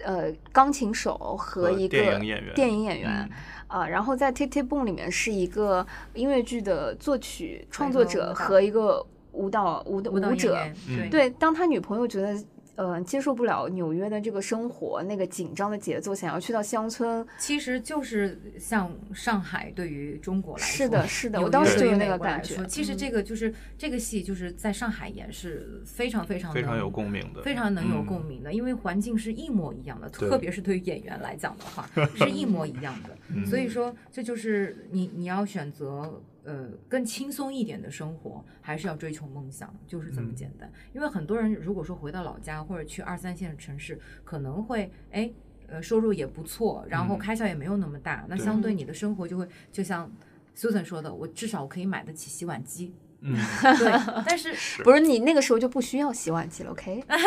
[SPEAKER 2] 呃钢琴手和
[SPEAKER 3] 和
[SPEAKER 2] 一个
[SPEAKER 3] 电影演员
[SPEAKER 2] 电影演员
[SPEAKER 3] 嗯
[SPEAKER 2] 啊、然后在 Tit Tit Boom 里面是一个音乐剧的作曲创作者
[SPEAKER 4] 舞蹈
[SPEAKER 2] 和一个舞蹈舞的
[SPEAKER 4] 舞蹈演
[SPEAKER 2] 者。
[SPEAKER 4] 员
[SPEAKER 3] 嗯
[SPEAKER 4] 对
[SPEAKER 2] 对，当他女朋友觉得。呃，接受不了纽约的这个生活，那个紧张的节奏，想要去到乡村。
[SPEAKER 4] 其实就是像上海对于中国来说，
[SPEAKER 2] 是的，是的，
[SPEAKER 4] 纽
[SPEAKER 2] 我
[SPEAKER 4] 约
[SPEAKER 2] 当时就
[SPEAKER 4] 对于
[SPEAKER 2] 有
[SPEAKER 4] 美
[SPEAKER 2] 那个
[SPEAKER 4] 国来
[SPEAKER 2] 感觉嗯
[SPEAKER 4] 说。其实这个就是、这个戏就是在上海演是非常非常
[SPEAKER 3] 非常
[SPEAKER 4] 能
[SPEAKER 3] 有共鸣的，
[SPEAKER 4] 嗯非常能有
[SPEAKER 3] 嗯
[SPEAKER 4] 共鸣的，因为环境是一模一样的，
[SPEAKER 3] 对
[SPEAKER 4] 特别是对于演员来讲的话，是一模一样
[SPEAKER 3] 嗯
[SPEAKER 4] 的。所以说，这就是你你要选择呃更轻松一点的生活，还是要追求梦想，就是这么
[SPEAKER 3] 嗯
[SPEAKER 4] 简单。因为很多人如果说回到老家或者去二三线城市，可能会哎。呃，收入也不错，然后
[SPEAKER 3] 嗯
[SPEAKER 4] 开销也没有那么大，那
[SPEAKER 3] 对
[SPEAKER 4] 相对你的生活就会，就像 Susan 说的，我至少我可以买得起洗碗机，
[SPEAKER 3] 嗯，
[SPEAKER 4] 对。但是
[SPEAKER 2] 不是你那个时候就不需要洗碗机了，OK？
[SPEAKER 4] 嗯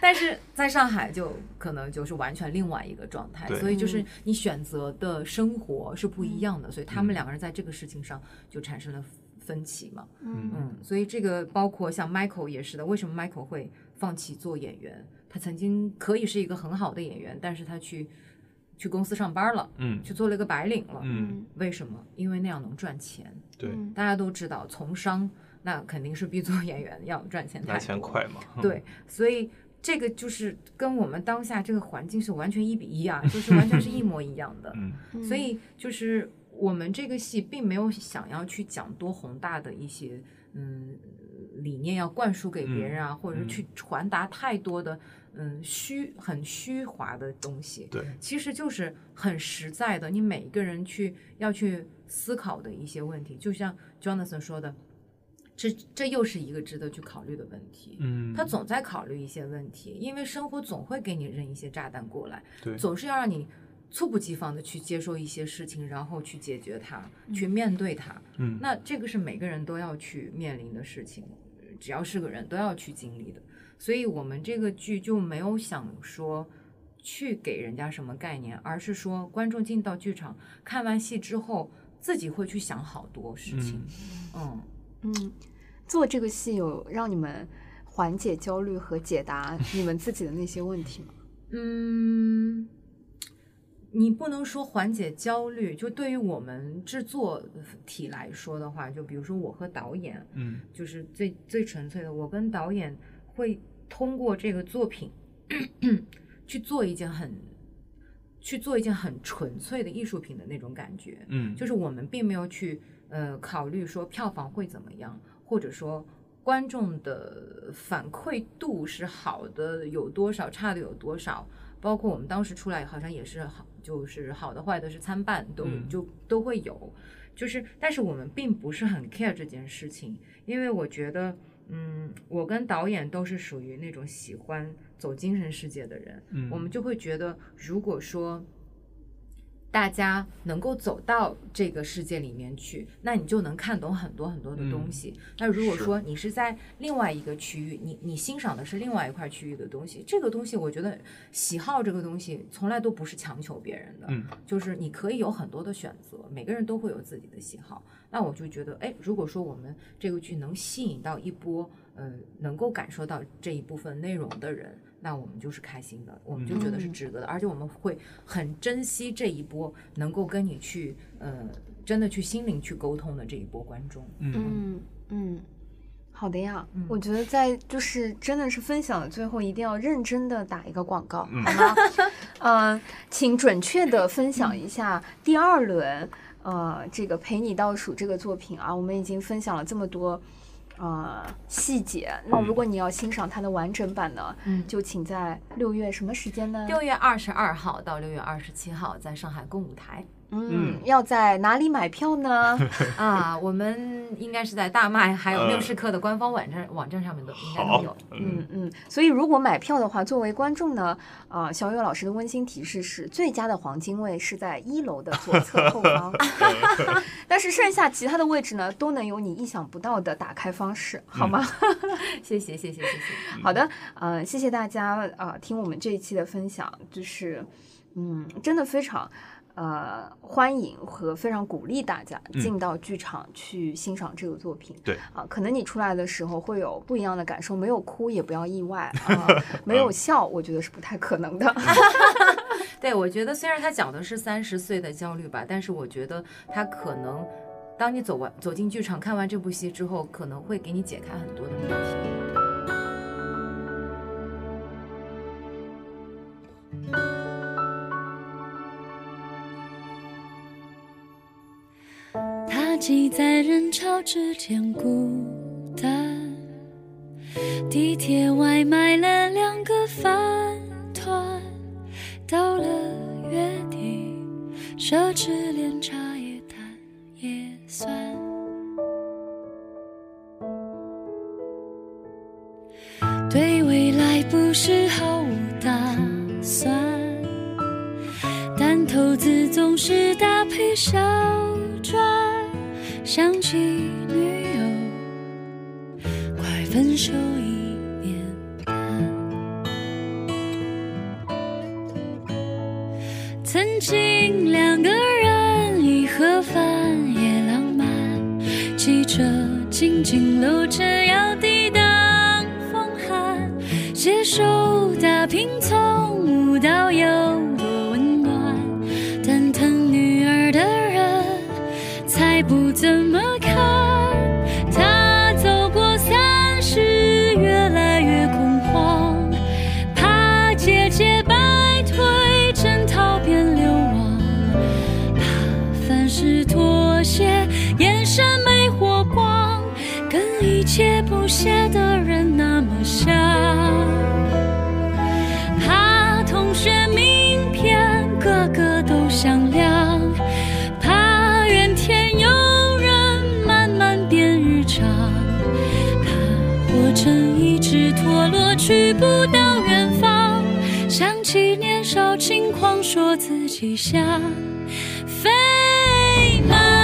[SPEAKER 4] 但是在上海就可能就是完全另外一个状态，
[SPEAKER 3] 对
[SPEAKER 4] 所以就是你选择的生活是不一样的，所
[SPEAKER 3] 嗯
[SPEAKER 4] 以他们两个人在这个事情上就产生了分歧嘛。
[SPEAKER 2] 嗯
[SPEAKER 4] 嗯，所以这个包括像 Michael 也是的，为什么 Michael 会放弃做演员？他曾经可以是一个很好的演员，但是他去去公司上班了，
[SPEAKER 3] 嗯
[SPEAKER 4] 去做了一个白领了。
[SPEAKER 3] 嗯，
[SPEAKER 4] 为什么？因为那样能赚钱。
[SPEAKER 3] 对，
[SPEAKER 2] 嗯
[SPEAKER 4] 大家都知道，从商那肯定是比做演员要赚钱太
[SPEAKER 3] 拿钱
[SPEAKER 4] 多
[SPEAKER 3] 快嘛，
[SPEAKER 4] 嗯对，所以这个就是跟我们当下这个环境是完全一比一啊，就是完全是一模一样的。
[SPEAKER 3] 嗯，
[SPEAKER 4] 所以就是我们这个戏并没有想要去讲多宏大的一些嗯理念要灌输给别人啊，或者是
[SPEAKER 3] 嗯
[SPEAKER 4] 去传达太多的嗯虚很虚华的东西。
[SPEAKER 3] 对，
[SPEAKER 4] 其实就是很实在的，你每一个人去要去思考的一些问题，就像 Jonathan 说的，这这又是一个值得去考虑的问题。
[SPEAKER 3] 嗯，
[SPEAKER 4] 他总在考虑一些问题，因为生活总会给你扔一些炸弹过来，
[SPEAKER 3] 对
[SPEAKER 4] 总是要让你猝不及防的去接受一些事情，然后去解决它，去面对它。
[SPEAKER 3] 嗯
[SPEAKER 4] 那这个是每个人都要去面临的事情，只要是个人都要去经历的。所以我们这个剧就没有想说去给人家什么概念，而是说观众进到剧场看完戏之后，自己会去想好多事情
[SPEAKER 3] 嗯。
[SPEAKER 4] 嗯
[SPEAKER 2] 嗯，做这个戏有让你们缓解焦虑和解答你们自己的那些问题吗？
[SPEAKER 4] 嗯，你不能说缓解焦虑，就对于我们制作体来说的话，就比如说我和导演，
[SPEAKER 3] 嗯
[SPEAKER 4] 就是最最纯粹的，我跟导演会通过这个作品去做一件很去做一件很纯粹的艺术品的那种感觉。
[SPEAKER 3] 嗯，
[SPEAKER 4] 就是我们并没有去呃考虑说票房会怎么样，或者说观众的反馈度是好的有多少，差的有多少。包括我们当时出来好像也是好，就是好的坏的是参半都、
[SPEAKER 3] 嗯
[SPEAKER 4] 就都会有，就是但是我们并不是很 care 这件事情，因为我觉得。嗯，我跟导演都是属于那种喜欢走精神世界的人，
[SPEAKER 3] 嗯
[SPEAKER 4] 我们就会觉得，如果说大家能够走到这个世界里面去，那你就能看懂很多很多的东西。那如果
[SPEAKER 3] 嗯是
[SPEAKER 4] 说你是在另外一个区域，你你欣赏的是另外一块区域的东西，这个东西我觉得喜好这个东西从来都不是强求别人的，
[SPEAKER 3] 嗯
[SPEAKER 4] 就是你可以有很多的选择，每个人都会有自己的喜好。那我就觉得，哎，如果说我们这个剧能吸引到一波，呃，能够感受到这一部分内容的人，那我们就是开心的，我们就觉得是值得的，而且我们会很珍惜这一波能够跟你去，呃，真的去心灵去沟通的这一波观众。
[SPEAKER 3] 嗯
[SPEAKER 2] 嗯嗯，好的呀，
[SPEAKER 4] 嗯
[SPEAKER 2] 我觉得在就是真的是分享的最后一定要认真的打一个广告，
[SPEAKER 3] 嗯
[SPEAKER 2] 好吗？ 呃，请准确的分享一下第二轮，呃，这个陪你倒数这个作品啊，我们已经分享了这么多。呃，细节。那如果你要欣赏它的完整版呢，
[SPEAKER 4] 嗯
[SPEAKER 2] 就请在六月什么时间呢？
[SPEAKER 4] 六月二十二号到六月二十七号，在上海共舞台
[SPEAKER 2] 嗯，
[SPEAKER 3] 嗯
[SPEAKER 2] 要在哪里买票呢？
[SPEAKER 4] 啊，我们应该是在大麦还有
[SPEAKER 3] 呃
[SPEAKER 4] 六十克的官方网站网站上面都应该都
[SPEAKER 3] 好
[SPEAKER 4] 有。，
[SPEAKER 2] 嗯嗯，所以如果买票的话，作为观众呢，呃，小友老师的温馨提示是，最佳的黄金位是在一楼的左侧后方， 但是剩下其他的位置呢，都能有你意想不到的打开方式，好吗？
[SPEAKER 4] 谢谢谢谢谢谢，
[SPEAKER 2] 好的，呃，谢谢大家呃听我们这一期的分享，就是嗯，真的非常呃欢迎和非常鼓励大家进到剧场去欣赏这个作品。
[SPEAKER 3] 对
[SPEAKER 2] 啊，可能你出来的时候会有不一样的感受，没有哭也不要意外啊，没有笑我觉得是不太可能的。
[SPEAKER 4] 对，我觉得虽然他讲的是三十岁的焦虑吧，但是我觉得他可能，当你走完走进剧场看完这部戏之后，可能会给你解开很多的谜题。
[SPEAKER 5] 他挤在人潮之间孤单，地铁外买了两个饭团，到了月底，奢侈连茶叶蛋也算。对未来不是毫无打算，但投资总是大赔小赚。想起女友，快分手一年半。曾经两个人一盒饭也浪漫，骑车紧紧搂着要抵挡风寒，携手打拼从无到有多温暖，但疼女儿的人。才不怎么看。他走过三十，越来越恐慌，怕姐姐败退，征讨变流亡，怕凡事妥协，眼神没火光，跟一切不屑的人那么像。怕同学名片个个都响亮，怕怨天尤人慢慢变日常，怕活成一只陀螺去不到远方，想起年少轻狂，说自己想飞吧。